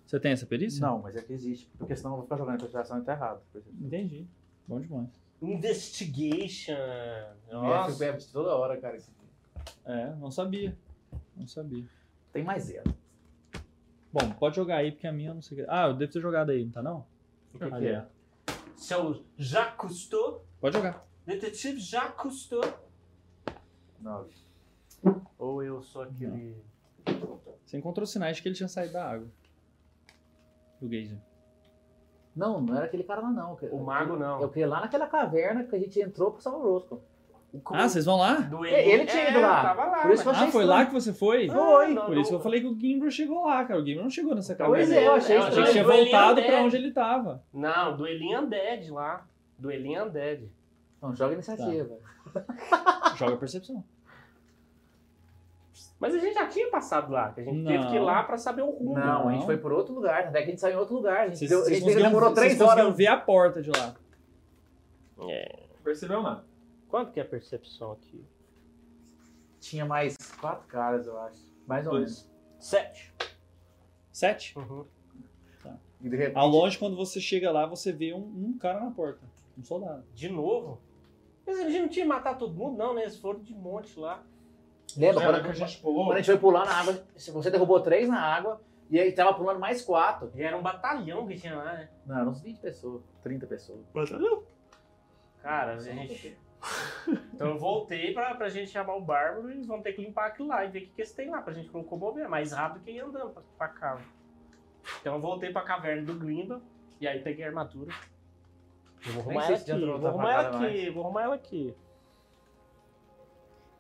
Speaker 1: Você tem essa perícia?
Speaker 3: Não, mas é que existe. Porque senão eu vou ficar jogando investigação e tá errado. por exemplo.
Speaker 1: Entendi. Bom demais.
Speaker 2: Investigation.
Speaker 3: É, fico
Speaker 2: Nossa.
Speaker 3: bêbado toda hora, cara. esse dia.
Speaker 1: É, não sabia. Não sabia.
Speaker 3: Tem mais zero.
Speaker 1: Bom, pode jogar aí, porque a minha eu não sei. o que- Ah, eu devo ter jogado aí, não tá não?
Speaker 2: O que, que
Speaker 1: Ali,
Speaker 2: é? Seu Jacques Cousteau,
Speaker 1: Pode jogar.
Speaker 2: detetive Jacques Cousteau.
Speaker 3: Nove.
Speaker 2: Ou eu sou aquele...
Speaker 1: Você encontrou sinais de que ele tinha saído da água. Do Geyser.
Speaker 3: Não, não era aquele cara lá, não.
Speaker 2: O mago não.
Speaker 3: Eu queria lá naquela caverna que a gente entrou pro São Rosco.
Speaker 1: Ah, vocês vão lá?
Speaker 2: Do
Speaker 3: É, ele tinha ido lá.
Speaker 2: eu Tava lá
Speaker 3: Por isso que eu achei
Speaker 1: Ah, foi lá que você foi?
Speaker 3: Foi.
Speaker 2: não,
Speaker 1: Por
Speaker 2: não.
Speaker 1: isso que eu falei que o Gimbro chegou lá, cara. O Gimbro não chegou nessa caverna.
Speaker 3: Pois é, eu achei
Speaker 2: Eu
Speaker 1: Achei que
Speaker 3: estranho.
Speaker 1: tinha
Speaker 2: Não, ele
Speaker 1: voltado
Speaker 2: é
Speaker 1: pra
Speaker 2: um
Speaker 1: onde ele tava.
Speaker 2: Não, do Elin Undead lá. Do Elin Undead.
Speaker 3: Não, Então, joga iniciativa.
Speaker 1: Tá. Joga percepção.
Speaker 2: Mas a gente já tinha passado lá, que a gente
Speaker 1: Não.
Speaker 2: teve que ir lá pra saber o rumo.
Speaker 3: Não, a gente
Speaker 1: Não.
Speaker 3: foi por outro lugar. Até que a gente saiu em outro lugar. A gente,
Speaker 1: Vocês,
Speaker 3: deu- a
Speaker 1: vocês
Speaker 3: gente
Speaker 1: conseguiram,
Speaker 3: demorou
Speaker 1: vocês
Speaker 3: três
Speaker 1: conseguiram
Speaker 3: horas.
Speaker 1: ver a porta de lá.
Speaker 4: Não percebeu nada.
Speaker 2: Quanto que é a percepção aqui?
Speaker 3: Tinha mais quatro caras, eu acho. Mais ou
Speaker 4: Dois.
Speaker 3: menos.
Speaker 2: Sete.
Speaker 1: Sete?
Speaker 2: Uhum.
Speaker 3: E de repente,
Speaker 1: Ao longe, quando você chega lá, você vê um, um cara na porta. Um soldado.
Speaker 2: De novo? Mas eles não tinham matado todo mundo, não, né? Eles foram de monte lá.
Speaker 3: lembra?
Speaker 4: Lembra
Speaker 3: Quando,
Speaker 4: que a gente
Speaker 3: quando
Speaker 4: pulou?
Speaker 3: a gente foi pular na água, você derrubou três na água e aí tava pulando mais quatro.
Speaker 2: E era um batalhão que tinha lá, né?
Speaker 3: Não, eram uns 20 pessoas, 30 pessoas.
Speaker 2: Cara, a gente. *laughs* Então eu voltei pra, pra gente chamar o Bárbaro e eles vão ter que limpar aquilo lá e ver o que, que eles têm lá pra gente locomover. Mais rápido que ir andando pra, pra casa. Então eu voltei pra caverna do Glimba e aí peguei a armadura. Eu vou
Speaker 3: Nem
Speaker 2: arrumar
Speaker 3: sei
Speaker 2: ela
Speaker 3: se
Speaker 2: aqui,
Speaker 3: adianta
Speaker 2: vou
Speaker 3: voltar pra
Speaker 2: arrumar ela
Speaker 3: casa
Speaker 2: aqui, vou arrumar ela aqui.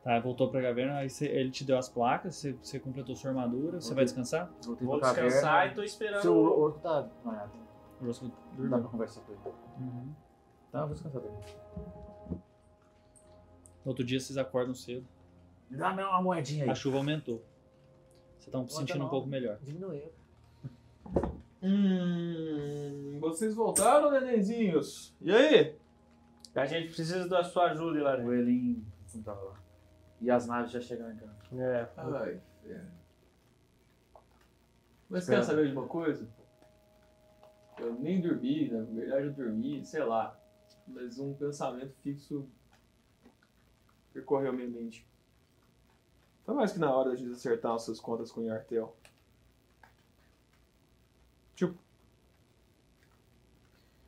Speaker 1: Tá, voltou pra caverna, aí você- ele te deu as placas, você, você completou sua armadura, você
Speaker 3: Ok.
Speaker 1: vai descansar?
Speaker 3: Voltei
Speaker 2: Vou
Speaker 3: pra caverna.
Speaker 2: descansar e tô
Speaker 3: Se o
Speaker 2: esperando.
Speaker 3: outro tá. Não, é,
Speaker 1: O Rosco
Speaker 3: não dá
Speaker 1: dormiu.
Speaker 3: pra conversar com ele.
Speaker 1: Uhum.
Speaker 3: Então eu vou descansar também.
Speaker 1: No outro dia, vocês acordam cedo.
Speaker 3: Me dá uma moedinha aí.
Speaker 1: A chuva aumentou. Vocês estão se sentindo um
Speaker 3: não.
Speaker 1: pouco melhor.
Speaker 3: Diminuiu.
Speaker 4: Hum, vocês voltaram, nenenzinhos? E aí?
Speaker 2: A gente precisa da sua ajuda, Hilarinho.
Speaker 3: O Elin não tava lá. E as naves já chegaram em campo.
Speaker 2: É.
Speaker 4: Ai, ferro. Mas
Speaker 3: Espera.
Speaker 4: quer saber de uma coisa? Eu nem dormi, na verdade eu dormi, sei lá. Mas um pensamento fixo percorreu minha mente. Foi mais que na hora de acertar as suas contas com o Yartel. Tipo.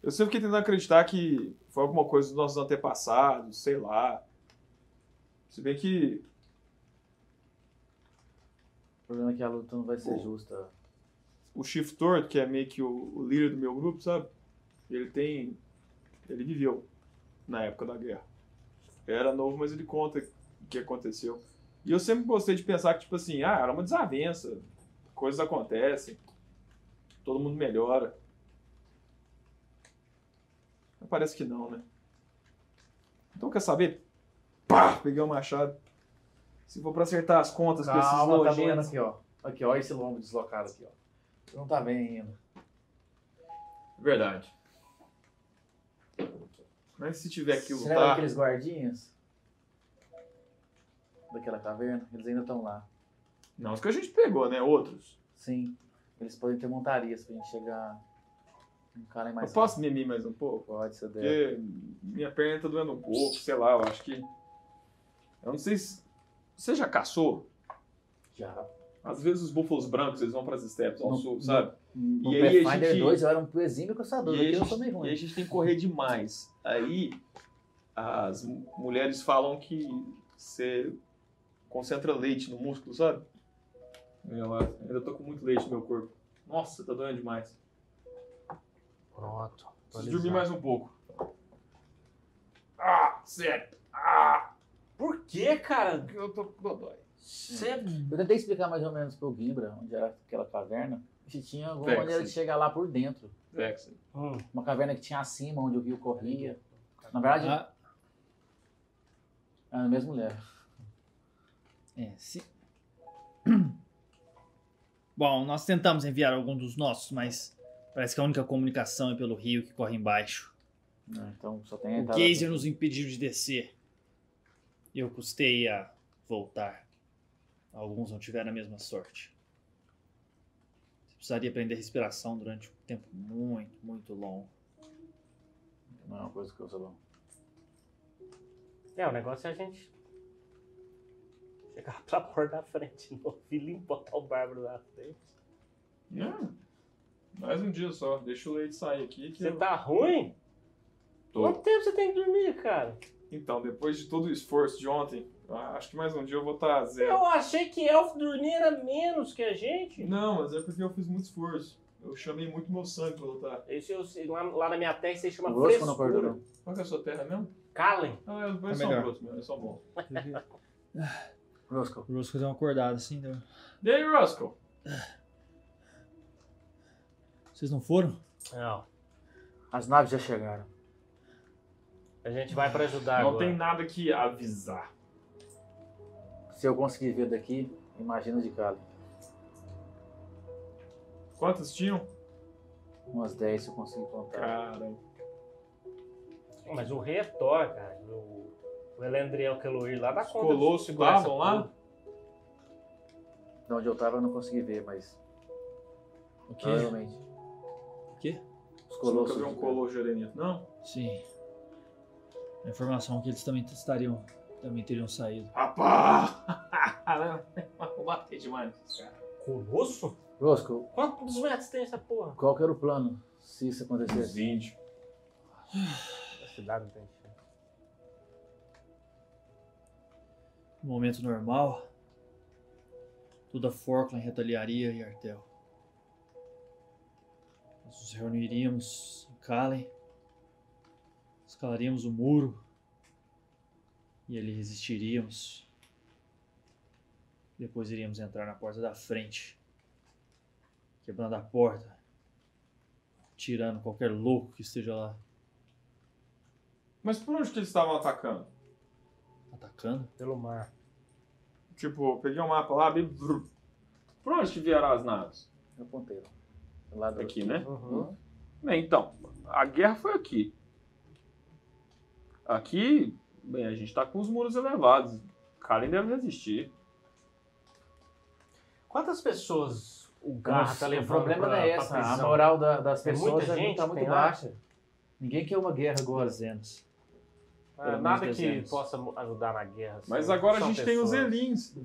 Speaker 4: Eu sempre fiquei tentando acreditar que foi alguma coisa dos nossos antepassados, sei lá. Se bem que
Speaker 3: O problema é que a luta não vai ser
Speaker 4: Bom.
Speaker 3: justa.
Speaker 4: o Shiftor, que é meio que o, o líder do meu grupo, sabe? Ele tem. Ele viveu na época da guerra. Era novo, mas ele conta o que aconteceu. E eu sempre gostei de pensar que, tipo assim, ah, era uma desavença. Coisas acontecem. Todo mundo melhora. Mas parece que não, né? Então quer saber? Pá! Peguei o machado. Se for pra acertar as contas
Speaker 3: Calma,
Speaker 4: com
Speaker 3: tá
Speaker 4: esses
Speaker 3: doendo
Speaker 4: nojentos.
Speaker 3: aqui, ó. Aqui, ó, esse lombo deslocado aqui, ó. Não tá bem ainda.
Speaker 4: Verdade. Mas se tiver que
Speaker 3: Você lembra
Speaker 4: lutar.
Speaker 3: aqueles guardinhas? Daquela caverna? Eles ainda estão lá.
Speaker 4: Não, os que a gente pegou, né? Outros.
Speaker 3: Sim. Eles podem ter montarias pra gente chegar. Um cara é mais.
Speaker 4: eu posso mimir mais um pouco?
Speaker 3: rápido. Pode, se eu der.
Speaker 4: Porque minha perna tá doendo um pouco, sei lá, eu acho que. Eu não sei se. Você já caçou?
Speaker 3: Já.
Speaker 4: Às vezes os búfalos brancos eles vão pras estepes ao
Speaker 3: Não,
Speaker 4: sul,
Speaker 3: não.
Speaker 4: sabe?
Speaker 3: No
Speaker 4: E aí a
Speaker 3: Hum, Pathfinder
Speaker 4: gente-
Speaker 3: 2 eu era um exímio caçador,
Speaker 4: E aí
Speaker 3: aqui
Speaker 4: a
Speaker 3: eu
Speaker 4: gente-
Speaker 3: sou
Speaker 4: E aí
Speaker 3: meio
Speaker 4: a
Speaker 2: né?
Speaker 3: ruim.
Speaker 4: gente tem que correr demais. Aí as mulheres falam que você concentra leite no músculo, sabe? Eu ainda tô com muito leite no meu corpo. Nossa, tá doendo demais.
Speaker 2: Pronto.
Speaker 4: Preciso dormir mais um pouco. Ah, sério. Ah,
Speaker 2: Por que, cara?
Speaker 4: que eu tô com dodói.
Speaker 2: Você é
Speaker 3: Eu tentei explicar mais ou menos pro Gimbra, onde era aquela caverna, se tinha alguma
Speaker 4: Pega,
Speaker 3: maneira
Speaker 4: sim.
Speaker 3: de chegar lá por dentro.
Speaker 4: Jackson.
Speaker 3: Uma caverna que tinha acima, onde o rio corria. Na verdade,
Speaker 1: Ah.
Speaker 3: é a mesma mulher.
Speaker 1: É, sim. Bom, nós tentamos enviar algum dos nossos, mas parece que a única comunicação é pelo rio que corre embaixo.
Speaker 3: né? Então só tem a
Speaker 1: O
Speaker 3: entrada-
Speaker 1: Geyser nos impediu de descer. E eu custei a voltar. Alguns não tiveram a mesma sorte. Você precisaria prender respiração durante um tempo muito, muito *laughs* longo.
Speaker 3: Não é uma coisa que eu sou bom.
Speaker 2: É, o negócio é a gente chegar *laughs* pra porta da frente de novo e limpar o bárbaro lá dentro.
Speaker 4: Hum. Mais um dia só. Deixa o leite sair aqui. Que
Speaker 2: Você
Speaker 4: eu
Speaker 2: tá ruim?
Speaker 4: tô.
Speaker 2: Quanto tempo você tem que dormir, cara?
Speaker 4: Então, depois de todo o esforço de ontem, eu acho que mais um dia eu vou estar zero.
Speaker 2: Eu achei que elfo dormia era menos que a gente.
Speaker 4: Não, mas é porque eu fiz muito esforço. Eu chamei muito meu sangue pra lutar.
Speaker 2: Esse eu sei, lá, lá na minha terra vocês
Speaker 3: O
Speaker 2: chamam
Speaker 3: Grosso não
Speaker 2: frescura.
Speaker 3: acordou.
Speaker 4: Qual que é a sua terra mesmo?
Speaker 2: Calem.
Speaker 4: Ah, eu vou
Speaker 1: É
Speaker 4: em São
Speaker 1: melhor.
Speaker 4: Grosso mesmo, é só bom.
Speaker 3: Grosso.
Speaker 1: O Rosco deu uma acordada assim.
Speaker 4: E aí, Roscoe?
Speaker 1: Vocês não foram?
Speaker 2: Não,
Speaker 3: As naves já chegaram.
Speaker 2: a gente vai pra ajudar
Speaker 4: Não
Speaker 2: agora.
Speaker 4: tem nada que avisar.
Speaker 3: Se eu conseguir ver daqui, imagina de Cali.
Speaker 4: Quantas tinham?
Speaker 3: Umas 10 se eu conseguir contar.
Speaker 4: Cara,
Speaker 2: Mas o rei é Thor, cara. O, o Elendriel Keloir lá dá
Speaker 4: os
Speaker 2: conta.
Speaker 4: colossos
Speaker 2: de segurar essa
Speaker 4: estavam lá?
Speaker 2: porra.
Speaker 3: De onde eu tava eu não consegui ver, mas
Speaker 1: O quê?
Speaker 3: provavelmente.
Speaker 1: O quê?
Speaker 4: Você
Speaker 3: Os
Speaker 4: nunca
Speaker 3: colossos.
Speaker 4: viu um colosso jurenito, não?
Speaker 1: Sim. A informação é que eles também estariam. Também teriam saído.
Speaker 4: Rapaz! Eu matei demais, cara.
Speaker 2: Colosso?
Speaker 3: Grosso,
Speaker 2: Quantos metros tem essa porra?
Speaker 3: qual que era o plano? Se isso
Speaker 4: Os
Speaker 3: acontecesse?
Speaker 4: índios.
Speaker 2: A cidade não tem chão.
Speaker 1: No momento normal, toda Forkland retaliaria e Artel. Nós nos reuniríamos em Kalen, escalaríamos o muro e ele resistiríamos. Depois iríamos entrar na porta da frente, quebrando a porta, tirando qualquer louco que esteja lá
Speaker 4: Mas por onde que eles estavam atacando?
Speaker 1: atacando.
Speaker 2: Pelo mar.
Speaker 4: Tipo, eu peguei um mapa lá, abri. brum. Por onde que vieram as naves?
Speaker 3: Eu pontei. Lá do... Hum?
Speaker 4: Aqui, né?
Speaker 2: Uhum.
Speaker 4: Bem, então, a guerra foi aqui. Aqui, bem, a gente tá com os muros elevados. Karen deve resistir.
Speaker 2: Quantas pessoas o Garra
Speaker 3: Nossa,
Speaker 2: tá
Speaker 3: o
Speaker 2: levando
Speaker 3: problema
Speaker 2: pra,
Speaker 3: não é
Speaker 2: pra
Speaker 3: essa. A
Speaker 2: prisão?
Speaker 3: moral da- das
Speaker 2: Tem
Speaker 3: pessoas
Speaker 2: muita
Speaker 3: é
Speaker 2: gente,
Speaker 3: tá muito
Speaker 2: tem
Speaker 3: baixa. Ninguém quer uma guerra agora.
Speaker 1: Dezenas.
Speaker 2: É,
Speaker 1: Pelo menos
Speaker 2: nada que
Speaker 1: dezenas.
Speaker 2: possa ajudar na guerra. assim.
Speaker 4: Mas agora a
Speaker 2: São
Speaker 4: gente tem os
Speaker 2: pessoas.
Speaker 4: Elins.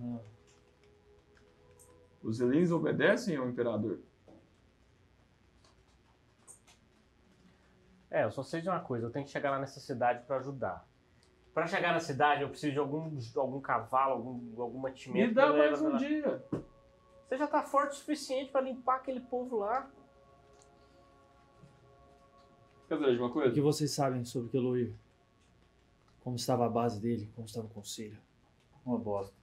Speaker 4: Os Elins obedecem ao imperador?
Speaker 2: É, eu só sei de uma coisa, eu tenho que chegar lá nessa cidade pra ajudar. Pra chegar na cidade, eu preciso de algum, algum cavalo, algum, algum atimento.
Speaker 4: Me dá
Speaker 2: que leva
Speaker 4: mais
Speaker 2: pra
Speaker 4: um
Speaker 2: lá.
Speaker 4: dia.
Speaker 2: Você já tá forte o suficiente pra limpar aquele povo lá.
Speaker 4: Quer dizer de uma
Speaker 1: O que
Speaker 4: coisa?
Speaker 1: vocês sabem sobre Keloir? Como estava a base dele? Como estava o conselho?
Speaker 3: Uma bosta.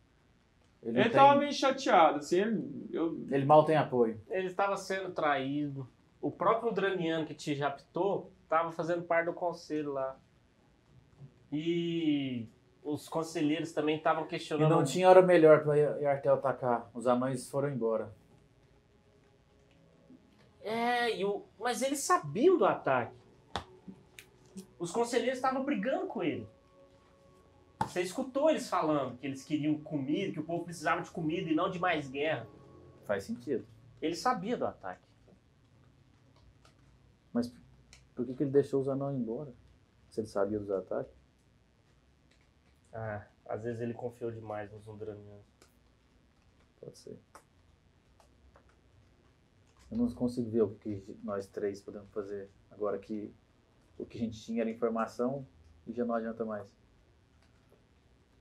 Speaker 3: Ele, não
Speaker 4: Ele
Speaker 3: tem-
Speaker 4: tava meio chateado, assim, ele, eu,
Speaker 3: ele mal tem apoio.
Speaker 2: Ele estava sendo traído. O próprio Draniano que te raptou estava fazendo parte do conselho lá. E os conselheiros também estavam
Speaker 3: E
Speaker 2: questionando.
Speaker 3: não tinha hora melhor pra Yartel atacar. Os anões foram embora.
Speaker 2: É, e o... mas eles sabiam do ataque. Os conselheiros estavam brigando com ele. Você escutou eles falando que eles queriam comida, que o povo precisava de comida e não de mais guerra.
Speaker 3: Faz sentido.
Speaker 2: Ele sabia do ataque.
Speaker 3: Mas por que, que ele deixou os anões embora? Se ele sabia dos ataques?
Speaker 2: Ah, às vezes ele confiou demais nos Undranianos.
Speaker 3: Pode ser. Eu não consigo ver o que nós três podemos fazer. Agora que o que a gente tinha era informação e já não adianta mais.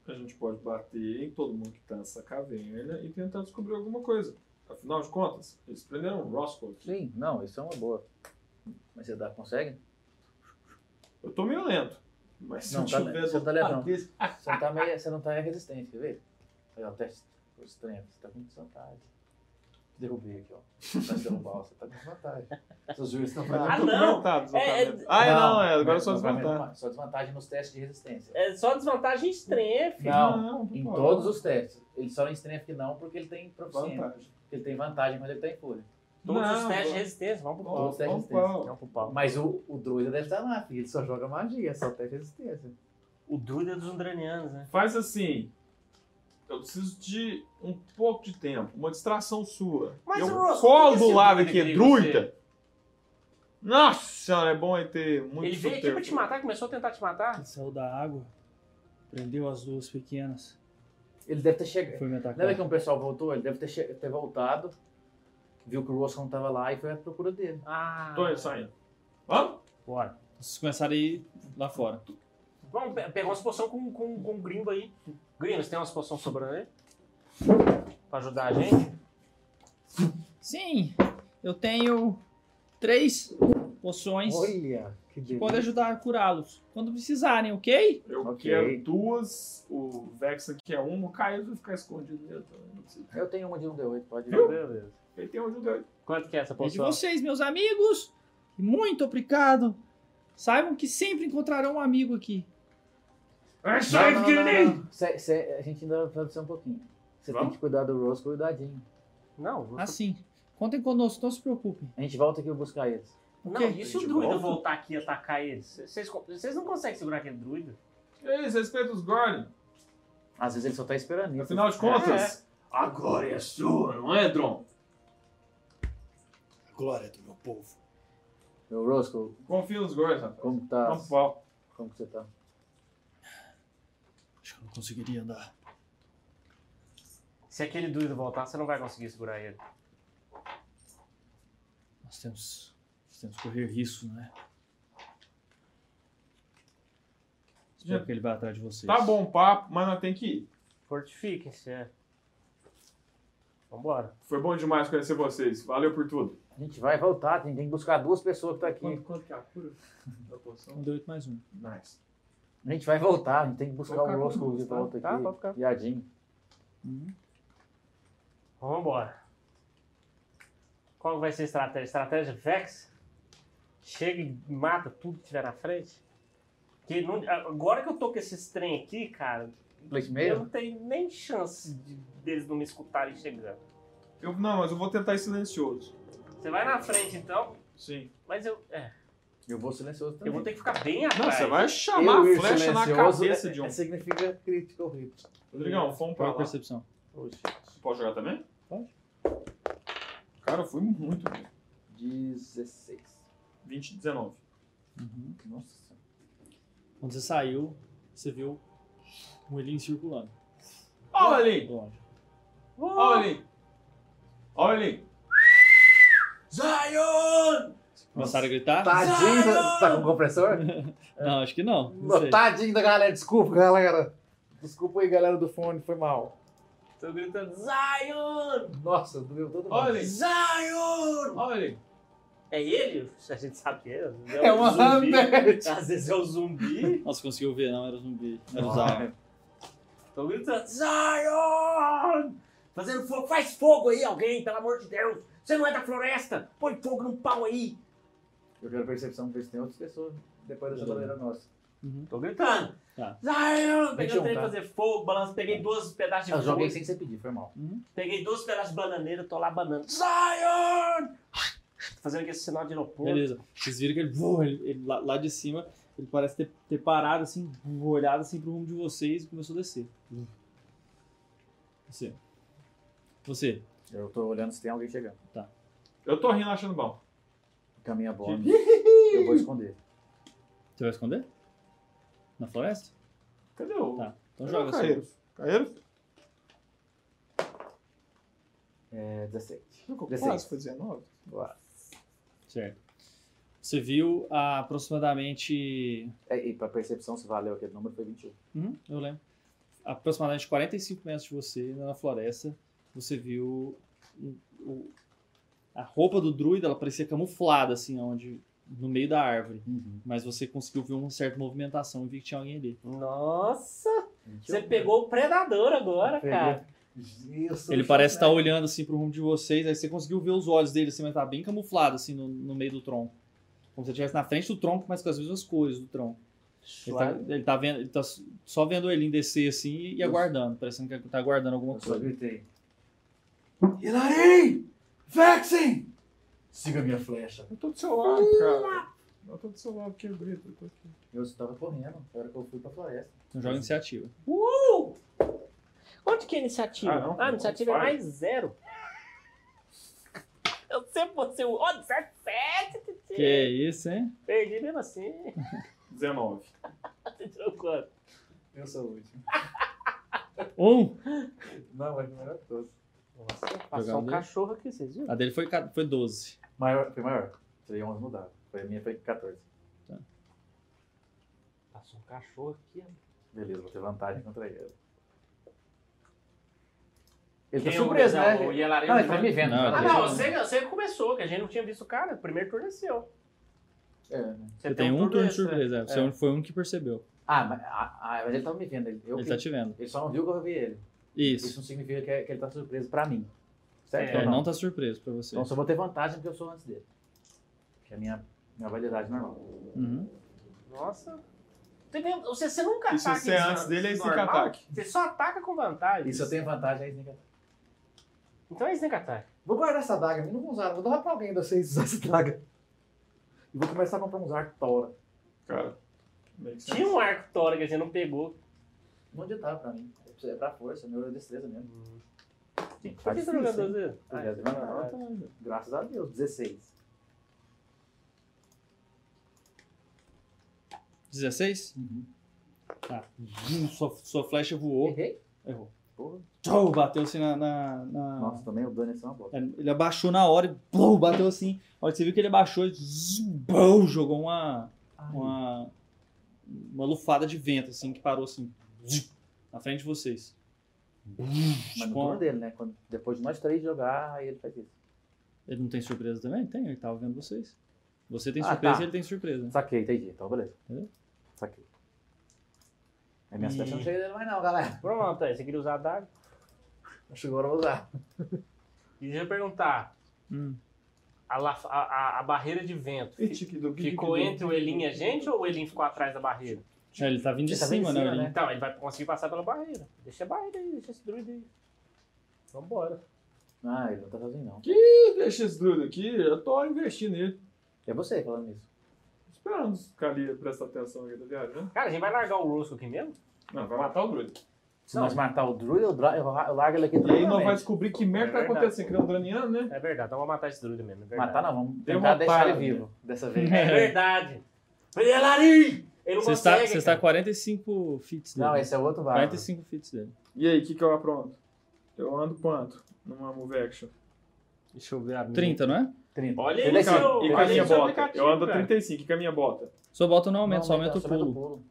Speaker 4: a gente pode bater em todo mundo que tá nessa caverna e tentar descobrir alguma coisa. Afinal de contas, eles prenderam o Roscoe aqui.
Speaker 3: Sim, não, isso é uma boa. Mas você dá, consegue?
Speaker 4: Eu tô meio lento, mas se
Speaker 3: Não,
Speaker 4: eu
Speaker 3: tá
Speaker 4: tiver...
Speaker 3: lento, você tá lento, não.
Speaker 4: desse-
Speaker 3: Você não tá, meio, você não tá meio resistente, quer ver? Aí, ó, teste os treinos. Você tá com desvantagem. Derrubei aqui, ó. Pra derrubar, você tá com desvantagem. Seus juros estão
Speaker 4: Mas
Speaker 2: Ah,
Speaker 4: eu tô
Speaker 2: não.
Speaker 4: Desmontado,
Speaker 2: É, é-
Speaker 4: desmontado. Ah, é, não, é, agora eu sou
Speaker 3: vai
Speaker 4: desmontado.
Speaker 3: derrubar, Só desvantagem nos testes de resistência.
Speaker 2: É só desvantagem estranha, filho.
Speaker 3: Não,
Speaker 4: não
Speaker 3: em
Speaker 4: pode.
Speaker 3: todos os testes. Ele só não estreia que não, porque ele tem proficiência.
Speaker 4: Vantagem.
Speaker 3: Porque ele tem vantagem quando ele tá em fúria.
Speaker 2: Todos os
Speaker 4: Não,
Speaker 2: testes de
Speaker 4: vou-
Speaker 2: resistência, vamos pro
Speaker 4: Ó,
Speaker 3: Todos os testes
Speaker 4: ó,
Speaker 3: de resistência.
Speaker 4: ó.
Speaker 8: Não, pro É um pau.
Speaker 3: Mas o, o druida deve estar lá, filho. Ele só joga magia, só teste de resistência.
Speaker 2: O druida dos Undranianos, né?
Speaker 4: Faz assim. Eu preciso de um pouco de tempo, uma distração sua.
Speaker 2: Mas,
Speaker 4: eu
Speaker 2: Rosso, por
Speaker 4: colo
Speaker 2: que
Speaker 4: do
Speaker 2: esse
Speaker 4: lado
Speaker 2: Druida
Speaker 4: aqui,
Speaker 2: que
Speaker 4: é druida. Nossa senhora, é bom é ter muito
Speaker 2: Ele veio aqui
Speaker 4: soterro.
Speaker 2: pra te matar, começou a tentar te matar.
Speaker 1: Ele saiu da água, prendeu as duas pequenas,
Speaker 3: Ele deve ter chegado.
Speaker 1: foi me atacar.
Speaker 3: Lembra que um pessoal voltou? Ele deve ter, che- ter voltado, viu que o Roscoe não tava lá e foi à procura dele.
Speaker 2: Ah.
Speaker 4: Tô saindo. Vamos?
Speaker 1: Bora. Vocês começaram a ir lá fora.
Speaker 2: Vamos pe- pegar umas poções com, com, com o Grimbo aí. Grimbo, você tem umas poções sobrando aí? Pra ajudar a gente?
Speaker 1: Sim, eu tenho três poções
Speaker 8: Olha, que
Speaker 1: que
Speaker 8: delícia.
Speaker 1: podem ajudar a curá-los. Quando precisarem, ok? É
Speaker 4: Eu
Speaker 3: Ok.
Speaker 4: quero duas, o Vex aqui é uma, o Caio vai ficar escondido dentro. Não precisa.
Speaker 3: Eu tenho uma de um D8, pode
Speaker 4: Viu?
Speaker 3: ver.
Speaker 8: Beleza.
Speaker 4: Ele tem um judeu.
Speaker 2: Então, Quanto que é essa
Speaker 1: É de
Speaker 2: poção?
Speaker 1: vocês, meus amigos. E Muito obrigado. Saibam que sempre encontrarão um amigo aqui.
Speaker 4: É
Speaker 3: Não, não, não, não, não. Cê- cê- a gente ainda vai precisar um pouquinho. Você tem
Speaker 4: Vamos?
Speaker 3: que cuidar do Rose, cuidadinho.
Speaker 2: Não, não,
Speaker 1: Assim, contem conosco, não se preocupem.
Speaker 3: A gente volta aqui buscar eles.
Speaker 2: não.
Speaker 1: ok.
Speaker 2: E se o
Speaker 4: De
Speaker 2: druida
Speaker 4: volta?
Speaker 2: voltar aqui e atacar eles? Vocês vocês não conseguem segurar aquele druida?
Speaker 4: Eles respeitam os Gordon.
Speaker 3: Às vezes ele só tá esperando isso.
Speaker 4: Afinal de contas, a glória é sua, não é, Dron?
Speaker 10: Glória do meu povo.
Speaker 3: Meu Roscoe,
Speaker 4: Confia nos Gordon, rapaz.
Speaker 3: como que tá?
Speaker 4: Não pau.
Speaker 3: Como que você tá?
Speaker 10: Acho que eu não conseguiria andar.
Speaker 2: Se aquele druida voltar, você não vai conseguir segurar ele.
Speaker 1: Nós temos, nós temos que correr riscos, né? Espero que ele vá atrás de vocês.
Speaker 4: Tá bom o papo, mas nós temos que ir.
Speaker 2: Fortifiquem-se, é. Vambora.
Speaker 4: Foi bom demais conhecer vocês. Valeu por tudo.
Speaker 3: A gente vai voltar, a gente tem que buscar duas pessoas que tá aqui.
Speaker 4: quanto que é a cura? Da poção?
Speaker 1: Um deu oito mais um.
Speaker 4: Nice.
Speaker 3: A gente vai voltar, a gente tem que buscar
Speaker 4: Vou
Speaker 3: o
Speaker 4: ficar com
Speaker 3: Roscoe
Speaker 4: duas,
Speaker 3: de
Speaker 4: tá?
Speaker 3: volta
Speaker 2: Tá, pode
Speaker 3: aqui.
Speaker 2: ficar.
Speaker 3: Piadinho.
Speaker 2: Então, Vambora. Qual vai ser a estratégia? Estratégia Vex? Chega e mata tudo que tiver na frente? Que não- agora que eu tô com esses trem aqui, cara,
Speaker 3: Place
Speaker 2: eu
Speaker 3: meio?
Speaker 2: não tenho nem chance de- deles não me escutarem chegando.
Speaker 4: Eu, não, mas eu vou tentar ir silencioso.
Speaker 2: Você vai na frente então,
Speaker 4: Sim.
Speaker 2: mas eu. é,
Speaker 3: Eu vou silencioso também.
Speaker 2: eu vou ter que ficar bem atrás.
Speaker 4: Não, você vai chamar
Speaker 3: Eu
Speaker 4: a
Speaker 3: ir
Speaker 4: flecha na
Speaker 3: silencioso
Speaker 4: cabeça
Speaker 3: é-
Speaker 4: de um.
Speaker 3: é- Significa critical hit.
Speaker 4: Rodrigão,
Speaker 1: Qual
Speaker 4: fomos pra
Speaker 1: a
Speaker 4: lá.
Speaker 1: percepção?
Speaker 4: Pode jogar também?
Speaker 1: Pode.
Speaker 4: Cara, eu fui muito bem.
Speaker 3: 16.
Speaker 4: 20 e 19. Uhum.
Speaker 3: Nossa.
Speaker 1: Quando você saiu, você viu um Elin circulando.
Speaker 4: Olha ali!
Speaker 1: Longe.
Speaker 4: Olha ali! Olha ali! Zion!
Speaker 1: Começaram a gritar?
Speaker 3: Tadinho, da- tá com compressor?
Speaker 1: Não, acho que não. não sei.
Speaker 4: tá.
Speaker 3: Tadinho da galera, desculpa, galera. Desculpa aí, galera do fone, foi mal.
Speaker 2: Tô gritando, Zion!
Speaker 3: Nossa, doeu todo mundo.
Speaker 4: Olha ali!
Speaker 10: Zion!
Speaker 4: Olha ali!
Speaker 2: É ele? A gente sabe que é. às vezes
Speaker 3: é
Speaker 2: um
Speaker 3: uma
Speaker 2: zumbi.
Speaker 3: Lambert.
Speaker 2: Às vezes é o zumbi.
Speaker 1: Nossa, conseguiu ver, não era zumbi. Era o Zion. *laughs*
Speaker 3: Ah,
Speaker 2: Tô gritando, Zion! Fazendo fogo, faz fogo aí, alguém, pelo amor de Deus! Você não é da floresta! Põe fogo no pau aí!
Speaker 3: Eu quero percepção, ver se tem outras pessoas depois dessa
Speaker 1: Tudo
Speaker 3: bandeira nossa.
Speaker 2: Tô gritando!
Speaker 1: Tá.
Speaker 2: Zion! Peguei
Speaker 3: Vinte e um,
Speaker 2: o trem
Speaker 3: tá?
Speaker 2: pra fazer fogo, balanço, peguei duas pedaços de
Speaker 3: Ah, Eu
Speaker 2: fogo,
Speaker 3: joguei sem você pedir, foi mal.
Speaker 2: peguei dois pedaços de bananeira, tô lá banando. Zion! Fazendo aquele sinal de aeroporto.
Speaker 1: Beleza. Vocês viram que ele voa, ele, ele lá, lá de cima, ele parece ter, ter parado assim, olhado assim pro rumo de vocês e começou a descer. Você. Você.
Speaker 3: Eu tô olhando se tem alguém chegando.
Speaker 4: Eu tô rindo achando bom.
Speaker 3: Caminha *laughs* bônus. Eu vou esconder.
Speaker 1: Você vai esconder? Na floresta?
Speaker 4: Cadê o.
Speaker 1: Tá. Então
Speaker 4: Cadê
Speaker 1: joga
Speaker 4: o
Speaker 1: seu.
Speaker 4: Caeiros? Caeiros?
Speaker 3: É 17.
Speaker 4: Quase foi 19.
Speaker 3: Uau.
Speaker 1: Certo. Você viu a aproximadamente.
Speaker 3: É, e pra percepção, se valeu aquele número, foi 21.
Speaker 1: Uhum, eu lembro. aproximadamente 45 metros de você, né, na floresta, você viu um- o- a roupa do druida, ela parecia camuflada, assim, onde, no meio da árvore.
Speaker 3: Uhum.
Speaker 1: Mas você conseguiu ver uma certa movimentação e viu que tinha alguém ali.
Speaker 2: Nossa! Você
Speaker 3: um.
Speaker 2: pegou o predador agora,
Speaker 9: Peguei.
Speaker 2: cara.
Speaker 8: Isso.
Speaker 1: Ele parece estar olhando, assim, pro rumo de vocês, aí você conseguiu ver os olhos dele, assim, mas tá bem camuflado, assim, no, no meio do tronco. Como se ele estivesse na frente do tronco, mas com as mesmas cores do tronco. Ele tá, ele tá vendo, ele tá só vendo ele descer assim e aguardando, parecendo que ele tá aguardando alguma
Speaker 3: Eu só
Speaker 1: coisa.
Speaker 3: gritei.
Speaker 10: Hilari! Vexen!
Speaker 3: Siga minha flecha.
Speaker 4: Eu tô do seu lado, cara. Eu tô do seu lado, quebrei. Eu tô aqui.
Speaker 3: Eu estava correndo, na hora que eu fui pra floresta.
Speaker 1: Então joga iniciativa.
Speaker 2: Uh! Onde que é a iniciativa?
Speaker 4: Ah, não.
Speaker 2: a iniciativa é
Speaker 4: Vai.
Speaker 2: mais zero. *laughs* Eu sempre vou ser o. Ó, 17! Titi.
Speaker 1: Que é isso, hein?
Speaker 2: Perdi mesmo assim. *laughs* tá
Speaker 4: 19.
Speaker 2: Você tirou quanto?
Speaker 3: Eu sou o último.
Speaker 1: Um!
Speaker 3: Não, mas não era todos.
Speaker 2: Passou um
Speaker 1: dele.
Speaker 2: cachorro aqui, vocês viram?
Speaker 1: A dele foi, ca- foi 12.
Speaker 3: Maior, foi maior. Tirei 11 no dado. Foi a minha, foi 14.
Speaker 2: Passou um cachorro aqui. ó.
Speaker 3: Beleza, vou ter vantagem contra ele. Ele
Speaker 2: Quem
Speaker 3: tá surpreso,
Speaker 2: é o-
Speaker 3: né?
Speaker 2: O Yelaren
Speaker 3: Não, ele tá me vendo.
Speaker 1: Não,
Speaker 3: tá
Speaker 2: Ah,
Speaker 1: ele
Speaker 3: vendo.
Speaker 2: não, você, você começou, que a gente não tinha visto o cara. O primeiro turno é seu.
Speaker 3: É, né?
Speaker 1: Você tem um turno de
Speaker 2: extra.
Speaker 1: surpresa. é. Você foi um que percebeu.
Speaker 3: Ah, mas, ah, ah, mas ele tava me vendo. Ele, eu
Speaker 1: Ele
Speaker 3: que-
Speaker 1: tá te vendo.
Speaker 3: ele só não viu que eu vi ele. Isso
Speaker 1: Isso.
Speaker 3: não significa que, que ele tá surpreso pra mim. Certo?
Speaker 2: É,
Speaker 3: ou
Speaker 1: Ele
Speaker 3: não?
Speaker 1: não tá surpreso pra você.
Speaker 3: Então só vou ter vantagem porque eu sou antes dele. Que é a minha, minha validade normal.
Speaker 1: Uhum.
Speaker 2: Nossa. Você, tem- você, você nunca
Speaker 4: E se
Speaker 3: Tá,
Speaker 2: ataca
Speaker 4: você é
Speaker 2: isso
Speaker 4: antes dele, é sneak
Speaker 2: normal?
Speaker 4: attack.
Speaker 2: Você só ataca com vantagem.
Speaker 3: E se eu tenho vantagem, aí ninguém.
Speaker 2: Então é sneak attack.
Speaker 8: Vou guardar essa daga, não vou usar, vou dar pra alguém de vocês usar essa daga.
Speaker 3: E vou começar a comprar uns arcos Tora.
Speaker 4: Cara, make sense.
Speaker 2: Tinha um arco tora que a gente não pegou.
Speaker 3: Não adiantava pra mim. É pra força, meu é destreza mesmo. Sim,
Speaker 2: Por que você não jogou duas vezes?
Speaker 3: Ah, é
Speaker 2: tá
Speaker 3: verdade. Graças a Deus, 16.
Speaker 1: 16?
Speaker 4: Uhum.
Speaker 1: Tá. Vum, Sua, sua flecha voou.
Speaker 3: Errei?
Speaker 1: Errou.
Speaker 3: Porra.
Speaker 1: Tchau, bateu assim na. na- na-
Speaker 3: Nossa, também o dano é só uma bosta.
Speaker 1: Ele abaixou na hora e plum, bateu assim. A hora que você viu que ele abaixou, ele zum, bum, jogou uma, uma. Uma lufada de vento, assim, que parou assim. zum, Na frente de vocês.
Speaker 3: Mas no turno dele, né? Quando, depois de nós três jogar, aí ele faz isso.
Speaker 1: Ele não tem surpresa também? Tem, ele tava vendo vocês. Você tem
Speaker 3: Ah,
Speaker 1: surpresa
Speaker 3: tá.
Speaker 1: e ele tem surpresa.
Speaker 3: Saquei, entendi. Então, beleza.
Speaker 1: Entendeu?
Speaker 3: Saquei. Aí minhas
Speaker 1: E-
Speaker 3: flechas não chega nele mais não, galera.
Speaker 2: Pronto, aí você queria usar a daga.
Speaker 3: Acho que agora eu vou usar.
Speaker 2: E deixa eu perguntar.
Speaker 1: Hum.
Speaker 2: A, la- a- a- a barreira de vento
Speaker 4: E tiquidu,
Speaker 2: ficou
Speaker 4: tiquidu.
Speaker 2: entre o Elin e a gente ou o Elin ficou atrás da barreira?
Speaker 1: É, Ele tá vindo de
Speaker 3: Ele tá vindo
Speaker 1: cima,
Speaker 3: de
Speaker 1: né,
Speaker 3: cima,
Speaker 1: Olhinho?
Speaker 3: né?
Speaker 2: Então, ele vai conseguir passar pela barreira. Deixa a barreira aí, deixa esse druida aí. Vambora.
Speaker 3: Ah, ele não tá sozinho, não.
Speaker 4: Ih, Deixa esse druido aqui, eu tô investindo nele.
Speaker 3: É você falando nisso.
Speaker 4: Esperando os caras prestar atenção aqui, tá viajando?
Speaker 2: Cara, a gente vai largar o Russo aqui mesmo?
Speaker 4: Não, vai matar o druido.
Speaker 3: Se nós matar o Druid, eu, dra- eu ra- eu largo ele aqui
Speaker 4: é- E aí nós
Speaker 3: tranquilamente.
Speaker 4: vamos descobrir que merda tá
Speaker 2: É verdade.
Speaker 4: acontecendo, que ele é um draniano, né?
Speaker 2: É verdade, então vamos matar esse druida mesmo. É verdade.
Speaker 3: Matar não, vamos
Speaker 4: Tem
Speaker 3: tentar
Speaker 4: uma
Speaker 3: deixar ele
Speaker 4: parada. né?
Speaker 3: vivo dessa vez.
Speaker 2: É verdade. Ele é Lari! Ele não
Speaker 1: Você está,
Speaker 2: consegue.
Speaker 1: você tá está
Speaker 2: cara.
Speaker 1: 45 fits dele.
Speaker 3: Não, esse é o outro barco.
Speaker 1: 45 fits dele.
Speaker 4: E aí, o que que eu apronto? Eu ando quanto numa move action?
Speaker 2: Deixa eu ver a minha.
Speaker 1: 30, não é?
Speaker 3: 30.
Speaker 2: Olha aí,
Speaker 3: Ele é
Speaker 2: cara.
Speaker 3: cinco.
Speaker 4: E com
Speaker 2: olha
Speaker 4: a
Speaker 2: aí
Speaker 4: minha
Speaker 2: seu
Speaker 4: bota?
Speaker 2: aplicativo,
Speaker 4: Eu ando
Speaker 2: cara.
Speaker 4: 35, e com a minha bota?
Speaker 1: Sua bota não
Speaker 3: Não,
Speaker 1: aumenta, só
Speaker 3: mas
Speaker 1: aumenta o
Speaker 3: só aumenta
Speaker 1: pulo.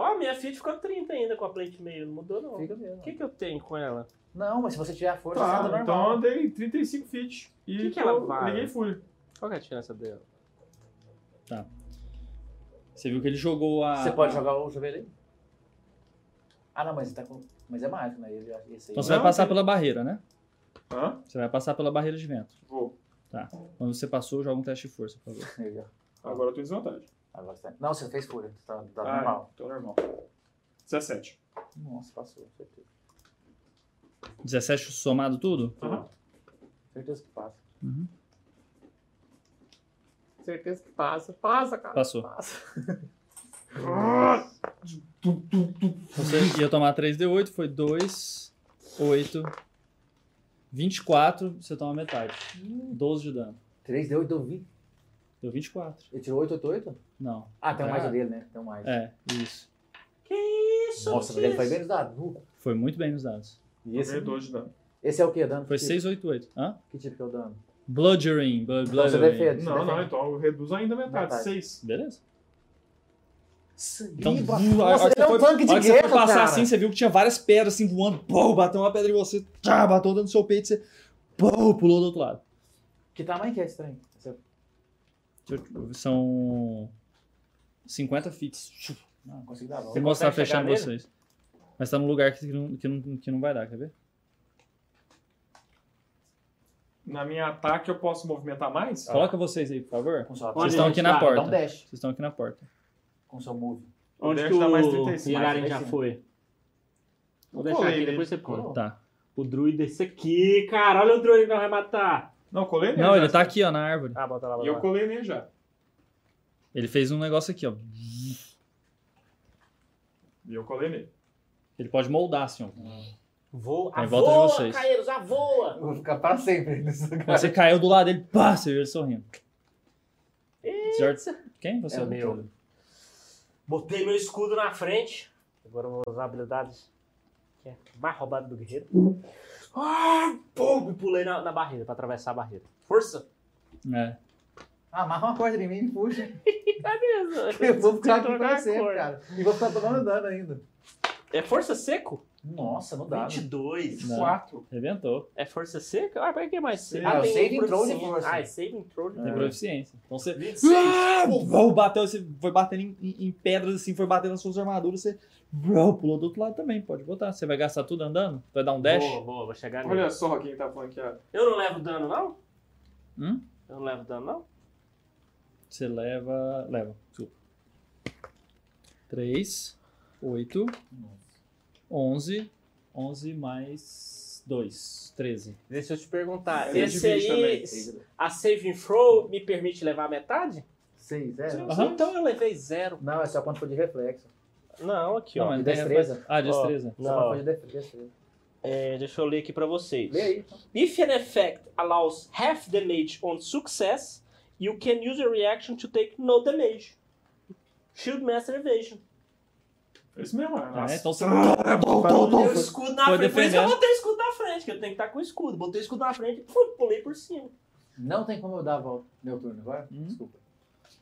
Speaker 2: Ó, minha Fit ficou 30 ainda com a plate meio, não mudou não.
Speaker 3: Fica
Speaker 2: O
Speaker 3: mesmo.
Speaker 2: que, que eu tenho com ela?
Speaker 3: Não, mas se você tiver a força, você anda
Speaker 4: Tá, então eu
Speaker 3: normal.
Speaker 4: andei 35 feet. E
Speaker 2: Que que
Speaker 4: tô-
Speaker 2: ela vale?
Speaker 4: liguei fúria.
Speaker 2: Qual que é a diferença dela?
Speaker 1: Tá. Você viu que ele jogou a.
Speaker 3: Você pode
Speaker 1: a-
Speaker 3: jogar o joelho aí? Ah, não, mas ele tá com... Mas é mágico, né? Ele, esse aí.
Speaker 1: Então você vai
Speaker 4: Não,
Speaker 1: passar
Speaker 4: ele-
Speaker 1: pela barreira, né?
Speaker 4: Hã?
Speaker 1: Você vai passar pela barreira de vento. Tá.
Speaker 4: Vou.
Speaker 1: Quando você passou, joga um teste de força, por favor.
Speaker 3: né? Ele, ó.
Speaker 4: Agora eu tô em desvantagem.
Speaker 3: Agora você tá- Não, você fez cura. Você tá, tá
Speaker 4: Ah,
Speaker 3: normal.
Speaker 4: Tô normal. 17.
Speaker 3: Nossa, passou. Certeza.
Speaker 1: 17 somado tudo?
Speaker 4: Aham.
Speaker 3: Certeza que passa.
Speaker 2: Certeza que passa. Passa, cara.
Speaker 1: Passou.
Speaker 2: Passa.
Speaker 1: Você ia tomar 3D8, foi 2, 8, 24, você toma metade. 12 de dano.
Speaker 3: 3 deu 8, deu 20.
Speaker 1: Deu 24.
Speaker 3: Ele tirou 8, 8, 8?
Speaker 1: Não.
Speaker 3: Ah, tem um mais
Speaker 1: Ah.
Speaker 3: o dele, né? Tem um mais.
Speaker 1: É, isso.
Speaker 2: Isso,
Speaker 3: Nossa, mas ele tá foi bem dado.
Speaker 1: Foi muito bem nos dados.
Speaker 3: E esse,
Speaker 4: Ganhei 12 de dano.
Speaker 3: esse é o que? Dano?
Speaker 1: Foi
Speaker 3: Que
Speaker 1: 6, 8, 8. Hã?
Speaker 3: tipo? Que tipo que é o dano?
Speaker 1: Bludgeoning. bl-
Speaker 3: Então você
Speaker 1: bludgeoning.
Speaker 3: defende. você
Speaker 4: Não, não,
Speaker 3: defende.
Speaker 4: então eu reduzo ainda a metade.
Speaker 3: Metade.
Speaker 4: 6.
Speaker 1: Beleza. Então,
Speaker 8: Ih,
Speaker 1: vu, a- a
Speaker 8: nossa,
Speaker 1: hora que
Speaker 8: ele é um
Speaker 1: foi-
Speaker 8: tanque de
Speaker 1: a hora que você foi
Speaker 8: guerra,
Speaker 1: passar
Speaker 8: cara.
Speaker 1: assim, você viu que tinha várias pedras assim voando. Pô, bateu uma pedra em você, tchá, bateu dentro do seu peito, você pô, pulou do outro lado.
Speaker 3: Que tamanho que é esse trem? Essa-
Speaker 1: Deixa eu- São 50 fits.
Speaker 3: Não, não consegui dar a volta.
Speaker 1: Vou mostrar
Speaker 2: consegue chegar
Speaker 1: fechando
Speaker 2: nele?
Speaker 1: vocês. Mas tá num lugar que não, que, não, que não vai dar, quer ver?
Speaker 4: Na minha ataque eu posso movimentar mais?
Speaker 2: Tá.
Speaker 1: Coloca vocês aí, por favor.
Speaker 3: Com sua
Speaker 1: Vocês
Speaker 2: Onde
Speaker 1: estão
Speaker 2: a
Speaker 1: aqui
Speaker 2: gente
Speaker 1: na
Speaker 2: tá?
Speaker 1: porta.
Speaker 3: Dá um dash
Speaker 1: Vocês estão aqui na porta.
Speaker 3: com seu move.
Speaker 2: Onde
Speaker 4: Deve
Speaker 2: que
Speaker 4: dar mais
Speaker 2: o
Speaker 4: 35,
Speaker 2: Yagarin
Speaker 3: mais
Speaker 2: já
Speaker 3: 35.
Speaker 2: foi? Vou deixar
Speaker 4: Colei
Speaker 2: aqui,
Speaker 4: nele.
Speaker 2: depois você conta.
Speaker 1: Tá.
Speaker 2: O druida, esse aqui, cara. Olha o druida que nós vai matar.
Speaker 4: Não, eu colei nele.
Speaker 1: Não,
Speaker 4: já.
Speaker 1: ele tá aqui, ó, na árvore.
Speaker 8: Ah, bota lá,
Speaker 4: E
Speaker 8: bota
Speaker 4: eu
Speaker 8: lá.
Speaker 4: colei nele já.
Speaker 1: Ele fez um negócio aqui, ó.
Speaker 4: E eu colei nele.
Speaker 1: Ele pode moldar, assim, ó.
Speaker 2: Voa,
Speaker 1: Tá em
Speaker 2: ah,
Speaker 1: volta de
Speaker 2: voa,
Speaker 1: vocês.
Speaker 2: Caeiros, ah, voa.
Speaker 8: Vou ficar pra sempre nesse lugar.
Speaker 1: Quando você caiu do lado dele, pá, você viu ele sorrindo. Jordan- Quem? Você?
Speaker 3: É o meu.
Speaker 2: Botei meu escudo na frente.
Speaker 8: Agora eu vou usar habilidades que é mais roubada do guerreiro.
Speaker 2: Ah, pum, e pulei na, na barreira, pra atravessar a barreira. Força.
Speaker 1: É.
Speaker 8: Ah, amarra uma corda em mim e me puxa.
Speaker 2: *laughs*
Speaker 8: *laughs*
Speaker 2: Eu
Speaker 8: Eu vou ficar aqui pra sempre, cara. E vou ficar tomando dano ainda.
Speaker 2: É força seco?
Speaker 3: Nossa, não dá.
Speaker 2: né? 22.
Speaker 1: Não.
Speaker 4: Quatro.
Speaker 1: Arrebentou.
Speaker 2: É força seca? Ah, pra que mais?
Speaker 4: Sim.
Speaker 2: Ah,
Speaker 3: É,
Speaker 2: tem
Speaker 3: saving throw de
Speaker 2: proficiência.
Speaker 3: força.
Speaker 2: Ah, é saving throw de
Speaker 1: Tem proficiência. Então você.
Speaker 2: 26.
Speaker 1: Pô, Vou bateu, você foi batendo em, em- em pedras, assim, foi batendo nas suas armaduras, você. Bro, pulou do outro lado também, pode botar. Você vai gastar tudo andando? Vai dar um dash?
Speaker 2: Boa, boa, vou chegar nele.
Speaker 4: Olha só quem tá flanqueado.
Speaker 2: Eu não levo dano, não?
Speaker 1: Hum?
Speaker 2: Eu não levo dano, não?
Speaker 1: Você leva. Leva, desculpa. 3, 8, 11, 11 mais 2, 13.
Speaker 2: Deixa eu te perguntar.
Speaker 4: Ele
Speaker 2: Esse
Speaker 4: divide
Speaker 2: aí, a saving throw me permite levar a metade?
Speaker 8: Seis, é?
Speaker 1: Aham.
Speaker 2: Então eu levei zero.
Speaker 8: Não, é só quando for de reflexo.
Speaker 2: Não, aqui,
Speaker 1: Não,
Speaker 2: ó.
Speaker 1: ele tem
Speaker 8: destreza?
Speaker 1: reflexo. Ah, destreza.
Speaker 8: Só quando for de
Speaker 2: Não,
Speaker 8: def- defesa.
Speaker 2: é, deixa eu ler aqui pra vocês.
Speaker 8: Lê aí. então.
Speaker 2: If an effect allows half damage on success, you can use a reaction to take no damage. Shield Master Evasion.
Speaker 4: É Isso mesmo, é.
Speaker 1: É,
Speaker 4: Nossa.
Speaker 1: então você.
Speaker 2: Botei o escudo na
Speaker 1: Foi
Speaker 2: frente. Por isso que eu
Speaker 1: defendendo.
Speaker 2: botei o escudo na frente, que eu tenho que estar com o escudo. Botei o escudo na frente e fui, pulei por cima.
Speaker 3: Não tem como eu dar a volta. Meu turno agora?
Speaker 1: Hum.
Speaker 3: Desculpa.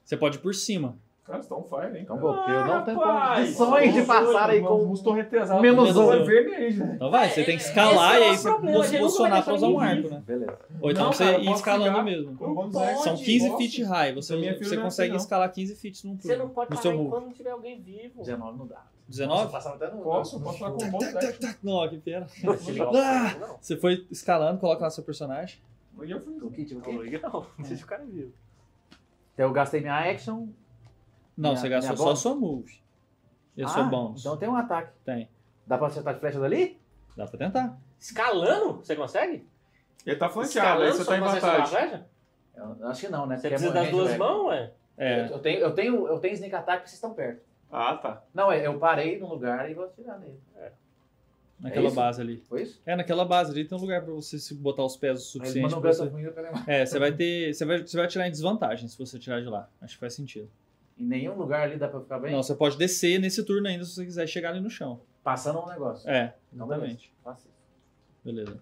Speaker 1: Você pode ir por cima.
Speaker 4: Cara, você tá on fire, hein?
Speaker 3: Então
Speaker 4: cara.
Speaker 3: vou, porque eu não tenho como.
Speaker 2: rapaz.
Speaker 8: Sonhos de passar aí com
Speaker 4: Vamos torretezar.
Speaker 8: menos
Speaker 1: Menos um.
Speaker 8: um.
Speaker 4: vermelho, né?
Speaker 1: Então vai, você
Speaker 2: É,
Speaker 1: tem que
Speaker 2: é,
Speaker 1: escalar
Speaker 2: esse
Speaker 1: e
Speaker 2: é o
Speaker 1: aí
Speaker 2: nosso
Speaker 1: você
Speaker 2: problema,
Speaker 1: se
Speaker 2: ele nunca vai
Speaker 1: posicionar pra usar
Speaker 2: deixar
Speaker 1: um
Speaker 2: ninguém
Speaker 1: arco, né?
Speaker 3: Beleza.
Speaker 1: Ou então
Speaker 4: Não,
Speaker 1: você
Speaker 4: cara, eu
Speaker 1: ir
Speaker 4: posso
Speaker 1: escalando
Speaker 4: ficar.
Speaker 1: mesmo.
Speaker 4: Então vamos
Speaker 2: Pode.
Speaker 4: lá.
Speaker 1: São 15
Speaker 4: Nossa.
Speaker 1: feet de raio. Você,
Speaker 2: Então,
Speaker 4: Minha filha
Speaker 1: você
Speaker 4: não é
Speaker 1: consegue
Speaker 4: assim, não.
Speaker 1: escalar 15 feet num
Speaker 2: Você
Speaker 1: turno.
Speaker 2: não
Speaker 1: No
Speaker 2: pode parar
Speaker 1: seu move.
Speaker 2: enquanto não tiver alguém vivo.
Speaker 3: 19 não dá. Nossa,
Speaker 1: 19?
Speaker 3: passava até no.
Speaker 4: Posso? Posso falar com o boss, né?
Speaker 1: Não, que pena.
Speaker 8: *laughs*
Speaker 2: Não,
Speaker 1: Ah!
Speaker 2: não.
Speaker 1: Você foi escalando, coloca lá seu personagem.
Speaker 4: E eu um. fui.
Speaker 3: O kit, o kit.
Speaker 2: Não, deixa o cara vivo.
Speaker 8: Então eu gastei minha action.
Speaker 1: Não,
Speaker 8: Minha-
Speaker 1: você gastou
Speaker 8: minha
Speaker 1: só
Speaker 8: bônus?
Speaker 1: sua move. E a
Speaker 8: Ah,
Speaker 1: sua bônus.
Speaker 8: Então tem um ataque.
Speaker 1: Tem.
Speaker 8: Dá pra acertar de flecha dali?
Speaker 1: Dá pra tentar.
Speaker 2: Escalando? Você consegue?
Speaker 4: Ele tá flanqueado, aí
Speaker 2: Escalando, só
Speaker 4: você tá em
Speaker 2: consegue chegar na
Speaker 4: vantagem.
Speaker 2: flecha?
Speaker 3: Eu acho que não, né?
Speaker 2: Você
Speaker 3: Porque é
Speaker 2: precisa
Speaker 3: muito
Speaker 2: das duas
Speaker 3: range,
Speaker 2: mãos, ué?
Speaker 1: É.
Speaker 3: velho. Eu tenho, eu tenho, eu tenho sneak attack porque vocês estão perto.
Speaker 4: Ah, tá.
Speaker 3: Não, é, eu parei num lugar e vou atirar nele.
Speaker 1: Naquela
Speaker 3: isso?
Speaker 1: base ali.
Speaker 3: Foi isso?
Speaker 1: É, naquela base ali tem um lugar pra você se botar os pés o
Speaker 8: Aí ele
Speaker 1: suficiente.
Speaker 8: manda um
Speaker 1: pra
Speaker 8: ganso
Speaker 1: você...
Speaker 8: ruim pra lembrar.
Speaker 1: É, você vai ter. Você vai, você vai tirar em desvantagem se você tirar de lá. Acho que faz sentido.
Speaker 3: Em nenhum lugar ali dá pra ficar bem?
Speaker 1: Não, você pode descer nesse turno ainda se você quiser chegar ali no chão.
Speaker 3: Passando um negócio.
Speaker 1: É,
Speaker 3: Não, beleza.
Speaker 1: exatamente.
Speaker 3: Faça isso.
Speaker 1: Beleza.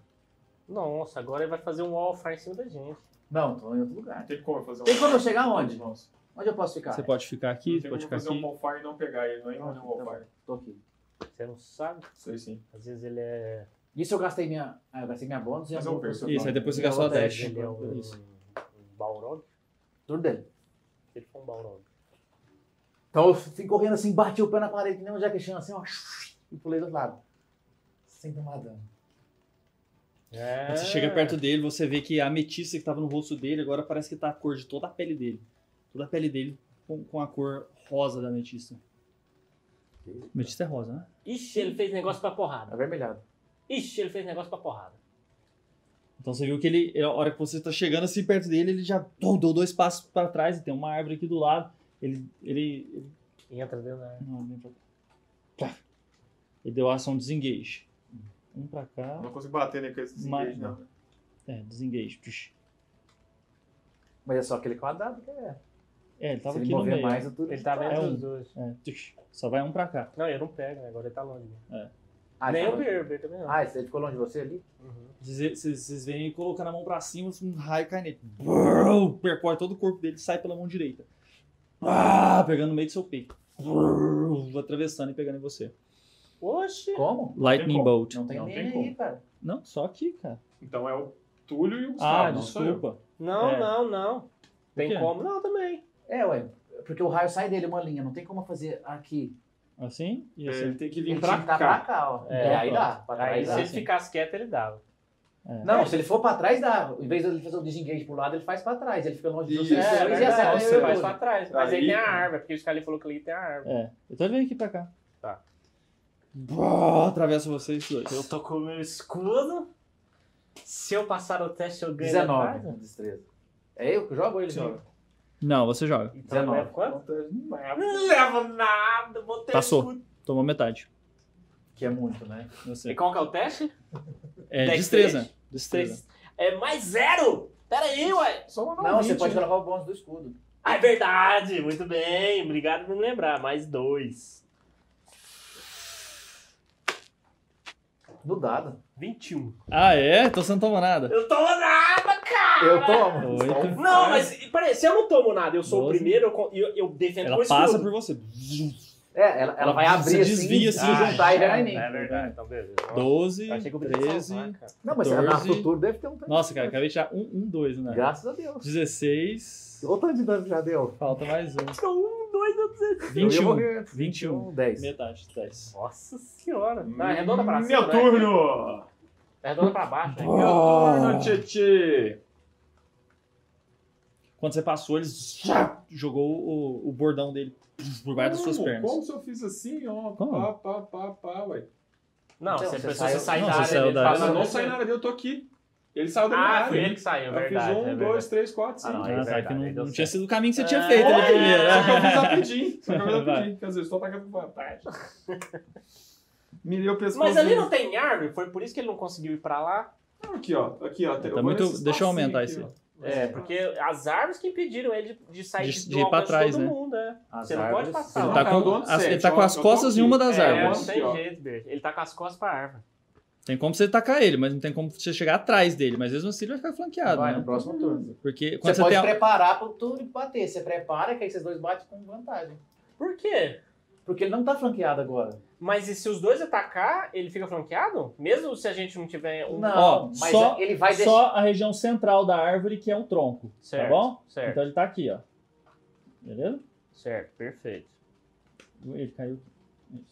Speaker 2: Nossa, agora ele vai fazer um wallfire em cima da gente.
Speaker 3: Não, tô em outro lugar.
Speaker 4: Tem como eu fazer um.
Speaker 3: Tem como eu chegar onde?
Speaker 4: Nossa.
Speaker 3: Onde eu posso ficar?
Speaker 1: Você pode ficar aqui, você
Speaker 4: Tem como
Speaker 1: pode
Speaker 4: eu
Speaker 1: ficar
Speaker 4: fazer um
Speaker 1: aqui.
Speaker 4: bonfire e não pegar ele, não é um bonfire.
Speaker 3: Tô aqui.
Speaker 2: Você não sabe?
Speaker 4: Sei sim.
Speaker 2: Às vezes ele é.
Speaker 3: Isso eu gastei minha. Ah, eu gastei minha bônus e a
Speaker 4: Mas eu
Speaker 3: bônus
Speaker 4: perco.
Speaker 3: eu
Speaker 1: Isso, aí
Speaker 3: tomo.
Speaker 1: depois você
Speaker 3: Eu
Speaker 1: gastou a
Speaker 3: vou até-
Speaker 1: dash.
Speaker 2: Ele é um.
Speaker 1: Isso.
Speaker 2: um Balrog?
Speaker 3: Turno dele.
Speaker 2: Se ele for um Balrog.
Speaker 3: Então eu fui correndo assim, bati o pé na parede, que nem um Jack Chan, assim, ó. *laughs* E pulei do outro lado. Sem tomar dano.
Speaker 2: É.
Speaker 1: Quando você chega perto dele, você vê que a ametista que tava no rosto dele agora parece que tá a cor de toda a pele dele. Toda a pele dele com, com a cor rosa da ametista. Ametista é rosa, né?
Speaker 2: Ixi, ele fez negócio pra porrada.
Speaker 8: Avermelhado.
Speaker 2: Ixi, ele fez negócio pra porrada.
Speaker 1: Então você viu que ele, ele- a hora que você tá chegando assim perto dele, ele já deu deu dois passos pra trás e tem uma árvore aqui do lado. Ele. ele, ele
Speaker 2: Entra dentro da.
Speaker 1: não, vem pra cá. Pá. Ele deu ação desengage. Um pra cá.
Speaker 4: Eu Não consigo bater nele com esse
Speaker 1: Mas-
Speaker 4: desengage, não.
Speaker 1: É, desengage. Psh.
Speaker 8: Mas é só aquele quadrado que é.
Speaker 1: É, ele tava
Speaker 3: Se
Speaker 1: aqui
Speaker 3: ele
Speaker 1: no
Speaker 3: mover
Speaker 1: meio.
Speaker 3: mais, tá eu tô.
Speaker 2: Ele tava
Speaker 1: É
Speaker 2: entre
Speaker 1: um.
Speaker 2: os dois.
Speaker 1: É, tsh. Só vai um pra cá.
Speaker 2: Não, eu não pego, né? Agora ele tá longe. né?
Speaker 3: Ah,
Speaker 2: Nem o
Speaker 3: ele tava-
Speaker 2: Berber também não. Uhum.
Speaker 3: Ah, esse ele ficou longe de você ali?
Speaker 1: Vocês- Vocês vocês veem ele colocando a mão pra cima, um raio cai nele. Brrr, Percorre todo o corpo dele e sai pela mão direita. Ah, pegando no meio do seu peito. brrr, atravessando e pegando em você.
Speaker 2: Oxe!
Speaker 3: Como?
Speaker 1: Lightning
Speaker 4: como.
Speaker 1: Bolt.
Speaker 3: Não tem
Speaker 4: Não
Speaker 3: nem
Speaker 4: tem
Speaker 3: aí,
Speaker 4: como.
Speaker 3: cara.
Speaker 1: Não, só aqui, cara.
Speaker 4: Então é o Túlio e o Gustavo.
Speaker 1: Ah,
Speaker 4: não sou eu.
Speaker 1: desculpa.
Speaker 2: Não,
Speaker 1: É.
Speaker 2: não, não. Tem
Speaker 1: quê?
Speaker 2: como? Não, também.
Speaker 3: É, ué. Porque o raio sai dele uma linha, não tem como fazer aqui.
Speaker 1: Assim? E
Speaker 4: É,
Speaker 1: assim?
Speaker 4: Ele tem que
Speaker 3: Ele
Speaker 4: vir
Speaker 3: tinha
Speaker 4: pra
Speaker 3: que tá
Speaker 4: cá.
Speaker 3: pra cá, ó.
Speaker 2: É,
Speaker 3: É, aí dá. Pra trás
Speaker 2: Aí
Speaker 3: dá.
Speaker 2: se ele ficasse quieto, ele dava.
Speaker 3: Não, se ele for pra trás, dá. Em vez de ele fazer o disengage pro lado, ele faz pra trás. Ele fica longe de
Speaker 4: Isso,
Speaker 3: vocês
Speaker 4: é
Speaker 3: dois e
Speaker 4: verdade.
Speaker 3: acerta
Speaker 2: Você
Speaker 3: você
Speaker 2: faz pra trás. Mas
Speaker 4: Aí-
Speaker 2: ele tem a árvore, porque o Scully falou que ele tem a árvore.
Speaker 1: É. Eu tô vindo aqui pra cá.
Speaker 2: Tá.
Speaker 1: Brrr, atravessa vocês dois.
Speaker 2: Eu tô com o meu escudo. Se eu passar o teste, eu ganho.
Speaker 3: 19. Destreza. É eu que jogo ou ele
Speaker 4: Sim.
Speaker 3: joga?
Speaker 1: Não, você joga.
Speaker 2: Então,
Speaker 3: 19.
Speaker 2: leva quanto?
Speaker 4: Não,
Speaker 2: Não leva nada, vou ter
Speaker 1: Passou.
Speaker 2: escudo.
Speaker 1: Tomou metade.
Speaker 3: Que é muito, né?
Speaker 2: E
Speaker 1: Você.
Speaker 2: qual que é o teste?
Speaker 1: É,
Speaker 2: Dexterity?
Speaker 1: destreza. Destreza.
Speaker 2: Três. É mais zero! Pera aí, ué!
Speaker 4: É, Só uma né?
Speaker 3: Não, você pode colocar o bônus do escudo.
Speaker 2: Ah, é verdade! Muito bem, obrigado por me lembrar. Mais dois.
Speaker 3: No dado.
Speaker 2: 21.
Speaker 1: Ah, é? Então você não tomou nada.
Speaker 2: Eu tomo nada, cara!
Speaker 3: Eu tomo.
Speaker 1: Oito.
Speaker 2: Não, um mas peraí, se eu não tomo nada, eu sou
Speaker 1: Doze.
Speaker 2: o primeiro, eu con- eu, eu defendo com o
Speaker 1: Ela
Speaker 2: escudo.
Speaker 1: passa por você.
Speaker 3: É, ela, ela vai
Speaker 1: Você
Speaker 3: abrir assim,
Speaker 1: desvia,
Speaker 3: se
Speaker 1: assim,
Speaker 3: juntar e virar em mim.
Speaker 2: É verdade, então beleza. Nossa,
Speaker 1: 12,
Speaker 2: eu né? achei que eu podia
Speaker 1: 13.
Speaker 2: salvar, cara.
Speaker 3: Não, mas na
Speaker 1: 14.
Speaker 3: futuro deve ter um tanto.
Speaker 1: Nossa, cara, acabei de tirar um, um dois, né?
Speaker 3: Graças a Deus.
Speaker 1: 16.
Speaker 3: Olha o tanto de dano que já deu.
Speaker 1: Falta mais um.
Speaker 2: Então, um, dois, eu-
Speaker 1: 21. 21.
Speaker 3: Um 10.
Speaker 1: Metade, 10.
Speaker 2: Nossa senhora. Não, arredonda pra cima.
Speaker 4: Hum, Meu
Speaker 2: né?
Speaker 4: turno!
Speaker 2: Arredonda pra baixo. né?
Speaker 4: Meu
Speaker 1: Oh.
Speaker 4: turno, Titi!
Speaker 1: Quando você passou, ele jogou o, o bordão dele por baixo das suas
Speaker 4: Como?
Speaker 1: pernas.
Speaker 4: Como se eu fiz assim, ó?
Speaker 1: Como?
Speaker 4: Pá, pá, pá, pá, ué.
Speaker 2: Não,
Speaker 3: Então,
Speaker 2: você,
Speaker 3: você
Speaker 2: pensou, você
Speaker 3: saiu-
Speaker 2: sai
Speaker 1: Não,
Speaker 2: da
Speaker 1: você
Speaker 2: área
Speaker 1: saiu
Speaker 2: dele.
Speaker 1: da
Speaker 2: fala,
Speaker 4: Mas eu
Speaker 2: não,
Speaker 4: não
Speaker 2: você-
Speaker 4: saí na área dele, eu tô aqui. Ele saiu da minha
Speaker 2: Ah,
Speaker 4: área.
Speaker 2: foi ele que saiu,
Speaker 4: Eu
Speaker 2: verdade.
Speaker 4: fiz um,
Speaker 2: é
Speaker 4: dois,
Speaker 2: verdade.
Speaker 4: três, quatro, cinco.
Speaker 2: Ah, não,
Speaker 1: Ah,
Speaker 2: é
Speaker 1: tá,
Speaker 2: verdade,
Speaker 1: que não,
Speaker 2: aí deu
Speaker 1: não
Speaker 2: certo.
Speaker 1: tinha sido o caminho que você tinha feito ali primeiro.
Speaker 4: é, Só que eu fiz
Speaker 1: né?
Speaker 4: rapidinho. Só que eu fiz
Speaker 1: *laughs* Vai.
Speaker 4: rapidinho. Quer dizer, só tá com
Speaker 2: *laughs*
Speaker 4: vantagem. Mirei o pescoço.
Speaker 2: Mas ali não tem árvore, foi por isso que ele não conseguiu ir pra lá.
Speaker 4: Aqui, ó. Aqui, ó.
Speaker 1: Tá muito- deixa eu aumentar esse.
Speaker 2: É, porque as árvores que impediram ele de, de sair
Speaker 1: De-
Speaker 2: de,
Speaker 1: de ir pra
Speaker 2: alcance
Speaker 1: trás,
Speaker 2: todo
Speaker 1: né?
Speaker 2: mundo, é.
Speaker 3: As
Speaker 2: Você não pode
Speaker 3: árvores-
Speaker 2: passar.
Speaker 4: Ele
Speaker 1: Ele
Speaker 2: lá.
Speaker 4: tá
Speaker 1: tá
Speaker 4: cara, eu dou
Speaker 1: com
Speaker 4: onde
Speaker 1: as,
Speaker 4: sete,
Speaker 1: ele tá
Speaker 4: ó,
Speaker 1: com as
Speaker 4: eu tô
Speaker 1: costas em
Speaker 4: aqui.
Speaker 1: uma das
Speaker 2: É,
Speaker 1: árvores.
Speaker 2: não
Speaker 4: Aqui,
Speaker 2: tem
Speaker 4: ó.
Speaker 2: jeito, Bert. Ele tá com as costas pra árvore.
Speaker 1: Tem como você tacar ele, mas não tem como você chegar atrás dele. Mas mesmo assim ele vai ficar flanqueado,
Speaker 3: Vai, no
Speaker 1: né?
Speaker 3: próximo turno.
Speaker 1: Porque quando
Speaker 3: Você
Speaker 1: você,
Speaker 3: pode
Speaker 1: tem. a-
Speaker 3: preparar pro turno e bater. Você prepara, que aí vocês dois batem com vantagem.
Speaker 2: Por quê?
Speaker 3: Porque ele não tá flanqueado agora.
Speaker 2: Mas e se os dois atacar, ele fica flanqueado? Mesmo se a gente não tiver um.
Speaker 3: Não,
Speaker 1: Ó,
Speaker 3: mas
Speaker 1: só-
Speaker 3: ele vai deixar.
Speaker 1: Só a região central da árvore, que é um tronco.
Speaker 2: Certo.
Speaker 1: Tá bom?
Speaker 2: Certo,
Speaker 1: Então ele tá aqui, ó. Beleza?
Speaker 2: Então- certo, perfeito.
Speaker 1: Ele caiu. Isso.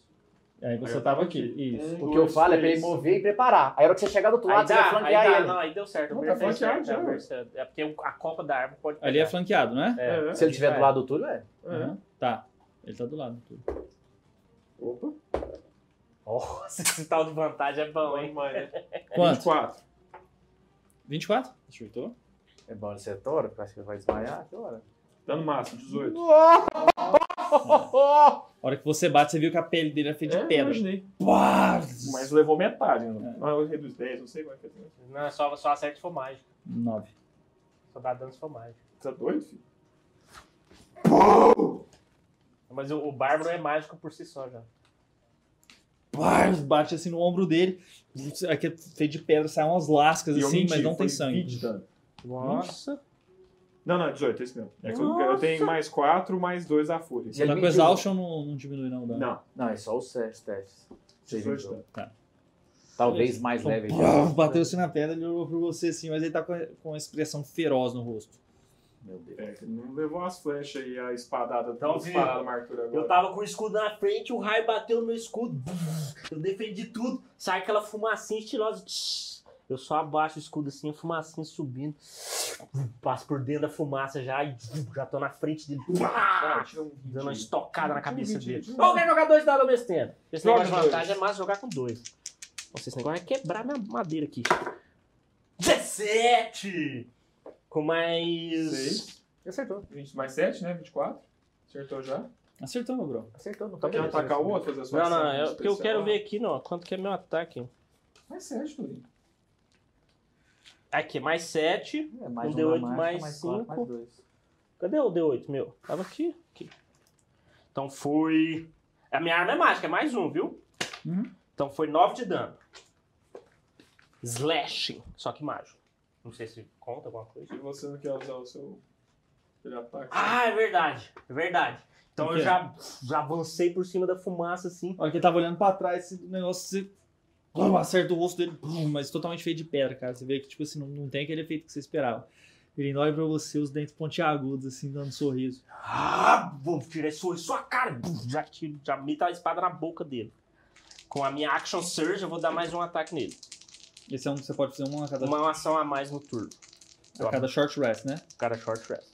Speaker 1: Aí você
Speaker 4: eu
Speaker 1: tava
Speaker 4: tava
Speaker 1: aqui. Isso.
Speaker 3: O que eu falo é pra ele mover e preparar. Aí a hora que você chegar do outro
Speaker 2: Aí
Speaker 3: lado, você vai
Speaker 2: dá, aí
Speaker 3: flanquear
Speaker 2: dá,
Speaker 3: ele.
Speaker 2: não, aí deu certo.
Speaker 4: Não,
Speaker 2: Bert
Speaker 4: tá
Speaker 2: fez certo,
Speaker 4: flanqueado já,
Speaker 3: né?
Speaker 2: tá,
Speaker 4: ué.
Speaker 2: Bert, certo. É porque a copa da árvore pode.
Speaker 1: Ali é
Speaker 2: pegar.
Speaker 1: flanqueado, né?
Speaker 2: É.
Speaker 3: Se ele estiver
Speaker 2: É.
Speaker 3: do lado do Túlio, é.
Speaker 1: Uhum. Tá. Ele tá do lado.
Speaker 4: Opa.
Speaker 2: Nossa, *laughs* esse tal de vantagem é bom, hein?
Speaker 3: É
Speaker 1: Quanto?
Speaker 4: 24.
Speaker 1: 24? Acertou?
Speaker 3: É bom ele ser touro, parece que ele vai desmaiar. Que *laughs* hora?
Speaker 4: Tá no máximo, 18.
Speaker 3: Oh!
Speaker 1: A hora que você bate, você viu que a pele dele é feita de
Speaker 4: É,
Speaker 1: pedra.
Speaker 4: imaginei.
Speaker 1: Pá!
Speaker 4: Mas levou metade.
Speaker 1: É.
Speaker 4: Né? Mas eu reduz 10, não sei como é que é.
Speaker 2: Não, só, só acerta se for mágico.
Speaker 1: 9.
Speaker 2: Só dá dano se for mágico.
Speaker 4: Tá doido, filho?
Speaker 2: Mas o, o Bárbaro é mágico por si só já.
Speaker 1: Pá! Bate assim no ombro dele. Aqui é feito de pedra, saem umas lascas
Speaker 4: E eu
Speaker 1: assim,
Speaker 4: menti,
Speaker 1: mas não
Speaker 4: foi
Speaker 1: tem sangue.
Speaker 4: 20 dano.
Speaker 2: Nossa.
Speaker 4: Não, não, 18, é isso mesmo. É que eu, eu tenho mais 4, mais 2 a fúria.
Speaker 3: Ele
Speaker 1: Tá com
Speaker 3: mentiu.
Speaker 1: exhaustion, não, não diminui não o dano.
Speaker 4: Não,
Speaker 3: Não, é só os sete testes. Saving
Speaker 4: 18
Speaker 3: throw.
Speaker 4: dano.
Speaker 3: Talvez mais
Speaker 1: Então,
Speaker 3: leve.
Speaker 1: brrr, bateu assim na pedra, ele olhou pra você assim, mas ele tá com, com uma expressão feroz no rosto.
Speaker 3: Meu Deus.
Speaker 4: É, que não levou as flechas e a espadada.
Speaker 2: Então,
Speaker 4: Então,
Speaker 2: filho,
Speaker 4: espadada marcura agora.
Speaker 2: Eu tava com o escudo na frente, o raio bateu no meu escudo. Eu defendi tudo. Sai aquela fumacinha estilosa. Eu só abaixo o escudo assim, a fumacinha subindo. Passo por dentro da fumaça já e já tô na frente dele.
Speaker 4: Ah, tira um hit
Speaker 2: Dando uma
Speaker 4: aí.
Speaker 2: estocada na cabeça
Speaker 4: Tira um
Speaker 2: dele.
Speaker 4: hit, tira um
Speaker 2: Não quer jogar dois dados ao mesmo tempo. Esse negócio
Speaker 4: Joga
Speaker 2: de
Speaker 4: dois.
Speaker 2: vantagem é mais jogar com dois. Nossa, esse negócio vai quebrar minha madeira aqui. 17! Com mais.
Speaker 4: Seis.
Speaker 2: Acertou.
Speaker 4: 20 mais 7, né? 24. Acertou já.
Speaker 1: Acertou, meu bro.
Speaker 3: Acertou, não tá
Speaker 4: Então quer
Speaker 3: beleza.
Speaker 4: atacar o outro? Fazer a sua
Speaker 2: Não, não,
Speaker 4: ação
Speaker 2: é porque eu
Speaker 4: especial?
Speaker 2: quero ver aqui, não, quanto que é meu ataque.
Speaker 4: Mais 7, Turinho.
Speaker 2: Aqui, mais 7.
Speaker 3: É, mais
Speaker 2: Um D8
Speaker 3: na mágica,
Speaker 2: mais
Speaker 3: quatro,
Speaker 2: cinco.
Speaker 3: mais dois.
Speaker 2: Cadê o D8 meu? Tava aqui. aqui. Então foi. A minha arma é mágica, é mais um, viu?
Speaker 1: Hum?
Speaker 2: Então foi 9 de dano. Slashing, só que mágico. Não sei se conta alguma coisa.
Speaker 4: E você não quer usar o seu. Ele ataca.
Speaker 2: Ah, é verdade. É verdade. Então
Speaker 1: O
Speaker 2: eu
Speaker 1: quê?
Speaker 2: já, já avancei por cima da fumaça, assim.
Speaker 1: A hora que ele tava olhando pra trás, esse negócio você blum, acerta o rosto dele, blum, mas totalmente feito de pedra, cara. Você vê que, tipo assim, não, não tem aquele efeito que você esperava. Ele olha pra você, os dentes pontiagudos, assim, dando um sorriso.
Speaker 2: Ah, vou tirar sua, sua cara. Bum, Já, tiro, já meto a espada na boca dele. Com a minha Action Surge, eu vou dar mais um ataque nele.
Speaker 1: Esse é um que você pode fazer uma a cada,
Speaker 2: Uma ação a mais no turno.
Speaker 1: a cada short rest, né?
Speaker 2: Cara, é short rest.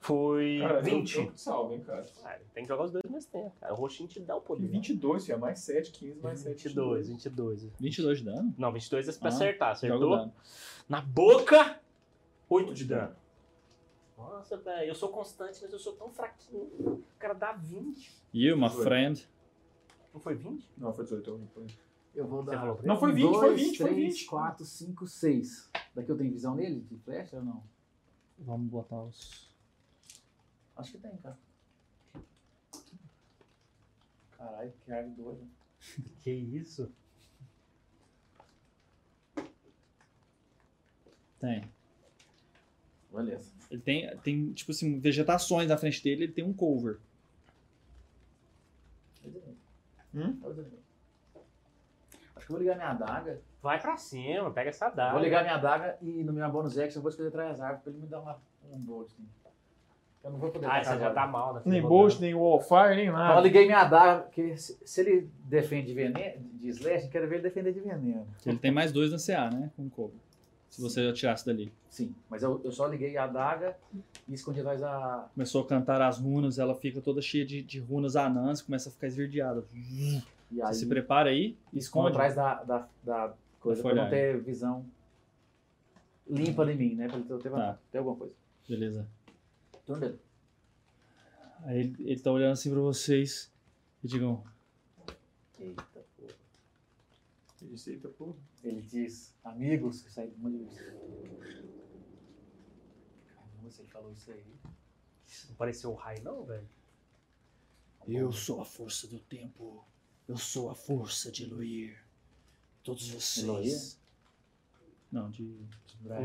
Speaker 2: Foi
Speaker 4: Cara,
Speaker 2: 20.
Speaker 4: Eu, eu salvo, hein, cara.
Speaker 2: Cara, tem que jogar os dois ao mesmo tempo, cara. O roxinho te dá o poder.
Speaker 4: 22, filho, é mais 7, 15, mais 7.
Speaker 2: 22, 22.
Speaker 1: 22 de dano?
Speaker 2: Não, 22 é
Speaker 1: Ah,
Speaker 2: pra acertar.
Speaker 1: Joga o
Speaker 2: Acertou?
Speaker 1: dano.
Speaker 2: Na boca, 8 de dano. Nossa, velho, eu sou constante, mas eu sou tão fraquinho. O cara dá 20.
Speaker 1: You, my
Speaker 4: 18.
Speaker 1: friend.
Speaker 2: Não foi 20?
Speaker 4: Não, foi 18. eu não fui.
Speaker 3: Eu vou dar.
Speaker 2: falou
Speaker 4: Não, foi 20,
Speaker 3: dois,
Speaker 4: foi 20, foi 20.
Speaker 3: 4, 5, 6. Daqui eu tenho visão nele de flecha ou não?
Speaker 1: Vamos botar os.
Speaker 3: Acho que tem, cara. Caralho, que arco doido.
Speaker 11: Que isso?
Speaker 1: Tem.
Speaker 3: Beleza.
Speaker 1: Ele tem, tem, tipo assim, vegetações na frente dele, ele tem um cover.
Speaker 3: Tá Hum? Acho que eu vou ligar minha adaga.
Speaker 2: Vai pra cima, pega essa dada.
Speaker 3: Vou ligar minha adaga e no meu bônus action eu vou escolher três árvores pra ele me dar uma, um bolt. né? Eu não vou poder
Speaker 2: Ah,
Speaker 3: atacar
Speaker 2: você já
Speaker 3: agora.
Speaker 2: tá mal, né?
Speaker 4: Nem Bolt, nem Wallfire, nem
Speaker 1: Ah,
Speaker 3: Então eu
Speaker 4: nada.
Speaker 3: liguei minha adaga, porque se, se ele defende de veneno, de slash, eu quero ver ele defender de veneno.
Speaker 1: Ele tem mais dois na CA, né? Com cover. Se você atirasse dali.
Speaker 3: Sim, mas eu, eu só liguei a adaga e escondi atrás da.
Speaker 1: Começou a cantar as runas, ela fica toda cheia de, de runas anãs, começa a ficar esverdeada.
Speaker 3: E
Speaker 1: Você
Speaker 3: aí
Speaker 1: se prepara aí e
Speaker 3: escondo
Speaker 1: esconde.
Speaker 3: atrás da, da, da coisa
Speaker 1: Da
Speaker 3: pra não
Speaker 1: folhagem.
Speaker 3: ter visão limpa de mim, né? Pra ele ter, ter,
Speaker 1: Tá.
Speaker 3: ter alguma coisa. Então,
Speaker 1: Beleza.
Speaker 3: Turno dele.
Speaker 1: Aí ele, ele tá olhando assim pra vocês e digam:
Speaker 3: Eita, porra.
Speaker 4: Receita, pô.
Speaker 3: Ele diz, amigos, que sai do mundo de você. Caramba, você falou isso aí.
Speaker 2: Não pareceu o raio, não, velho.
Speaker 12: Eu sou a força do tempo. Eu sou a força de Eloir. Todos vocês.
Speaker 3: Eloir?
Speaker 1: Não, de.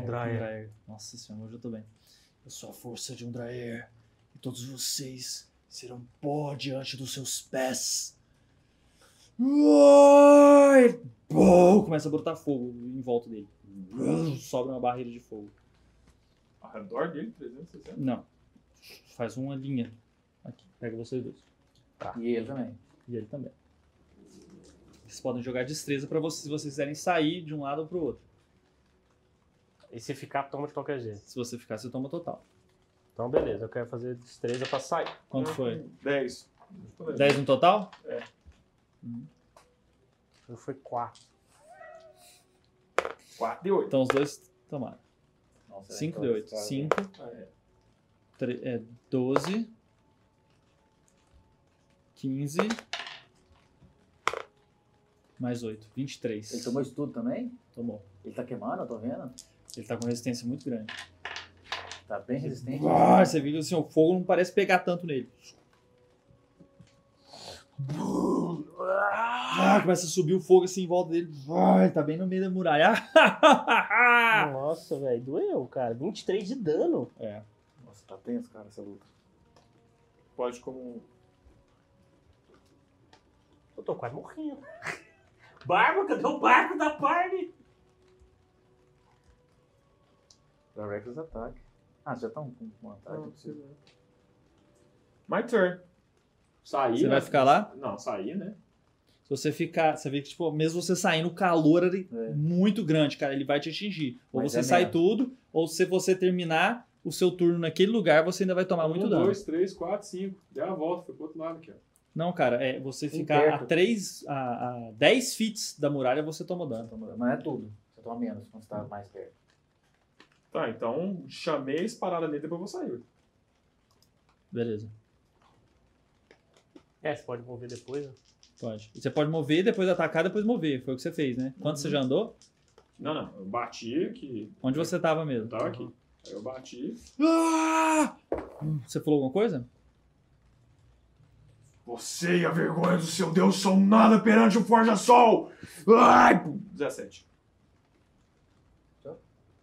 Speaker 1: Draer. É Nossa senhora, hoje eu tô bem.
Speaker 12: Eu sou a força
Speaker 1: um
Speaker 12: de Undraer. E todos vocês serão pó diante dos seus pés.
Speaker 1: Uai! Bom, Começa a brotar fogo em volta dele. Sobra uma barreira de fogo.
Speaker 4: Ao redor dele, 360.
Speaker 1: Não. Faz uma linha. Aqui. Pega vocês dois.
Speaker 3: E ele também.
Speaker 1: E ele também. Vocês podem jogar destreza pra vocês se vocês quiserem sair de um lado ou pro outro.
Speaker 2: E se ficar, toma de qualquer jeito.
Speaker 1: Se você ficar, você toma total.
Speaker 2: Então, beleza, eu quero fazer destreza pra sair.
Speaker 1: Quanto foi?
Speaker 4: 10.
Speaker 1: 10 no total?
Speaker 2: Foi 4.
Speaker 4: 4 de 8.
Speaker 1: Então os dois tomaram.
Speaker 3: Nossa,
Speaker 1: 5
Speaker 3: né?
Speaker 1: de 8.
Speaker 3: Cara,
Speaker 1: 5,
Speaker 4: É.
Speaker 1: é, 12, 15, mais 8, 23.
Speaker 3: Ele tomou isso tudo também?
Speaker 1: Tomou.
Speaker 3: Ele tá queimando, eu tô vendo.
Speaker 1: Ele tá com resistência muito grande.
Speaker 3: Tá bem resistente.
Speaker 1: Ah, você viu assim, o fogo não parece pegar tanto nele. Ah, começa a subir o fogo assim em volta dele. Ah, ele tá bem no meio da muralha. *laughs* Ah,
Speaker 2: Nossa, velho, doeu, cara. 23 de dano.
Speaker 3: Nossa, tá tenso, cara, essa luta.
Speaker 4: Pode como um.
Speaker 2: Eu tô quase morrendo. *laughs* Barba, cadê o barco da party?
Speaker 3: Directors ataque. Ah, já estão com vantagem.
Speaker 4: My turn. Sair.
Speaker 1: Você
Speaker 4: né?
Speaker 1: vai ficar lá?
Speaker 4: Não, sair, né?
Speaker 1: Se você ficar, você vê que, tipo, mesmo você saindo, o calor é muito grande, cara. Ele vai te atingir. Ou
Speaker 3: Mas
Speaker 1: você
Speaker 3: é
Speaker 1: sai
Speaker 3: mesmo.
Speaker 1: tudo, ou se você terminar o seu turno naquele lugar, você ainda vai tomar muito
Speaker 4: um,
Speaker 1: dano.
Speaker 4: 2, 3, 4, 5. Deu a volta, foi pro outro lado aqui, ó.
Speaker 1: Não, cara, é você
Speaker 3: Bem
Speaker 1: ficar a
Speaker 3: perto.
Speaker 1: 3, a, a 10 fits da muralha, você toma dano.
Speaker 3: Você toma- Não é tudo. Você toma menos quando você tá mais perto.
Speaker 4: Tá, então chamei a esparada nele, depois eu vou sair.
Speaker 1: Beleza,
Speaker 2: É, você pode mover depois, né?
Speaker 1: pode. Você pode mover, depois atacar, depois mover. Foi o que você fez, né? Quanto
Speaker 3: Uhum.
Speaker 1: você já andou?
Speaker 4: Não, não, eu bati que
Speaker 1: Onde você tava
Speaker 4: eu
Speaker 3: Tá.
Speaker 1: mesmo?
Speaker 4: tava aqui. Aí eu bati.
Speaker 1: Você falou alguma coisa?
Speaker 4: Você e a vergonha do seu Deus são nada perante o Forja Sol! Ai! pum, 17.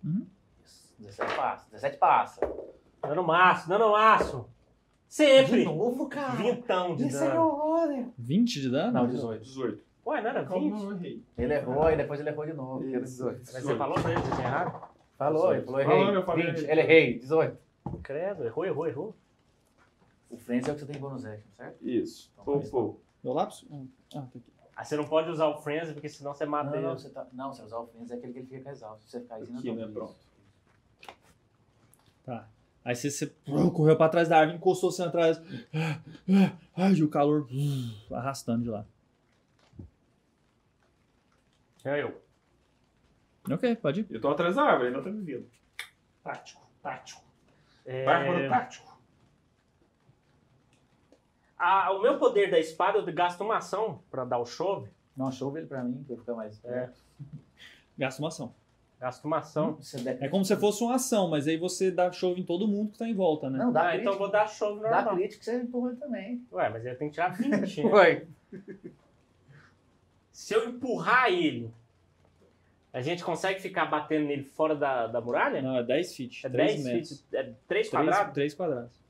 Speaker 1: Uhum.
Speaker 4: Yes.
Speaker 3: 17 passa. 17 passa.
Speaker 2: Dano máximo, dano máximo. Sempre. Ah,
Speaker 3: novo, cara?
Speaker 2: Vintão de
Speaker 3: é
Speaker 2: dano.
Speaker 1: 20 de dano?
Speaker 3: Não, 18.
Speaker 4: 18.
Speaker 2: Ué, não era 20?
Speaker 4: eu errei?
Speaker 3: Ele errou e depois ele errou de novo. porque Era 18.
Speaker 2: Mas você falou pra ele que tinha errado?
Speaker 3: Falou, ele falou errei.
Speaker 4: Falou, eu falei
Speaker 3: 20.
Speaker 4: errei.
Speaker 3: Ele errei, 18.
Speaker 2: Credo, errou, errou, errou.
Speaker 3: O Friends é o que você tem bônus action, certo?
Speaker 4: Isso.
Speaker 3: Então,
Speaker 4: Pou,
Speaker 3: faz
Speaker 4: pou.
Speaker 1: Meu lápis? Hum. Ah, tá aqui.
Speaker 2: Ah, você não pode usar o Frenzy, porque senão você
Speaker 3: Não,
Speaker 2: mata
Speaker 3: não,
Speaker 2: ele.
Speaker 3: você tá... não, se usar o Friends é aquele que ele fica com exausto. Se você ficar aí, você não
Speaker 4: Aqui, né?
Speaker 3: toma isso.
Speaker 4: Pronto.
Speaker 1: Tá. Aí você, você brum, correu pra trás da árvore, encostou você atrás. Ah, ah, Ai, e o calor brum, arrastando de lá.
Speaker 2: É eu.
Speaker 1: Ok, pode ir.
Speaker 4: Eu tô atrás da árvore, ele não tá me vendo. É.
Speaker 2: Tático, tático. É,
Speaker 4: Bárbaro tático.
Speaker 2: Ah, o meu poder da espada, eu gasto uma ação pra dar o chove.
Speaker 3: Não, chove ele pra mim, que eu ficar mais.
Speaker 2: É.
Speaker 1: Gasta uma ação.
Speaker 2: Gasto uma ação.
Speaker 3: Você der...
Speaker 1: É como se fosse uma ação, mas aí você dá chove em todo mundo que tá em volta, né?
Speaker 3: Não, dá
Speaker 2: Ah,
Speaker 3: crítico.
Speaker 2: então eu vou dar chove
Speaker 3: Dá
Speaker 2: normal.
Speaker 3: crítico, você empurra também.
Speaker 2: Ué, mas ele tem que tirar
Speaker 3: *laughs*
Speaker 2: 20. né?
Speaker 3: Foi.
Speaker 2: Se eu empurrar ele, a gente consegue ficar batendo nele fora da, da muralha?
Speaker 1: Não, é 10 feet.
Speaker 2: É
Speaker 1: 10
Speaker 2: 10
Speaker 1: metros.
Speaker 2: feet, é 3
Speaker 1: 3,
Speaker 2: quadrados?
Speaker 1: 3 quadrados.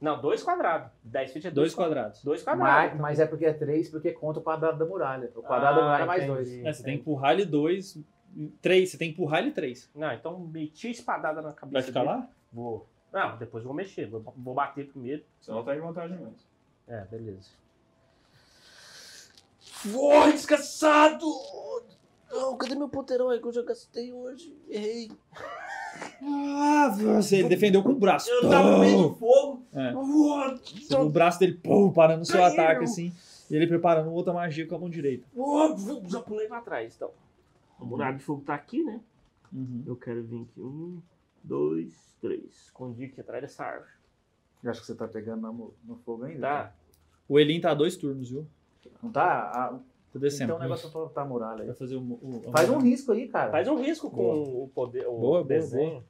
Speaker 2: Não, 2 quadrados. 10 feet é
Speaker 1: 2
Speaker 2: 2
Speaker 1: quadrados.
Speaker 2: Dois
Speaker 8: Mas,
Speaker 2: quadrados.
Speaker 8: mas é porque é três, porque conta o quadrado da muralha.
Speaker 3: um
Speaker 8: O quadrado da
Speaker 2: Ah,
Speaker 8: muralha é mais dois.
Speaker 2: entendi.
Speaker 1: É, você tem que empurrar ele 2. 3, você tem que empurrar ele 3.
Speaker 2: Não, então meti a espadada na cabeça
Speaker 1: Vai ficar
Speaker 2: dele.
Speaker 1: lá?
Speaker 2: Vou. Não, depois vou mexer. Vou, vou bater primeiro.
Speaker 4: Você não tá em vantagem mais.
Speaker 2: É, beleza. Vou descansado! Não, cadê meu ponteirão aí que eu já gastei hoje? Errei.
Speaker 1: Ah, você ele defendeu com o braço.
Speaker 2: Eu tava no meio
Speaker 1: Pum!
Speaker 2: do fogo.
Speaker 1: É.
Speaker 2: Uou,
Speaker 1: Você viu O braço dele pum, parando o seu
Speaker 2: Aí,
Speaker 1: ataque
Speaker 2: meu.
Speaker 1: assim. E ele preparando outra magia com a mão direita.
Speaker 2: uou, vum, já pulei pra trás, então. A muralha de fogo tá aqui, né?
Speaker 1: Uhum.
Speaker 2: Eu quero vir aqui. Um, dois, três. Escondi aqui atrás dessa árvore.
Speaker 8: Eu acho que você tá pegando na mo- no fogo ainda.
Speaker 2: Tá?
Speaker 1: O Elin tá a dois turnos, viu?
Speaker 8: Não tá? Ah,
Speaker 1: Tá descendo.
Speaker 8: então o negócio é tortar a muralha
Speaker 1: Vai
Speaker 8: aí.
Speaker 1: fazer o, o- o-
Speaker 8: Faz um risco aí, cara.
Speaker 2: Faz um risco com o poder. O
Speaker 1: Boa, boa,
Speaker 2: desenho.
Speaker 1: boa.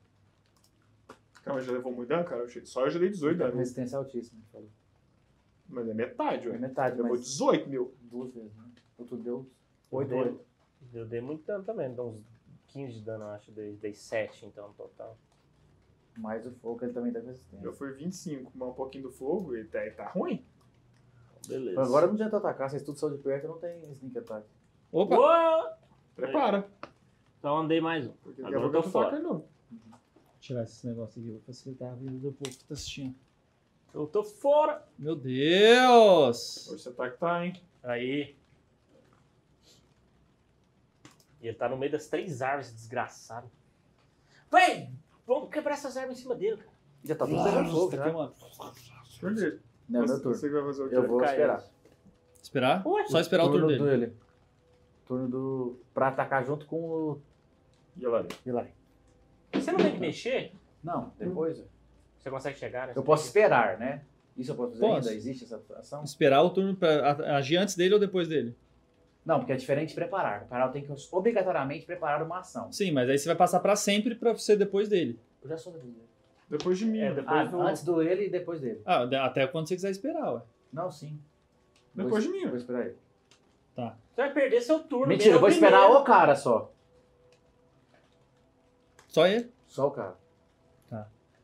Speaker 4: Cara, mas já levou muito dano, cara. Eu achei- Só eu já dei 18
Speaker 8: Tá com
Speaker 4: dano.
Speaker 8: Resistência altíssima. ele falou.
Speaker 4: Mas é metade,
Speaker 8: É
Speaker 4: ué.
Speaker 8: metade,
Speaker 4: Levou
Speaker 8: mas
Speaker 4: 18 mil.
Speaker 8: duas vezes, né? Outro deu oito,
Speaker 2: Deu.
Speaker 8: oito.
Speaker 2: Eu dei muito dano também, deu uns 15 de dano, eu acho. Dei, dei 7 então no total.
Speaker 8: Mais o fogo, ele também dá resistência.
Speaker 4: Eu fui 25, mas um pouquinho do fogo e tá, e tá ruim.
Speaker 2: Beleza.
Speaker 8: Agora não adianta atacar, vocês tudo são de perto, não tem sneak attack.
Speaker 1: Opa!
Speaker 2: Uou!
Speaker 4: Prepara.
Speaker 2: Então andei mais um.
Speaker 4: Porque
Speaker 2: Agora eu
Speaker 4: daqui a
Speaker 2: tô
Speaker 4: pouco eu
Speaker 2: fora.
Speaker 4: não tô não.
Speaker 1: tirar esse negócio aqui, vou facilitar a vida do povo que tá assistindo.
Speaker 2: Eu tô fora.
Speaker 1: Meu Deus!
Speaker 4: Hoje você tá que tá, hein?
Speaker 2: Aí. E ele tá no meio das três árvores, desgraçado. Véi! Vamos quebrar essas árvores em cima dele, cara.
Speaker 8: Já tá tudo pegando fogo, já.
Speaker 1: Aqui, mano.
Speaker 4: Perdi.
Speaker 8: Não, é meu
Speaker 4: Você-
Speaker 8: turno.
Speaker 4: Você que vai fazer o quê?
Speaker 8: Eu vou
Speaker 2: Caiu.
Speaker 8: esperar.
Speaker 1: Esperar?
Speaker 2: Ué?
Speaker 1: Só esperar o turno dele.
Speaker 8: dele. Turno do... Pra atacar junto com o...
Speaker 4: E olha lá.
Speaker 8: Vilari.
Speaker 2: Você não tem que mexer?
Speaker 8: Não, depois... ó.
Speaker 2: Você consegue chegar, né?
Speaker 8: Eu posso esperar, né? Isso eu posso fazer
Speaker 1: Posso.
Speaker 8: ainda? Existe essa ação?
Speaker 1: Esperar o turno pra a- agir antes dele ou depois dele?
Speaker 8: Não, porque é diferente de preparar. Preparar eu tenho que obrigatoriamente preparar uma ação.
Speaker 1: Sim, mas aí você vai passar pra sempre pra ser depois dele.
Speaker 8: Eu já sou né? depois dele.
Speaker 4: Depois de mim. né?
Speaker 2: É,
Speaker 4: depois,
Speaker 8: Ah,
Speaker 2: depois do.
Speaker 8: antes do ele e depois dele.
Speaker 1: Ah, de- até quando você quiser esperar, ué.
Speaker 8: Não, sim.
Speaker 4: depois de
Speaker 8: Vou-
Speaker 4: mim.
Speaker 8: Vou
Speaker 4: ué.
Speaker 8: esperar ele.
Speaker 2: Você vai perder seu turno. É
Speaker 8: Mentira, eu vou esperar o cara só.
Speaker 1: Só ele.
Speaker 8: Só o cara.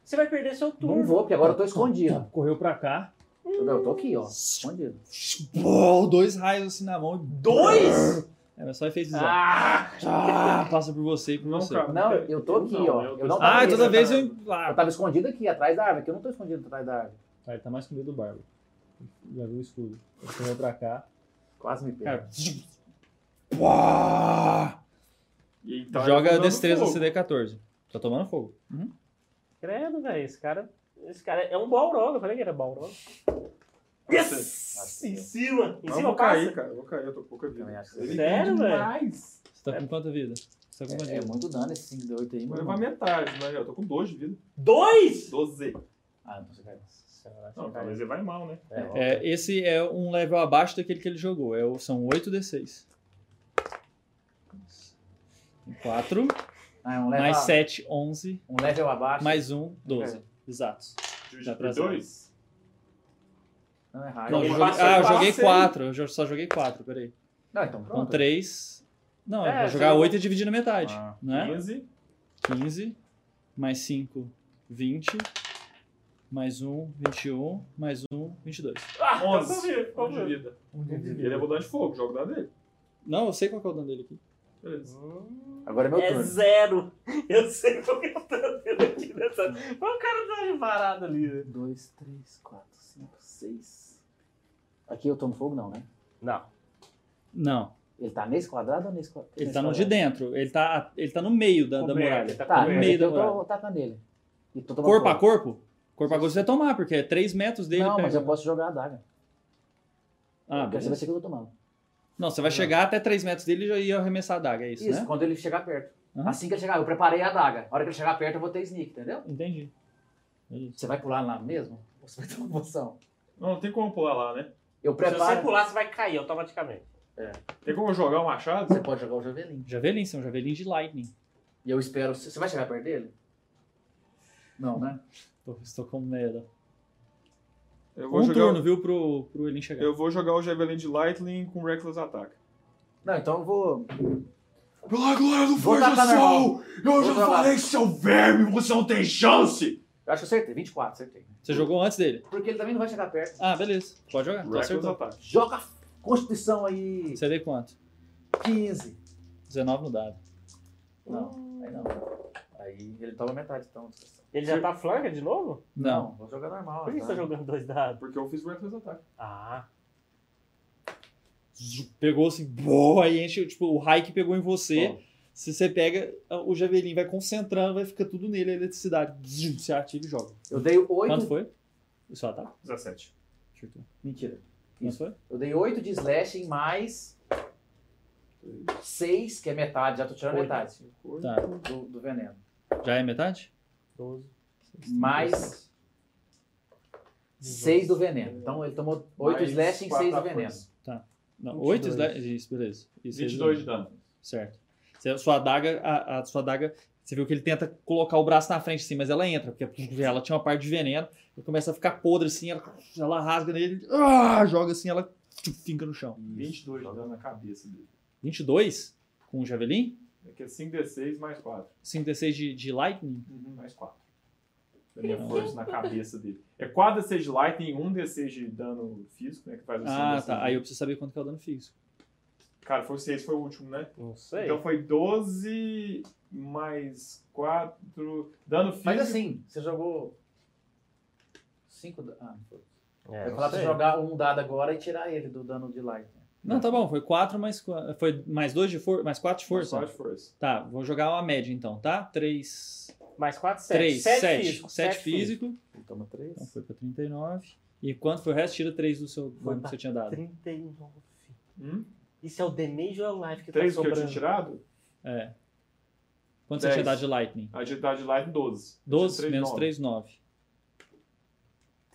Speaker 2: Você vai perder seu turno.
Speaker 8: Não vou, porque agora eu tô escondido.
Speaker 1: Correu pra cá.
Speaker 8: Eu tô aqui, ó. Escondido.
Speaker 1: Pô, dois raios assim na mão. e-
Speaker 2: Dois?
Speaker 1: É, mas só efeito visual.
Speaker 2: Ah!
Speaker 1: Ah, passa por você e por
Speaker 4: Não,
Speaker 1: você.
Speaker 4: cara.
Speaker 8: Não, eu tô aqui,
Speaker 4: Não,
Speaker 8: ó.
Speaker 4: eu tô-
Speaker 8: Eu não tava
Speaker 1: Ah, e
Speaker 8: aqui,
Speaker 1: toda
Speaker 8: eu
Speaker 1: vez
Speaker 8: tava-
Speaker 1: eu. Ah,
Speaker 8: Eu tava escondido aqui, atrás da árvore, que eu não tô escondido atrás da árvore.
Speaker 13: Tá, ele tá mais com medo do Bárbaro. Já viu o escudo. Ele Correu pra cá.
Speaker 8: Quase me pega.
Speaker 1: cara. Pá!
Speaker 4: E então ele tá
Speaker 1: Joga
Speaker 4: dando
Speaker 1: destreza
Speaker 4: fogo.
Speaker 1: CD14. Tá tomando fogo.
Speaker 2: Credo, velho. Esse cara. Esse cara é um Balrog. Eu falei que era Balrog. Yes!
Speaker 8: Nossa.
Speaker 2: Em cima! Em
Speaker 4: Não, eu
Speaker 2: cima
Speaker 4: vou
Speaker 2: passa.
Speaker 4: cair, cara. Eu vou cair, eu tô com pouca vida.
Speaker 8: Também acho que
Speaker 4: Ele
Speaker 8: sim.
Speaker 2: Sério,
Speaker 4: entende
Speaker 2: velho?
Speaker 4: demais.
Speaker 1: Você tá com quanta vida? Você tá com quanta
Speaker 8: É, é
Speaker 1: vida?
Speaker 8: muito dano esse 5 d 8 aí,
Speaker 4: Vou
Speaker 8: mano.
Speaker 4: levar metade, mas eu tô com 2 de vida.
Speaker 2: Dois?
Speaker 4: 12.
Speaker 8: Ah, não, você caiu.
Speaker 4: Não, talvez ele vai mal, né?
Speaker 8: É, ó.
Speaker 1: É, esse é um level abaixo daquele que ele jogou. É o- são 8d6. 4,
Speaker 8: Ah, é um level,
Speaker 1: mais 7, 11,
Speaker 8: um level abaixo.
Speaker 1: mais 1, 12. Exatos.
Speaker 4: Divide
Speaker 1: Dá
Speaker 4: por
Speaker 1: pra
Speaker 4: 2.
Speaker 8: Não, é raio.
Speaker 1: Não, eu
Speaker 2: ele
Speaker 1: joguei,
Speaker 2: passou,
Speaker 1: ah, eu
Speaker 2: passei.
Speaker 1: joguei 4. Eu jo- só joguei 4, peraí.
Speaker 8: Não, então
Speaker 1: Então
Speaker 8: pronto.
Speaker 1: 3. Não,
Speaker 2: É,
Speaker 1: eu vou
Speaker 2: você
Speaker 1: jogar
Speaker 2: jogou-
Speaker 8: Né?
Speaker 1: né? 8 e dividir na metade.
Speaker 8: Ah,
Speaker 1: Né?
Speaker 4: 15.
Speaker 1: 15. mais 5, 20. Mais 1, 21. Mais 1, 22.
Speaker 2: Ah, tá
Speaker 4: 11. 11 de vida.
Speaker 3: Um
Speaker 4: Ele é botão de fogo, jogo da dele.
Speaker 1: Não, eu sei qual que é o dano dele aqui.
Speaker 4: Beleza.
Speaker 3: Agora é meu
Speaker 2: É
Speaker 3: turno.
Speaker 2: zero. Eu sei qual que eu tô vendo aqui nessa. Mas o cara tá parado ali. né?
Speaker 3: 2, 3, 4, 5, 6. Aqui eu tomo fogo, não, né?
Speaker 2: Não.
Speaker 1: Não.
Speaker 3: Ele tá nesse quadrado ou nesse quadrado?
Speaker 1: Ele tá no de dentro. Ele tá, ele tá no meio da, da
Speaker 2: Coberto,
Speaker 1: muralha.
Speaker 2: tá
Speaker 3: Tá,
Speaker 1: no
Speaker 3: mas
Speaker 2: coberto.
Speaker 1: meio
Speaker 3: aqui
Speaker 1: da
Speaker 3: eu tô
Speaker 1: muralha.
Speaker 3: atacando nele. E tô tomando
Speaker 1: Corpo a
Speaker 3: fogo.
Speaker 1: corpo? Corpo a corpo você vai tomar, porque é 3 metros dele.
Speaker 3: Não,
Speaker 1: pega.
Speaker 3: mas eu posso jogar a daga.
Speaker 1: Ah,
Speaker 3: Porque você vai
Speaker 1: beleza.
Speaker 3: ser que eu tô tomando.
Speaker 1: Não, você vai chegar até 3 metros dele e já ia arremessar a daga, é isso,
Speaker 3: Isso,
Speaker 1: né?
Speaker 3: quando ele chegar perto.
Speaker 1: Aham.
Speaker 3: Assim que ele chegar, eu preparei a daga. A hora que ele chegar perto, eu vou ter sneak, entendeu?
Speaker 1: Entendi.
Speaker 3: Você vai pular lá mesmo? Ou você vai tomar poção?
Speaker 4: Não, não tem como pular lá, né?
Speaker 3: Eu
Speaker 2: Se você
Speaker 3: preparo.
Speaker 2: pular, você vai cair automaticamente.
Speaker 4: Tem como jogar o machado?
Speaker 3: Você pode jogar o javelin.
Speaker 1: Javelin, você é um javelin de lightning.
Speaker 3: E eu espero. Você vai chegar perto dele? Não, né?
Speaker 1: Tô- Estou com medo.
Speaker 4: Eu vou
Speaker 1: Um
Speaker 4: jogar.
Speaker 1: turno, viu, pro, pro Elin chegar.
Speaker 4: Eu vou jogar o Javelin de Lightning com Reckless Attack.
Speaker 3: Não, então eu vou.
Speaker 10: Pela glória do
Speaker 3: Vou
Speaker 10: Forja
Speaker 3: tacar normal.
Speaker 10: Sol! Eu já
Speaker 3: tacar.
Speaker 10: falei, seu verme, você não tem chance!
Speaker 3: Eu acho que acertei. 24, acertei.
Speaker 1: Você jogou antes dele?
Speaker 3: Porque ele também não vai chegar perto.
Speaker 1: Ah, beleza. Pode jogar. Então
Speaker 4: Reckless
Speaker 1: acertou.
Speaker 4: Attack.
Speaker 3: Joga Constituição aí.
Speaker 1: Você deu quanto?
Speaker 3: 15.
Speaker 1: 19 no dado.
Speaker 3: Não, aí não. Aí ele toma metade, então.
Speaker 2: Ele já tá flanca de novo?
Speaker 1: Não.
Speaker 3: vou jogar normal.
Speaker 2: Por que você
Speaker 3: tá?
Speaker 2: tá jogando dois dados?
Speaker 4: Porque eu fiz Reckless Attack.
Speaker 2: Ah.
Speaker 1: Zu- Pegou assim, boa, aí enche, tipo, o raio que pegou em você. Se você pega, ah, o javelin vai concentrando, vai ficar tudo nele, a eletricidade. Zum, Você ativa e joga.
Speaker 3: Eu dei
Speaker 1: Quanto
Speaker 3: 8.
Speaker 1: foi? O seu ataque?
Speaker 4: 17.
Speaker 1: Acertou.
Speaker 3: Mentira.
Speaker 1: Quanto foi?
Speaker 3: Eu dei 8 de slashing mais 6, que é metade. Já tô tirando metade
Speaker 1: Tá.
Speaker 3: do, do veneno.
Speaker 1: Já é metade?
Speaker 2: 12.
Speaker 3: Mais 6 do veneno. Então ele tomou 8
Speaker 4: Mais
Speaker 3: slashing,
Speaker 4: quatro
Speaker 3: 6 do
Speaker 4: da
Speaker 3: veneno.
Speaker 4: força.
Speaker 1: Não,
Speaker 9: 22.
Speaker 1: 8 slash. Isso, beleza. Isso,
Speaker 4: 22 de
Speaker 1: isso.
Speaker 4: dano.
Speaker 1: Certo. Você- Sua adaga, a, a sua adaga, você viu que ele tenta colocar o braço na frente assim, mas ela entra, porque ela tinha uma parte de veneno, e começa a ficar podre assim, ela, ela rasga nele, ah, joga assim, ela tchum, finca no chão.
Speaker 4: 22 de dano na cabeça dele.
Speaker 1: 22 com o Javelin?
Speaker 4: Aqui é 5d6 mais 4.
Speaker 1: 5d6 de, de Lightning?
Speaker 4: mais 4. Da minha força na cabeça dele. É 4d6 de Lightning, 1d6 de dano físico, né? Que faz o
Speaker 1: Ah,
Speaker 4: 5d6.
Speaker 1: tá. Aí eu preciso saber quanto que é o dano físico.
Speaker 4: Cara, foi 6, foi o último, né?
Speaker 2: Não sei.
Speaker 4: Então foi 12 mais 4. Dano físico.
Speaker 3: Mas assim, você jogou 5 da... Ah, não foi.
Speaker 2: É,
Speaker 3: Eu ia
Speaker 2: não
Speaker 3: falar pra
Speaker 2: sei.
Speaker 3: você jogar um dado agora e tirar ele do dano de né? light.
Speaker 4: É.
Speaker 1: Não, tá bom. Foi 4 mais... qua- Foi mais 2 de força... Mais 4 de força?
Speaker 4: Só de força.
Speaker 1: Tá, vou jogar uma média então, tá? 3...
Speaker 2: Mais 4, 7.
Speaker 1: 3,
Speaker 2: 7,
Speaker 1: 7. 7 físico.
Speaker 3: Ele toma 3.
Speaker 1: Então foi pra 39. E quanto foi o resto? Tira 3 do seu dano que
Speaker 2: pra
Speaker 1: você tinha dado.
Speaker 2: 39.
Speaker 4: Hum?
Speaker 2: Isso é o damage ou é o life que
Speaker 4: 3
Speaker 2: tá
Speaker 4: que eu
Speaker 2: sobrando?
Speaker 4: tinha tirado?
Speaker 1: É. Quanto você
Speaker 4: Dez.
Speaker 1: tinha dado de Lightning?
Speaker 4: A agilidade de Lightning 12.
Speaker 1: 12
Speaker 4: Três,
Speaker 1: menos
Speaker 4: nove.
Speaker 1: 3, 9.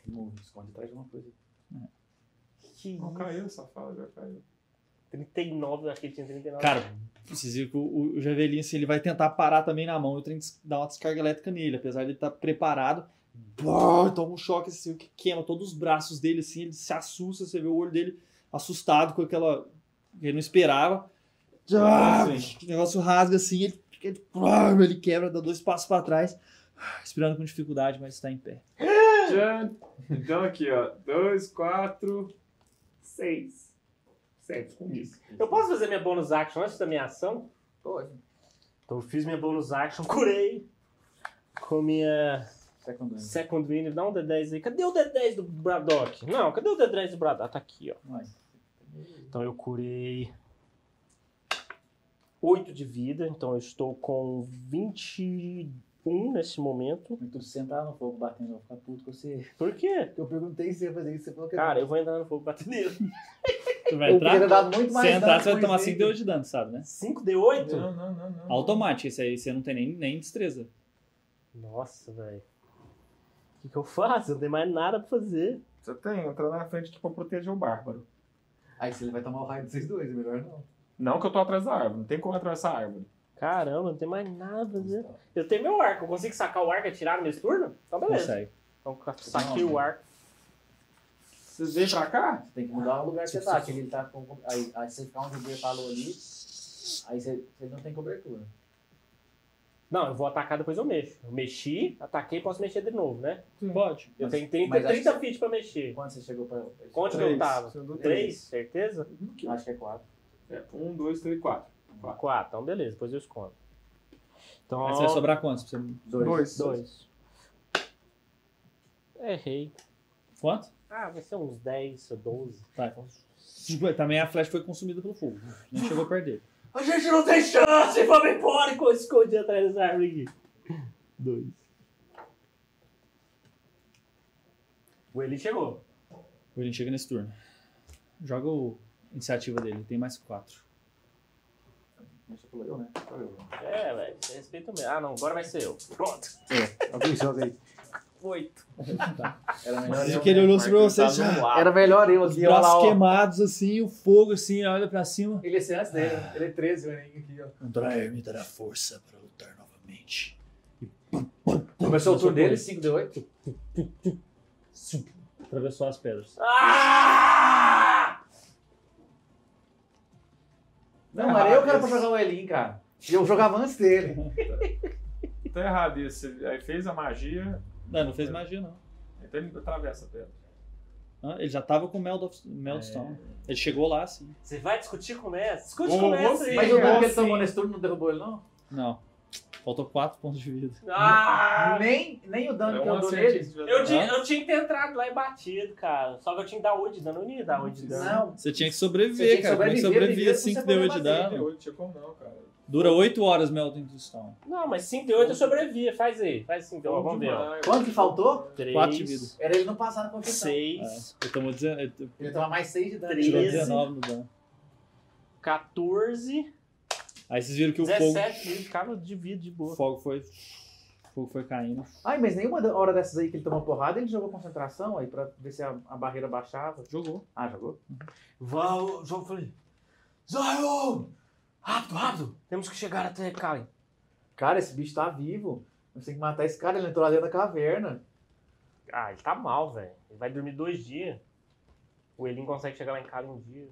Speaker 3: Tem um esconde atrás de uma coisa.
Speaker 2: Que
Speaker 4: Não
Speaker 2: isso?
Speaker 4: caiu essa fala, já caiu.
Speaker 2: 39, eu acho que ele tinha 39.
Speaker 1: Tá Cara, vocês viram que o, o Javelin, assim, ele vai tentar parar também na mão. Eu tenho que dar uma descarga elétrica nele, apesar de ele estar preparado. Bó, toma um choque assim, que queima todos os braços dele, assim, ele se assusta, você vê o olho dele assustado com aquela. Ele não esperava. Ah,
Speaker 4: Assim.
Speaker 1: o negócio rasga assim, ele, ele, ah, ele quebra, dá dois passos pra trás, respirando com dificuldade, mas está em pé.
Speaker 4: Tchan. Então aqui, ó. 2, 4, 6. 7 com isso.
Speaker 2: Eu posso fazer minha bonus action antes da minha ação?
Speaker 3: Pode.
Speaker 2: Então eu fiz minha bonus action, curei. Com minha
Speaker 3: Second dano.
Speaker 2: second win, dá um D10 aí. Cadê o D10 do Braddock? Não, cadê o D10 do Braddock? Tá aqui, ó.
Speaker 3: Vai.
Speaker 2: Então eu curei 8 de vida, então eu estou com 21 nesse momento.
Speaker 3: Quando tu sentar no fogo batendo, eu vou ficar puto com você.
Speaker 2: Por quê?
Speaker 3: *laughs* Eu perguntei se ia fazer isso, você falou que
Speaker 2: Cara, eu vou entrar no fogo bater nele.
Speaker 1: Você vai
Speaker 3: eu
Speaker 1: entrar?
Speaker 3: queria ter dado muito mais
Speaker 1: Se entrar,
Speaker 3: dano
Speaker 1: você vai
Speaker 3: com
Speaker 1: tomar
Speaker 3: isso aí.
Speaker 1: 5 de 8 de dano, sabe, né?
Speaker 2: 5D8?
Speaker 4: Não, não, não, não.
Speaker 1: Automático, isso aí você não tem nem, nem destreza.
Speaker 2: Nossa, velho. O que, que eu faço? Eu não tenho mais nada pra fazer.
Speaker 4: Você tem, entrar na frente aqui pra proteger o bárbaro.
Speaker 3: Aí se ele vai tomar o raio de vocês dois, é melhor não.
Speaker 4: Não que eu tô atrás da árvore, não tem como atravessar a árvore.
Speaker 2: Caramba, não tem mais nada pra
Speaker 1: é.
Speaker 2: fazer. Eu tenho meu arco, eu consigo sacar o arco e atirar no mesmo turno? Então beleza.
Speaker 1: Consegue.
Speaker 2: Então eu saquei o arco.
Speaker 4: Vocês vêm pra cá?
Speaker 3: Você tem que mudar o lugar que você tá, que ele tá com. Aí, aí você ficar onde o B falou ali, aí você, você não tem cobertura.
Speaker 2: Não, eu vou atacar, depois eu mexo. Eu mexi, ataquei, posso mexer de novo, né?
Speaker 13: Pode.
Speaker 2: Eu
Speaker 3: Mas-
Speaker 2: tenho 30,
Speaker 3: mas acho
Speaker 2: 30
Speaker 3: que-
Speaker 2: feet pra mexer.
Speaker 3: Quando você chegou pra.
Speaker 2: Onde que eu tava?
Speaker 9: Sendo
Speaker 2: Três, certeza?
Speaker 3: Acho que é quatro.
Speaker 4: É, um, dois, três, quatro. Quatro.
Speaker 2: Quatro, então beleza, depois eu escondo. Então,
Speaker 1: Mas vai sobrar quantos? pra você-
Speaker 3: Dois.
Speaker 2: dois. Errei.
Speaker 1: Quanto?
Speaker 2: Ah, vai ser uns 10 ou 12.
Speaker 1: Tá, então. Também a flecha foi consumida pelo fogo. Não chegou a *laughs* perder.
Speaker 2: A gente não tem chance, vamos embora e escondi atrás dessa árvore aqui. Dois. O Eli chegou.
Speaker 1: O Ele chega nesse turno. Joga o iniciativa dele, ele tem mais quatro.
Speaker 3: Mas você falou eu, né? Só eu.
Speaker 2: É, velho, você respeita o meu. Ah, não, agora vai ser eu. Pronto.
Speaker 8: Alguém joga aí.
Speaker 2: Oito.
Speaker 3: *laughs* Era melhor
Speaker 1: Mas
Speaker 3: eu.
Speaker 1: que ele
Speaker 3: né?
Speaker 1: olhou assim pra você
Speaker 4: Tá
Speaker 1: já.
Speaker 4: no ar.
Speaker 8: Era melhor eu
Speaker 1: Os
Speaker 8: aqui, olha lá,
Speaker 1: braços
Speaker 8: ó.
Speaker 1: queimados, assim, o fogo, assim, olha pra cima.
Speaker 3: Ele é ser antes dele, né? Ele é 13, o Enem aqui, ó.
Speaker 1: Andrair Um me dará força para lutar novamente.
Speaker 3: Começou o turno dele, 5 de 8.
Speaker 1: Atravessou as pedras.
Speaker 2: Ah! Tá
Speaker 3: Não, era eu que era pra jogar o Elin, cara.
Speaker 8: E eu jogava antes dele.
Speaker 4: Tá errado isso. Ele- Aí fez a magia,
Speaker 1: Não, não fez magia, não.
Speaker 4: então ele atravessa a pedra.
Speaker 1: Hã? Ele já tava com o Meld- Meldstone. Ele chegou lá, assim.
Speaker 2: Você vai discutir com o mestre? Discute
Speaker 4: Ô,
Speaker 2: com o mestre
Speaker 4: você-
Speaker 2: aí.
Speaker 3: Mas o dano é que ele
Speaker 4: assim.
Speaker 3: tomou nesse turno não derrubou ele, não?
Speaker 1: Não. Faltou quatro pontos de vida.
Speaker 2: Ah!
Speaker 3: Nem, nem o dano
Speaker 4: É
Speaker 3: que
Speaker 4: um
Speaker 3: eu dou
Speaker 4: acerto
Speaker 3: nele.
Speaker 4: de
Speaker 2: Eu tinha, eu tinha que ter entrado lá e batido, cara. Só que eu tinha que dar 8 de dano. Eu não ia dar 8 de dano.
Speaker 3: Não.
Speaker 1: Você tinha que
Speaker 3: Você
Speaker 1: sobreviver,
Speaker 3: tinha que
Speaker 1: cara. Como é que sobrevivia
Speaker 3: sobreviver,
Speaker 1: 5
Speaker 3: primeiro você
Speaker 1: deu de
Speaker 3: foi
Speaker 1: dano?
Speaker 4: Não tinha como não, cara.
Speaker 1: Dura 8 horas Melding Stone.
Speaker 2: Não, mas 5 e 8 eu sobrevia. Faz aí. Faz 5 então, Vamos ver.
Speaker 4: Demais.
Speaker 3: Quanto que faltou?
Speaker 2: 3,
Speaker 1: Quatro de vida.
Speaker 3: Era ele não passar na confissão.
Speaker 2: 6,
Speaker 1: Ele tomou 19, ele
Speaker 3: Ele tava mais 6 de dano.
Speaker 2: Treze.
Speaker 1: tirou
Speaker 2: Treze.
Speaker 1: 19 no dano.
Speaker 2: 14,
Speaker 1: Aí vocês viram que o fogo,
Speaker 2: 17 de vida. Cara, eu divido de
Speaker 1: o
Speaker 2: boa.
Speaker 1: fogo foi. O fogo foi caindo.
Speaker 3: Ai, mas nenhuma da- hora dessas aí que ele tomou porrada, ele jogou concentração aí pra ver se a, a barreira baixava.
Speaker 1: Jogou.
Speaker 3: Ah, jogou?
Speaker 2: Vá, João falei. Zion! Rápido, rápido! Temos que chegar até Kali.
Speaker 3: Cara, esse bicho tá vivo. Nós temos que matar esse cara, ele entrou lá dentro da caverna.
Speaker 2: Ah, ele tá mal, velho. Ele vai dormir dois dias. O Elin consegue chegar lá em Kali um dia.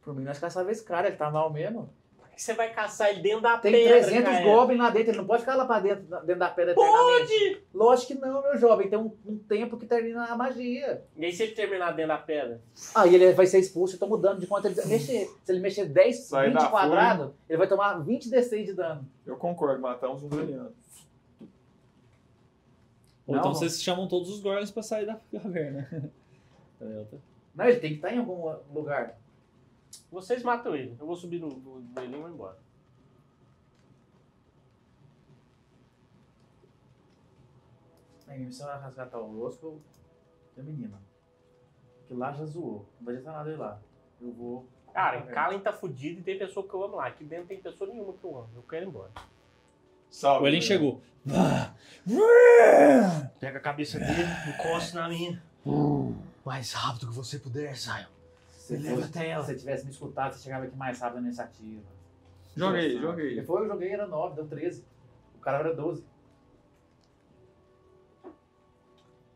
Speaker 3: Por mim, nós caçava esse cara, ele tá mal mesmo.
Speaker 2: Por que você vai caçar ele dentro da
Speaker 3: Tem
Speaker 2: pedra?
Speaker 3: 300
Speaker 2: cara?
Speaker 3: goblins lá dentro, ele não pode ficar lá pra dentro, na- dentro da pedra eternamente.
Speaker 2: Pode!
Speaker 3: Lógico que não, meu jovem, tem um, um tempo que termina a magia.
Speaker 2: E aí, se ele terminar dentro da pedra?
Speaker 3: Aí ele vai ser expulso, eu tô mudando de quanto ele mexer. Se ele mexer 10,
Speaker 4: Sai
Speaker 3: 20
Speaker 4: da
Speaker 3: quadrados, ele vai tomar 20 D6 de dano.
Speaker 4: Eu concordo, matamos um daniano.
Speaker 1: Ou
Speaker 3: Não,
Speaker 1: então
Speaker 3: não.
Speaker 1: vocês chamam todos os Gorlins pra sair da *laughs* caverna. Também é outra-
Speaker 3: Não, ele tem que estar em algum lugar.
Speaker 2: Vocês matam ele. Eu vou subir no, no, no Elin e vou embora.
Speaker 3: A minha missão era resgatar o Roscoe e a menina. Que lá já zoou. Não vai adiantar nada ele lá. Eu vou.
Speaker 2: Cara,
Speaker 3: É.
Speaker 2: em Kalen tá fudido e tem pessoa que eu amo lá. Aqui dentro tem pessoa nenhuma que eu amo. Eu quero ir embora.
Speaker 4: Salve.
Speaker 1: O Elin chegou.
Speaker 2: Pega a cabeça dele, encosta na minha.
Speaker 8: Mais rápido que você puder, Zion.
Speaker 3: Se
Speaker 8: Me
Speaker 3: fosse-
Speaker 8: leva até ela.
Speaker 3: Se você tivesse me escutado, você chegava aqui mais rápido na iniciativa.
Speaker 4: Joga aí, joga aí.
Speaker 3: Depois eu joguei, era 9, deu 13. O cara era 12.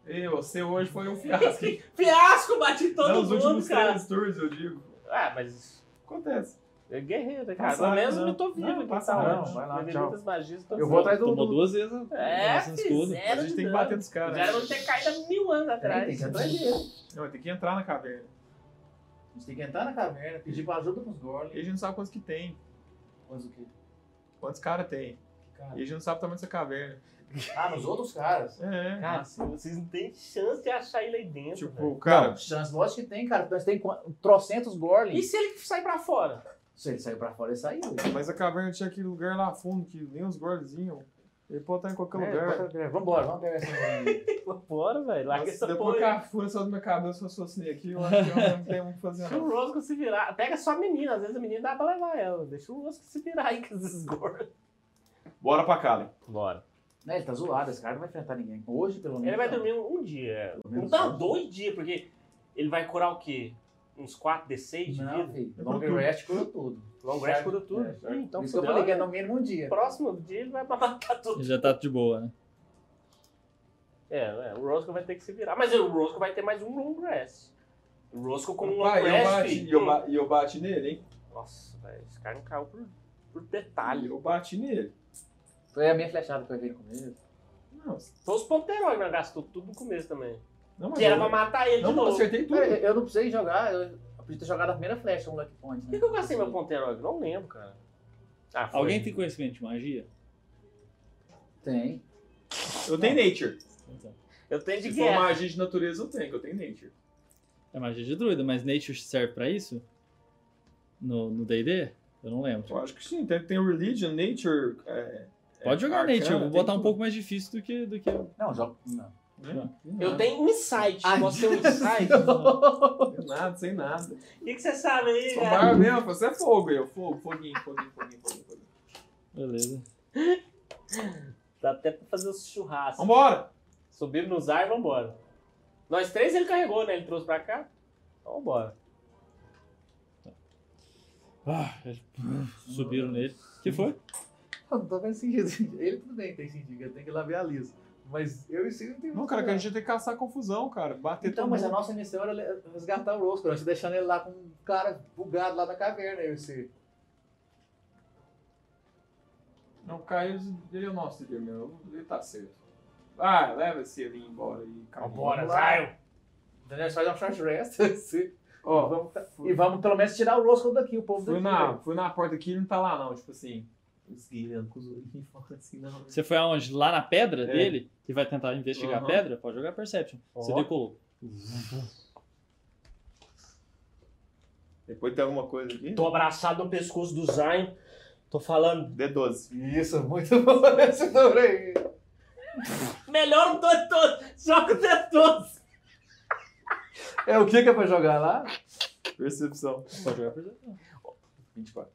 Speaker 4: Ei, você hoje foi um fiasco. hein?
Speaker 2: Fiasco, bati todo
Speaker 4: Não, os
Speaker 2: mundo,
Speaker 4: últimos
Speaker 2: cara.
Speaker 4: três turns, eu digo.
Speaker 2: Ah, mas
Speaker 4: Acontece.
Speaker 2: é guerreiro, né, cara.
Speaker 4: Passaram,
Speaker 2: Pelo menos
Speaker 4: não.
Speaker 2: eu tô vivo.
Speaker 4: Não,
Speaker 2: aqui,
Speaker 4: passaram,
Speaker 2: cara.
Speaker 3: não. Vai lá,
Speaker 2: Bebi
Speaker 3: tchau.
Speaker 2: muitas magias, tô
Speaker 3: Eu
Speaker 2: vivo.
Speaker 3: vou atrás do.
Speaker 1: Tomou
Speaker 3: do...
Speaker 1: duas vezes.
Speaker 2: É,
Speaker 1: nossa, escudo.
Speaker 2: fiz
Speaker 4: A
Speaker 2: zero
Speaker 4: gente
Speaker 2: de
Speaker 4: tem
Speaker 2: dano.
Speaker 4: que bater nos caras.
Speaker 2: Já não ter caído há mil anos
Speaker 3: É, tem
Speaker 2: atrás. Então
Speaker 3: que atrás *laughs* dele.
Speaker 4: Não, tem que entrar na caverna.
Speaker 3: A gente tem que entrar na caverna, pedir pra ajuda com os
Speaker 4: E a
Speaker 3: Gorlins.
Speaker 4: gente não sabe quantos que tem,
Speaker 3: Mas o quê?
Speaker 4: quantos caras tem.
Speaker 3: Cara.
Speaker 4: E a gente não sabe o tamanho dessa caverna.
Speaker 3: Ah, nos outros caras.
Speaker 4: É.
Speaker 2: Cara, vocês não têm chance de achar ele aí dentro, velho.
Speaker 4: Tipo, cara,
Speaker 3: Não, chance, lógico que tem, cara. Nós tem qua- trocentos
Speaker 2: E
Speaker 3: Gorlins.
Speaker 2: se ele sair pra fora? *laughs*
Speaker 3: Se ele saiu pra fora, ele saiu.
Speaker 4: mas a caverna tinha aquele lugar lá fundo que nem os gordezinhos. Ele pode estar em qualquer lugar.
Speaker 3: É, vambora, vamos pegar essa Gorlin.
Speaker 2: Pra fora, velho. Larga
Speaker 4: Nossa,
Speaker 2: essa
Speaker 4: Deu uma
Speaker 2: porra. aí.
Speaker 4: cafura só do meu cabelo, se eu fosse aqui, eu acho que eu não tenho muito o que fazer.
Speaker 2: Deixa o
Speaker 4: não.
Speaker 2: Rosco se virar. Pega só a menina, às vezes a menina dá pra levar ela. Deixa o Rosco se virar aí com esses *laughs* gordos.
Speaker 4: Bora pra Cali.
Speaker 2: Bora.
Speaker 3: Né, ele tá zoado, esse cara não vai enfrentar ninguém. Hoje, pelo menos.
Speaker 2: Ele vai
Speaker 3: não.
Speaker 2: dormir um, um
Speaker 4: É.
Speaker 2: dia.
Speaker 3: Pelo
Speaker 2: Não
Speaker 3: menos
Speaker 2: dá
Speaker 3: isso.
Speaker 2: Então, dois dias, porque ele vai curar o quê? Uns 4, D6 de
Speaker 3: Não,
Speaker 2: vida?
Speaker 3: filho.
Speaker 4: Eu
Speaker 3: Long
Speaker 4: curo tudo.
Speaker 3: rest cura tudo.
Speaker 2: Long rest cura tudo.
Speaker 3: É,
Speaker 2: Ih, então,
Speaker 3: Por isso que eu
Speaker 2: fudeu.
Speaker 3: falei que é no mínimo um dia.
Speaker 2: próximo dia ele vai matar tudo.
Speaker 1: Ele já tá de boa, né?
Speaker 2: É, é, o Roscoe vai ter que se virar. Mas o Roscoe vai ter mais um long rest. O Roscoe *laughs* com um long
Speaker 4: Pai, eu
Speaker 2: rest.
Speaker 4: bati,
Speaker 2: filho.
Speaker 4: eu, ba- e eu bati nele, hein?
Speaker 2: é Nossa, velho, esse cara não caiu um por, por
Speaker 4: Tá,
Speaker 2: detalhe.
Speaker 4: Eu bati nele.
Speaker 3: Foi a minha flechada que eu vi no começo.
Speaker 4: Não,
Speaker 2: Foi os pontos do herói que nós gastou tudo no começo também.
Speaker 4: não, mas
Speaker 2: Que era
Speaker 4: eu-
Speaker 2: pra matar ele
Speaker 4: não,
Speaker 2: de
Speaker 4: não,
Speaker 2: novo. É.
Speaker 4: acertei tudo.
Speaker 3: Cara, eu não precisei jogar, eu, eu podia ter jogado a primeira flecha, um Lucky Point.
Speaker 2: Por que, que eu gastei meu ponto herói? Não lembro, cara. Ah, foi.
Speaker 1: Alguém tem conhecimento de magia?
Speaker 3: Tem.
Speaker 4: Eu tenho nature.
Speaker 1: Então,
Speaker 2: Eu tenho de
Speaker 4: Se for
Speaker 2: guerra.
Speaker 4: magia de natureza, eu tenho, que eu tenho nature.
Speaker 1: é magia de druida, mas Nature serve pra isso? No no D&D? Eu não lembro.
Speaker 4: Eu acho que sim, tem, tem religion, nature. é,
Speaker 1: Pode
Speaker 4: é,
Speaker 1: jogar
Speaker 4: arcana,
Speaker 1: Nature, eu vou
Speaker 4: tem
Speaker 1: botar um
Speaker 4: tudo,
Speaker 1: pouco mais difícil do que... Do que...
Speaker 3: Não, jogo. Não.
Speaker 4: né?
Speaker 2: Eu tenho insight.
Speaker 3: Ai,
Speaker 2: Posso ter um
Speaker 3: *laughs*
Speaker 2: insight?
Speaker 4: Sem nada, sem nada.
Speaker 2: O que, que você sabe aí,
Speaker 4: Sou
Speaker 2: cara?
Speaker 4: barba mesmo, você é fogo, eu. Fogo, foguinho, foguinho, foguinho, foguinho. foguinho.
Speaker 1: Beleza.
Speaker 2: Dá até pra fazer os churrascos.
Speaker 4: Vambora!
Speaker 2: Subimos nos ar e vambora. Nós três ele carregou, né? Ele trouxe pra cá. Então vambora.
Speaker 1: Ah, eles *laughs* subiram nele. O que foi?
Speaker 3: Não, não tá fazendo sentido. Ele tudo bem, tem sentido, ele tem que lavar a Lisa. Mas eu e você não tem
Speaker 4: Não, cara, que a gente tem que caçar a confusão, cara. Bater
Speaker 3: Então,
Speaker 4: todo
Speaker 3: mas a
Speaker 4: mundo.
Speaker 3: nossa missão era le- resgatar o Rose, cara. Você deixando ele lá com um cara bugado lá na caverna, eu e você.
Speaker 4: Não, o Caio, ele é o nosso líder meu. Ele tá certo. Ah, leva esse ali embora e acabou.
Speaker 2: Vambora,
Speaker 3: lá.
Speaker 2: Zaio.
Speaker 3: Então, nós fazemos um short rest. *laughs* você.
Speaker 4: Ó,
Speaker 3: Vamos- Tá, e um vamos pelo menos tirar o Rose daqui, o povo
Speaker 4: fui
Speaker 3: daqui. né?
Speaker 4: na,
Speaker 3: velho.
Speaker 4: fui na porta aqui e ele não tá lá, não. Tipo assim.
Speaker 8: Os guilhermes com os olhinhos fora assim, não.
Speaker 1: Você foi aonde? Lá na pedra
Speaker 4: É.
Speaker 1: dele? E vai tentar investigar
Speaker 4: Uhum.
Speaker 1: a pedra? Pode jogar Perception. Você
Speaker 2: Ó.
Speaker 1: decolou.
Speaker 10: Depois tem alguma coisa aqui?
Speaker 2: Tô abraçado no pescoço do Zaio. Tô falando.
Speaker 10: D12.
Speaker 3: Isso, muito bom esse número aí.
Speaker 2: Melhor um todo todo. Joga o dedo todo.
Speaker 3: É o que que é pra jogar lá?
Speaker 10: Percepção.
Speaker 1: Pode jogar Perception.
Speaker 10: 24.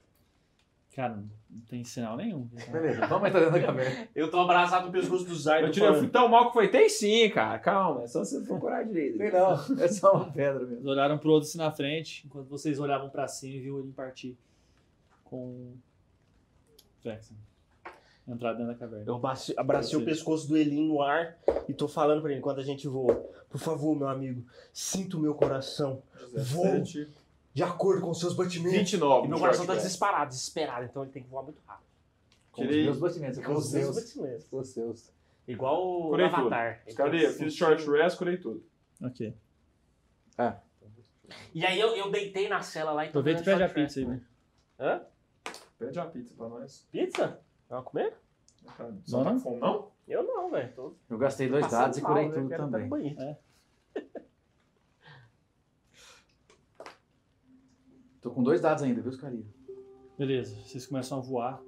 Speaker 1: Cara, não tem sinal nenhum.
Speaker 3: Beleza, vamos entrar dentro da caverna.
Speaker 2: Eu tô abraçado no pescoço do Zaio.
Speaker 4: Eu,
Speaker 2: tô
Speaker 4: tirei, eu
Speaker 2: falando.
Speaker 4: fui tão mal que foi. Tem sim, cara. Calma, é só você procurar direito.
Speaker 3: Sei não, é só uma pedra mesmo.
Speaker 1: Eles olharam pro outro assim na frente, enquanto vocês olhavam pra cima e viu ele partir com Jackson. Entrar dentro da caverna.
Speaker 2: Eu abracei, abracei o pescoço do Elin no ar e tô falando pra ele enquanto a gente voa. Por favor, meu amigo, sinta o meu coração
Speaker 10: *laughs*
Speaker 2: de acordo com os seus batimentos.
Speaker 4: 29.
Speaker 2: E meu
Speaker 4: no
Speaker 2: coração
Speaker 4: short
Speaker 2: tá
Speaker 4: rest.
Speaker 2: desesperado, desesperado, então ele tem que voar muito rápido.
Speaker 3: Com os
Speaker 4: Tirei-
Speaker 3: meus batimentos, com os
Speaker 2: meus
Speaker 3: seus.
Speaker 2: batimentos.
Speaker 3: Com os seus.
Speaker 2: Igual o
Speaker 4: Curei tudo.
Speaker 2: Avatar. Ele
Speaker 4: Cadê?
Speaker 2: tem
Speaker 4: Eu
Speaker 2: um
Speaker 4: fiz
Speaker 2: cintinho.
Speaker 4: short rest, curei tudo.
Speaker 1: Ok.
Speaker 2: E aí eu, eu deitei na cela lá e tô
Speaker 1: Aproveita e
Speaker 2: fazendo
Speaker 1: pede a
Speaker 2: short rest.
Speaker 1: pizza aí, né?
Speaker 4: Pede uma pizza pra nós.
Speaker 2: Pizza? Vai comer?
Speaker 4: Cara, Só
Speaker 1: Não,
Speaker 4: tá
Speaker 1: não?
Speaker 4: com fome, não?
Speaker 2: Eu não, velho. Tô
Speaker 8: Eu gastei dois
Speaker 2: passando
Speaker 8: dados e
Speaker 2: mal,
Speaker 8: curei
Speaker 2: né?
Speaker 8: tudo
Speaker 2: Quero estar no
Speaker 8: também.
Speaker 2: banheiro.
Speaker 8: Tô com dois dados ainda, viu, os carinhos?
Speaker 1: Beleza, vocês começam a voar.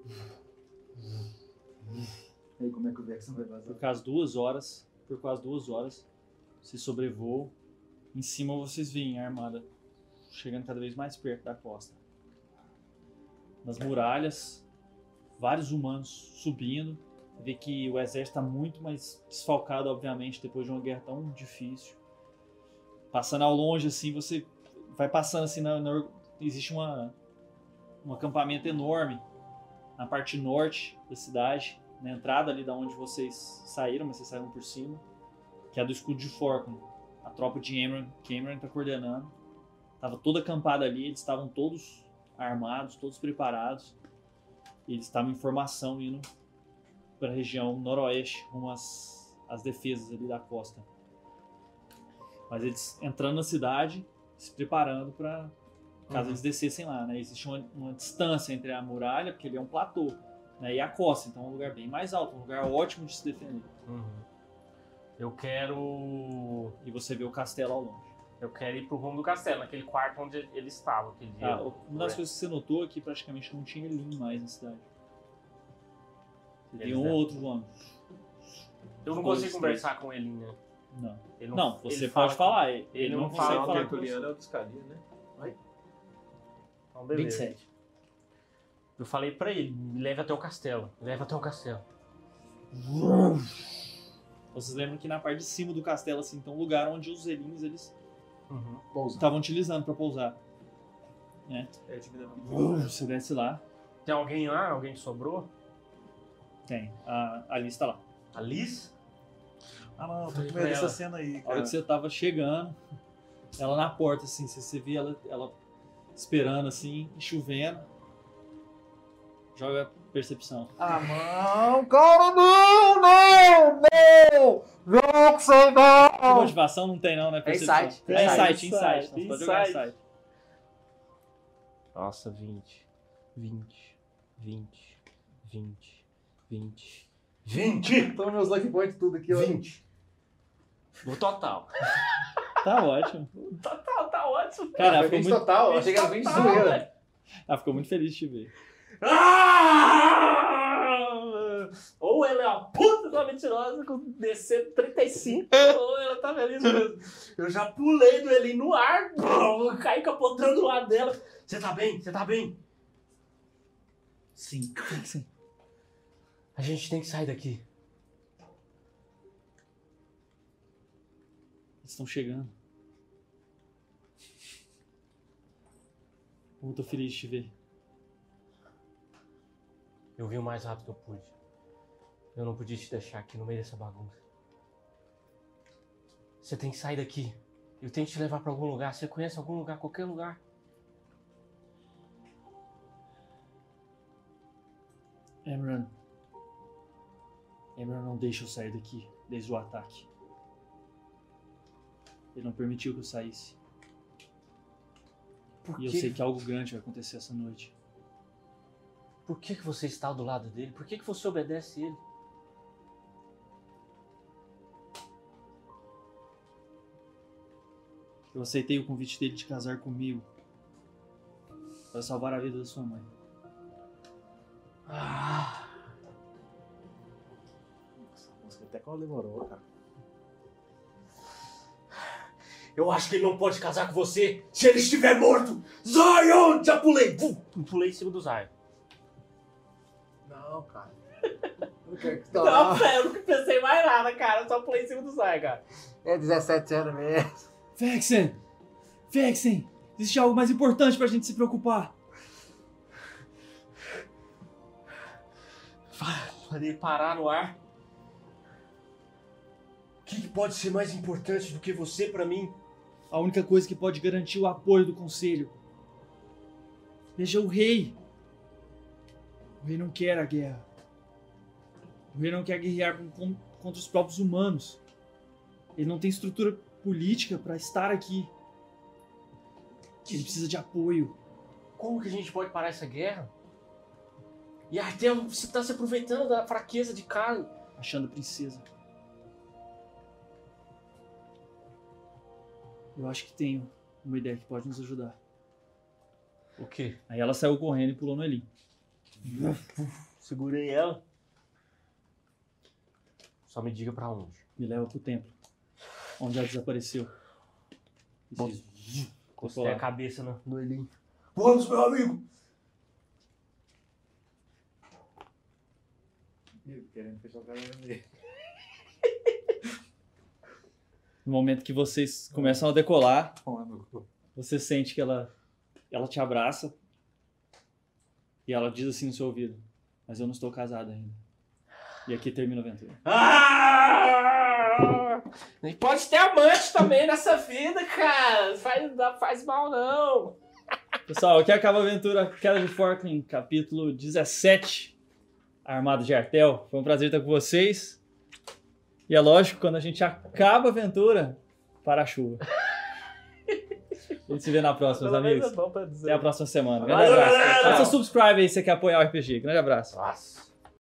Speaker 8: E aí, como é que o Vexen vai vazar?
Speaker 1: Por quase duas horas. Por quase duas horas. Vocês sobrevoam. Em cima vocês veem a armada chegando cada vez mais perto da costa. Nas muralhas, vários humanos subindo. Vê que o exército está muito mais desfalcado, obviamente, depois de uma guerra tão difícil. Passando ao longe, assim, você vai passando assim. Na, na- existe uma, um acampamento enorme na parte norte da cidade, na entrada ali da onde vocês saíram, mas vocês saíram por cima, que é do escudo de Forkland. A tropa de Cameron, Cameron tá coordenando. Tava toda acampada ali, eles estavam todos armados, todos preparados. E eles estavam em formação indo para a região noroeste, rumo às, às defesas ali da costa. Mas eles entrando na cidade, se preparando para caso eles descessem lá, né? Existe uma, uma distância entre a muralha, porque ele é um platô, né? E a costa, então é um lugar bem mais alto, um lugar ótimo de se defender.
Speaker 2: Uhum. Eu quero.
Speaker 1: E você vê o castelo ao longe.
Speaker 2: Eu quero ir pro rumo do castelo, naquele quarto onde ele estava aquele dia.
Speaker 1: Tá, uma das coisas que você notou é que praticamente não tinha Elin mais na cidade. Você tem
Speaker 2: Eles
Speaker 1: um ou
Speaker 2: deram-
Speaker 1: outro voando.
Speaker 2: Eu não
Speaker 1: Coisas
Speaker 2: consigo conversar com ele, né?
Speaker 1: Não.
Speaker 2: Ele
Speaker 1: Não,
Speaker 2: ele
Speaker 1: você
Speaker 2: fala
Speaker 1: pode
Speaker 2: com-
Speaker 1: falar. Ele,
Speaker 2: ele
Speaker 1: ele não,
Speaker 2: não
Speaker 1: consegue
Speaker 2: fala,
Speaker 4: Fala,
Speaker 2: não,
Speaker 1: falar
Speaker 4: o
Speaker 1: com você.
Speaker 4: Tertuliano é o dos carinha, né?
Speaker 2: Então, beleza.
Speaker 3: 27.
Speaker 2: Eu falei pra ele, me leve até o castelo, me leve até o castelo.
Speaker 1: Vocês lembram que na parte de cima do castelo, assim, tem um lugar onde os Elins eles
Speaker 3: Pousa.
Speaker 1: estavam utilizando para pousar.
Speaker 4: É, diminuindo.
Speaker 1: Você desce lá.
Speaker 2: Tem alguém lá? Alguém que sobrou?
Speaker 1: Tem. A, a lista lá.
Speaker 2: A Liz?
Speaker 1: Ah, não,
Speaker 2: tô com medo dessa
Speaker 1: cena aí. A hora que você tava chegando, ela na porta, assim, você, você via ela, ela esperando, assim, e chovendo. Joga Percepção.
Speaker 9: Ah, não, cara, não, não, não! Não, que sei
Speaker 1: Tem
Speaker 9: não!
Speaker 1: Tipo, motivação não tem, não, né? Percepção.
Speaker 3: insight.
Speaker 1: É insight,
Speaker 2: Insight,
Speaker 1: insight. Então, pode jogar
Speaker 2: insight.
Speaker 1: insight.
Speaker 2: Nossa, 20. 20. 20. 20. 20. 20!
Speaker 3: Então meus lucky points tudo aqui, ó.
Speaker 2: 20. No total.
Speaker 1: Tá *laughs* ótimo.
Speaker 2: *laughs* Total, tá ótimo.
Speaker 1: Cara, ela
Speaker 3: foi
Speaker 1: ficou,
Speaker 3: 20
Speaker 1: muito,
Speaker 3: total, eu achei que era 20
Speaker 2: Total,
Speaker 3: zoeira.
Speaker 2: velho.
Speaker 1: ela ficou muito feliz de te ver.
Speaker 2: Ah! Ou ela é uma puta de uma mentirosa com DC 35, ou ela tá feliz mesmo. Eu já pulei do Eli no ar, brum, caí capotando o lado dela. Você tá bem? Você tá bem? Sim. A gente tem que sair daqui.
Speaker 1: Eles estão chegando. Como eu tô feliz de te ver.
Speaker 2: Eu vim o mais rápido que eu pude. Eu não podia te deixar aqui no meio dessa bagunça. Você tem que sair daqui. Eu tenho que te levar pra algum lugar. Você conhece algum lugar, qualquer lugar.
Speaker 1: Emran. Emran não deixa eu sair daqui desde o ataque. Ele não permitiu que eu saísse.
Speaker 2: Por
Speaker 1: E eu
Speaker 2: que-
Speaker 1: sei que algo grande vai acontecer essa noite.
Speaker 2: Por que, que você está do lado dele? Por que, que você obedece ele?
Speaker 1: Eu aceitei o convite dele de casar comigo. Para salvar a vida da sua mãe.
Speaker 2: Ah,
Speaker 3: Música até quando demorou, cara.
Speaker 2: Eu acho que ele não pode casar com você se ele estiver morto! Zion! Já pulei! Vum! Pulei em cima do Zion.
Speaker 3: Não, cara. Não quero que tá
Speaker 2: Não,
Speaker 3: lá.
Speaker 2: velho, eu não pensei mais nada, cara. Eu só pulei em cima do Zion, cara.
Speaker 9: É 17 anos mesmo.
Speaker 1: Vexen! Vexen! Existe algo mais importante pra gente se preocupar.
Speaker 2: Falei parar no ar. O que, que pode ser mais importante do que você pra mim?
Speaker 1: A única coisa que pode garantir o apoio do conselho. Veja o rei. O rei não quer a guerra. O rei não quer guerrear com- com- contra os próprios humanos. Ele não tem estrutura política pra estar aqui. Ele precisa de apoio.
Speaker 2: Como que a gente pode parar essa guerra? E até você tá se aproveitando da fraqueza de Kali.
Speaker 1: Achando a princesa. Eu acho que tenho uma ideia que pode nos ajudar.
Speaker 2: O quê?
Speaker 1: Aí ela saiu correndo e pulou no Elin.
Speaker 2: Segurei ela. Só me diga pra onde.
Speaker 1: Me leva pro templo. Onde ela desapareceu. Preciso.
Speaker 2: Encostei a cabeça no, no Elim.
Speaker 8: Vamos, meu amigo!
Speaker 3: Ih, Querendo fechar o cara no
Speaker 1: No momento que vocês começam a decolar,
Speaker 3: meio.
Speaker 1: você sente que ela, ela te abraça. E ela diz assim no seu ouvido: Mas eu não estou casada ainda. E aqui termina a aventura.
Speaker 2: Ah! E pode ter amante também nessa vida, cara. Faz, não faz mal, não.
Speaker 1: Pessoal, aqui acaba a aventura Queda de Forkling, capítulo 17, Armado de Artel. Foi um prazer estar com vocês. E é lógico, quando a gente acaba a aventura, para a chuva. A gente se vê na próxima, meus amigos.
Speaker 2: é bom pra dizer.
Speaker 1: Até a próxima semana. Grande
Speaker 2: Valeu,
Speaker 1: abraço. um
Speaker 2: galera!
Speaker 1: Faça subscribe aí se você quer apoiar o RPG. Grande abraço.
Speaker 2: Nossa.